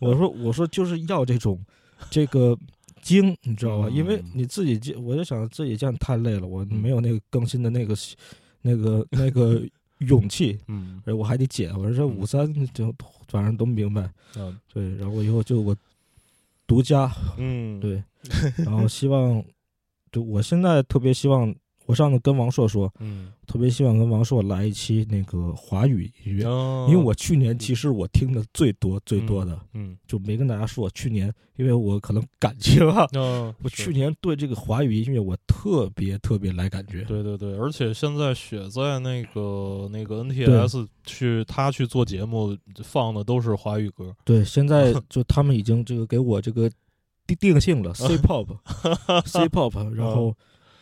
[SPEAKER 3] 我说我说就是要这种这个精，你知道吧？因为
[SPEAKER 2] 嗯
[SPEAKER 3] 你自己建，我就想自己建太累了，我没有那个更新的那个那个那个勇气，哎
[SPEAKER 2] 嗯
[SPEAKER 3] 而我还得剪。我说这五三就反正都明白，
[SPEAKER 2] 嗯
[SPEAKER 3] 对。然后我以后就我独家
[SPEAKER 2] 嗯， [laughs]
[SPEAKER 3] 对，然后希望，就我现在特别希望我上次跟王硕说，
[SPEAKER 2] 嗯，
[SPEAKER 3] 特别希望跟王硕来一期那个华语音乐，
[SPEAKER 2] 哦
[SPEAKER 3] 因为我去年其实我听的最多最多的，
[SPEAKER 2] 嗯，
[SPEAKER 3] 就没跟大家说，去年因为我可能感情啊，
[SPEAKER 2] [laughs] 嗯，
[SPEAKER 3] 我
[SPEAKER 2] 是
[SPEAKER 3] 去年对这个华语音乐我特别特别来感
[SPEAKER 2] [laughs]
[SPEAKER 3] 觉，
[SPEAKER 2] 对对对，而且现在雪在那个那个 NTS 去他去做节目放的都是华语歌，
[SPEAKER 3] 对，现
[SPEAKER 2] [laughs]
[SPEAKER 3] 在就他们已经这个给我这个定定性了
[SPEAKER 2] [laughs]
[SPEAKER 3] ，C-pop，C-pop，然
[SPEAKER 2] 嗯
[SPEAKER 3] 后。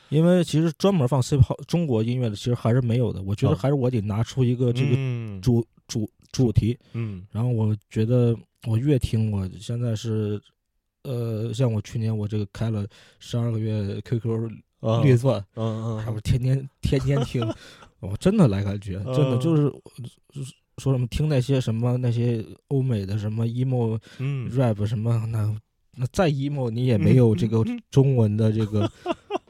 [SPEAKER 3] 因为其实专门放 C-pop 中国音乐的其实还是没有的，我觉得
[SPEAKER 2] 嗯
[SPEAKER 3] 还是我得拿出一个这个
[SPEAKER 2] 嗯
[SPEAKER 3] 主、主主题，
[SPEAKER 2] 嗯
[SPEAKER 3] 然后我觉得我越听，我现在是，呃，像我去年我这个开了十二个月 QQ
[SPEAKER 2] 啊
[SPEAKER 3] 绿钻，
[SPEAKER 2] 嗯
[SPEAKER 3] 还
[SPEAKER 2] 嗯
[SPEAKER 3] 不天天天天
[SPEAKER 2] [laughs]
[SPEAKER 3] 听，我真的来感觉，真的
[SPEAKER 2] 嗯
[SPEAKER 3] 就是就是说什么听那些什么那些欧美的什么 emo
[SPEAKER 2] 嗯
[SPEAKER 3] rap 什么那那再 emo 你也没有这
[SPEAKER 2] [laughs]
[SPEAKER 3] 个中文的这个，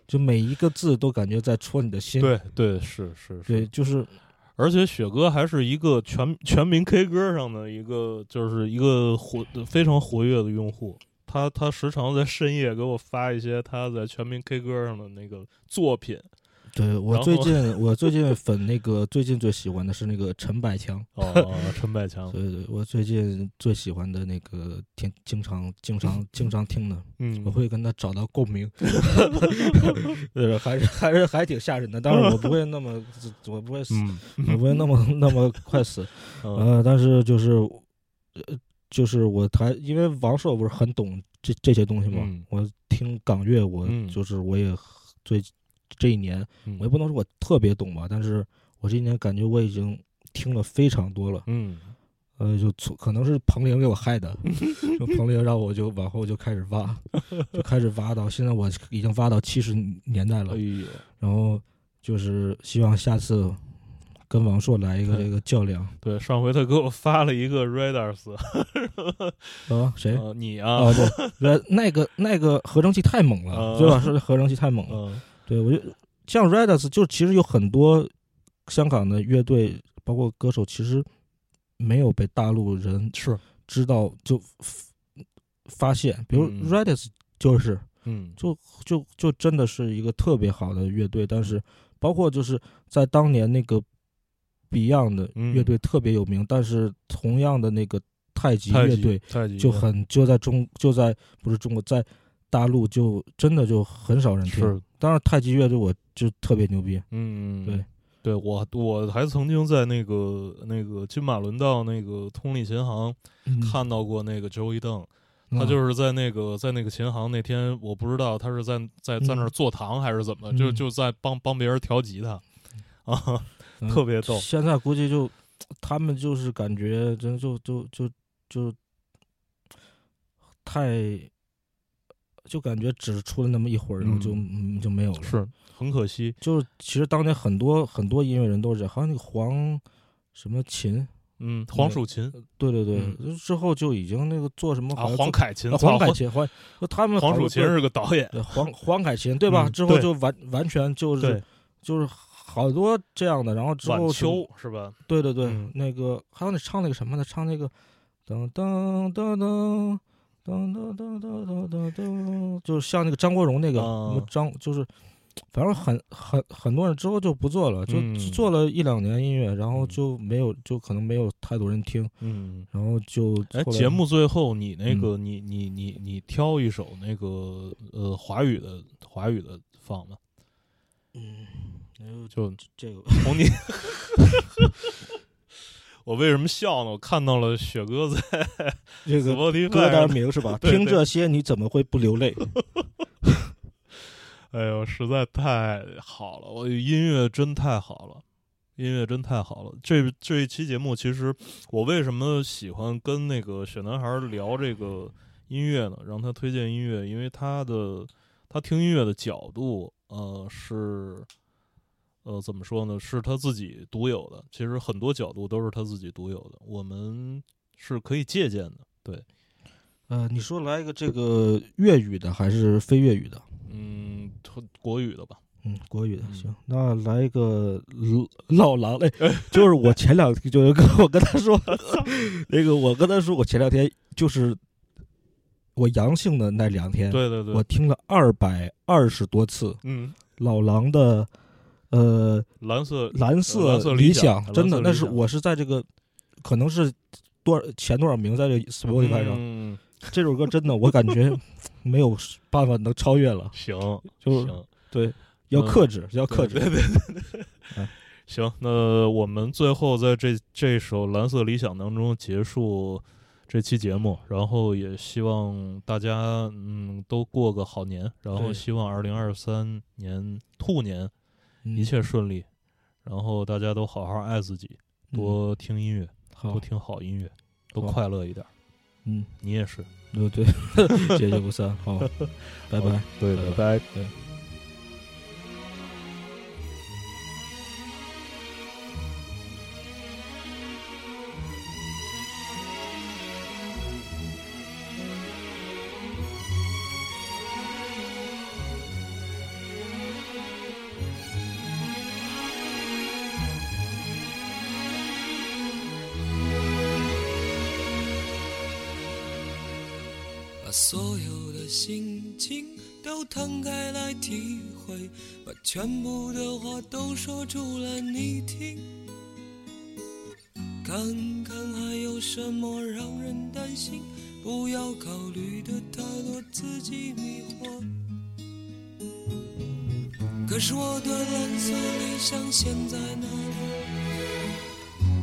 [SPEAKER 3] 就每一个字都感觉在戳你的心。
[SPEAKER 2] 对对是是是，
[SPEAKER 3] 对，就是
[SPEAKER 2] 而且雪哥还是一个全全民 K 歌上的一个，就是一个活非常活跃的用户。他他时常在深夜给我发一些他在全民 K 歌上的那个作品。
[SPEAKER 3] 对我
[SPEAKER 2] 然
[SPEAKER 3] 最
[SPEAKER 2] 后
[SPEAKER 3] 近我最近粉那个最近最喜欢的是那个陈百强。
[SPEAKER 2] 哦，陈百强，
[SPEAKER 3] 对对，我最近最喜欢的那个听，经常经
[SPEAKER 2] [laughs]
[SPEAKER 3] 常经常听的，
[SPEAKER 2] 嗯
[SPEAKER 3] 我会跟他找到共
[SPEAKER 2] [laughs]
[SPEAKER 3] 鸣，
[SPEAKER 2] 嗯
[SPEAKER 3] 呃，还是 [laughs] 还是还挺吓人的。当然我不会那么， [laughs] 我不会死，
[SPEAKER 2] 嗯
[SPEAKER 3] 我不会那
[SPEAKER 2] [laughs]
[SPEAKER 3] 么那么快死。
[SPEAKER 2] 嗯
[SPEAKER 3] 呃，但是就是，呃，就是我还因为王朔不是很懂这这些东西嘛，
[SPEAKER 2] 嗯
[SPEAKER 3] 我听港乐，我
[SPEAKER 2] 嗯
[SPEAKER 3] 就是我也最这一年，
[SPEAKER 2] 嗯
[SPEAKER 3] 我也不能说我特别懂吧，但是我这一年感觉我已经听了非常多了。
[SPEAKER 2] 嗯
[SPEAKER 3] 呃，就从可能是彭羚给我害的，就彭羚让我就往后就开始挖，就开始挖到现在我已经挖到七十年代了
[SPEAKER 2] 哎，呦，
[SPEAKER 3] 然后就是希望下次跟王朔来
[SPEAKER 2] 嗯
[SPEAKER 3] 一个这个较量
[SPEAKER 2] 对，上回他给我发了一个 Radars，
[SPEAKER 3] 哎啊，谁？
[SPEAKER 2] 呃你
[SPEAKER 3] 啊，
[SPEAKER 2] 啊，
[SPEAKER 3] 对，呃那个那个合成器太猛了，
[SPEAKER 2] 啊
[SPEAKER 3] 对吧？是合成器太猛了。
[SPEAKER 2] 嗯
[SPEAKER 3] 对我就像 Redis，就其实有很多香港的乐队，包括歌手，其实没有被大陆人
[SPEAKER 2] 是
[SPEAKER 3] 知道就发现，比如
[SPEAKER 2] 嗯
[SPEAKER 3] Redis 就是
[SPEAKER 2] 嗯
[SPEAKER 3] 就就就真的是一个特别好的乐队，但是包括就是在当年那个 Beyond 的
[SPEAKER 2] 嗯
[SPEAKER 3] 乐队特别有名，但是同样的那个太极
[SPEAKER 2] 太
[SPEAKER 3] 乐
[SPEAKER 2] 极
[SPEAKER 3] 队
[SPEAKER 2] 太极
[SPEAKER 3] 就
[SPEAKER 2] 嗯
[SPEAKER 3] 很就在中就在不是中国在大陆就真的就很少人听。
[SPEAKER 2] 是
[SPEAKER 3] 当然太极乐队我就特别牛逼，
[SPEAKER 2] 嗯，
[SPEAKER 3] 对，
[SPEAKER 2] 对我我还曾经在那个那个金马伦道那个通力琴行看到过那个 Joey 邓，
[SPEAKER 3] 嗯
[SPEAKER 2] 他就是在那个在那个琴行那天，我不知道他是在在在那儿
[SPEAKER 3] 嗯
[SPEAKER 2] 坐堂还是怎么，
[SPEAKER 3] 嗯
[SPEAKER 2] 就就在帮帮别人调吉他，啊，
[SPEAKER 3] 嗯
[SPEAKER 2] 特别逗，
[SPEAKER 3] 现在估计就他们就是感觉真就就就就太就感觉只出了那么一会儿，然后就、嗯就没有了。
[SPEAKER 2] 是很可惜，
[SPEAKER 3] 就是其实当年很多很多音乐人都是这样，好像那个黄什么琴，
[SPEAKER 2] 嗯，黄蜀琴
[SPEAKER 3] 对对对，
[SPEAKER 2] 嗯
[SPEAKER 3] 就之后就已经那个做什么
[SPEAKER 2] 啊
[SPEAKER 3] 好，像
[SPEAKER 2] 黄
[SPEAKER 3] 做
[SPEAKER 2] 凯琴，
[SPEAKER 3] 啊
[SPEAKER 2] 操
[SPEAKER 3] 黄凯琴黄，就他们
[SPEAKER 2] 黄
[SPEAKER 3] 好
[SPEAKER 2] 蜀
[SPEAKER 3] 多
[SPEAKER 2] 琴
[SPEAKER 3] 对
[SPEAKER 2] 是个导演，
[SPEAKER 3] 对黄黄凯琴对吧？
[SPEAKER 2] 嗯
[SPEAKER 3] 之后
[SPEAKER 2] 对
[SPEAKER 3] 就完完全就是
[SPEAKER 2] 对，
[SPEAKER 3] 就是好多这样的，然后之
[SPEAKER 2] 晚
[SPEAKER 3] 后就
[SPEAKER 2] 秋是吧？
[SPEAKER 3] 对对对，
[SPEAKER 2] 嗯
[SPEAKER 3] 那个还有那唱那个什么的，唱那个噔噔噔噔噔噔噔噔噔噔，就是像那个张国荣那个、
[SPEAKER 2] 啊
[SPEAKER 3] 什么张，就是反正很很很多人之后就不做了，就、
[SPEAKER 2] 嗯
[SPEAKER 3] 就做了一两年音乐，然后
[SPEAKER 2] 嗯
[SPEAKER 3] 就没有，就可能没有太多人听，
[SPEAKER 2] 嗯。
[SPEAKER 3] 然后就
[SPEAKER 2] 哎，
[SPEAKER 3] 后来
[SPEAKER 2] 节目最后你那个、你你你你挑一首那个呃华语的华语的放吧，
[SPEAKER 3] 嗯，哎呦
[SPEAKER 2] 就
[SPEAKER 3] 这
[SPEAKER 2] [laughs]
[SPEAKER 3] 个
[SPEAKER 2] 从你，我为什么笑呢？我看到了雪哥在
[SPEAKER 3] 这个歌
[SPEAKER 2] Spotify
[SPEAKER 3] 单
[SPEAKER 2] 上，
[SPEAKER 3] 名是吧？
[SPEAKER 2] [laughs] 对对
[SPEAKER 3] 听这些你怎么会不流泪？
[SPEAKER 2] 哎呦，实在太好了，我音乐真太好了。音乐真太好了！这这一期节目，其实我为什么喜欢跟那个雪男孩聊这个音乐呢？让他推荐音乐，因为他的他听音乐的角度，呃，是呃怎么说呢？是他自己独有的。其实很多角度都是他自己独有的，我们是可以借鉴的。对，
[SPEAKER 3] 呃，你说来一个这个粤语的还是非粤语的？
[SPEAKER 2] 嗯，国语的吧，
[SPEAKER 3] 嗯，国语的
[SPEAKER 2] 嗯
[SPEAKER 3] 行，那来一个老老狼嘞，就是我前两天就是跟我跟他说， [laughs] 那个我跟他说，我前两天就是我阳性的那两天，
[SPEAKER 2] 对对对，
[SPEAKER 3] 我听了二百二十多次
[SPEAKER 2] 嗯
[SPEAKER 3] 老狼的呃，
[SPEAKER 2] 蓝
[SPEAKER 3] 蓝
[SPEAKER 2] 色呃蓝
[SPEAKER 3] 色
[SPEAKER 2] 色
[SPEAKER 3] 理
[SPEAKER 2] 理想蓝
[SPEAKER 3] 真的，
[SPEAKER 2] 色理
[SPEAKER 3] 那是
[SPEAKER 2] 想
[SPEAKER 3] 我是在这个，可能是多少前多少名在这 Spotify 上，
[SPEAKER 2] 嗯，
[SPEAKER 3] 这首歌真的我感
[SPEAKER 2] [laughs]
[SPEAKER 3] 觉没有办法能超越了，
[SPEAKER 2] 行，
[SPEAKER 3] 就
[SPEAKER 2] 行
[SPEAKER 3] 对，要
[SPEAKER 2] 嗯
[SPEAKER 3] 克制，要克
[SPEAKER 2] 对
[SPEAKER 3] 制，
[SPEAKER 2] 对对对
[SPEAKER 3] 嗯
[SPEAKER 2] 行，那我们最后在这这首《蓝色理想》当中结束这期节目，然后也希望大家嗯都过个好年，然后
[SPEAKER 3] 对
[SPEAKER 2] 希望二零二三年兔年
[SPEAKER 3] 嗯
[SPEAKER 2] 一切顺利，然后大家都好好爱自己，
[SPEAKER 3] 嗯
[SPEAKER 2] 多听音乐，
[SPEAKER 3] 好
[SPEAKER 2] 多，听好音乐，多
[SPEAKER 3] 好
[SPEAKER 2] 快乐一点儿。
[SPEAKER 3] 嗯，哦
[SPEAKER 2] 你也是，
[SPEAKER 3] 对 [laughs] 对，解决不散，
[SPEAKER 2] [laughs]
[SPEAKER 3] 好，拜拜。
[SPEAKER 2] 对
[SPEAKER 3] 拜
[SPEAKER 2] 拜。
[SPEAKER 10] 把所有的心情都摊开来体会，把全部的话都说出来你听，看看还有什么让人担心，不要考虑的太多，自己迷惑。可是我的蓝色理想现在哪里？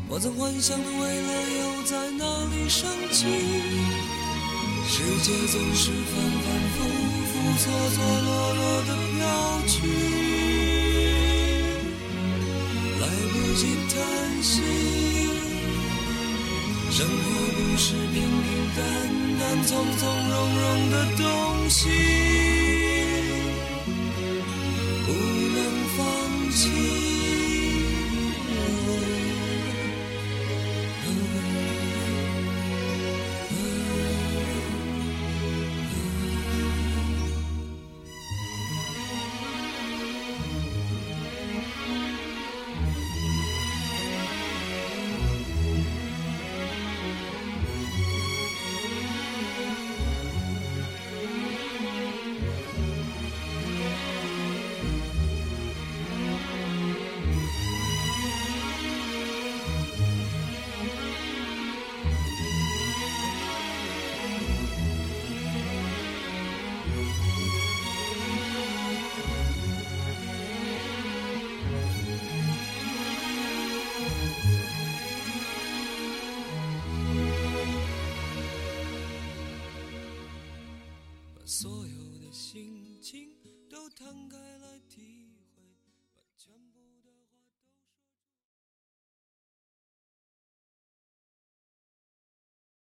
[SPEAKER 10] 我曾幻想的未来又在哪里升起？世界总是反反复复、错错落落的飘去，来不及叹息。生活不是平平淡淡、从从容容的东西，不能放弃。把所有的心情都摊开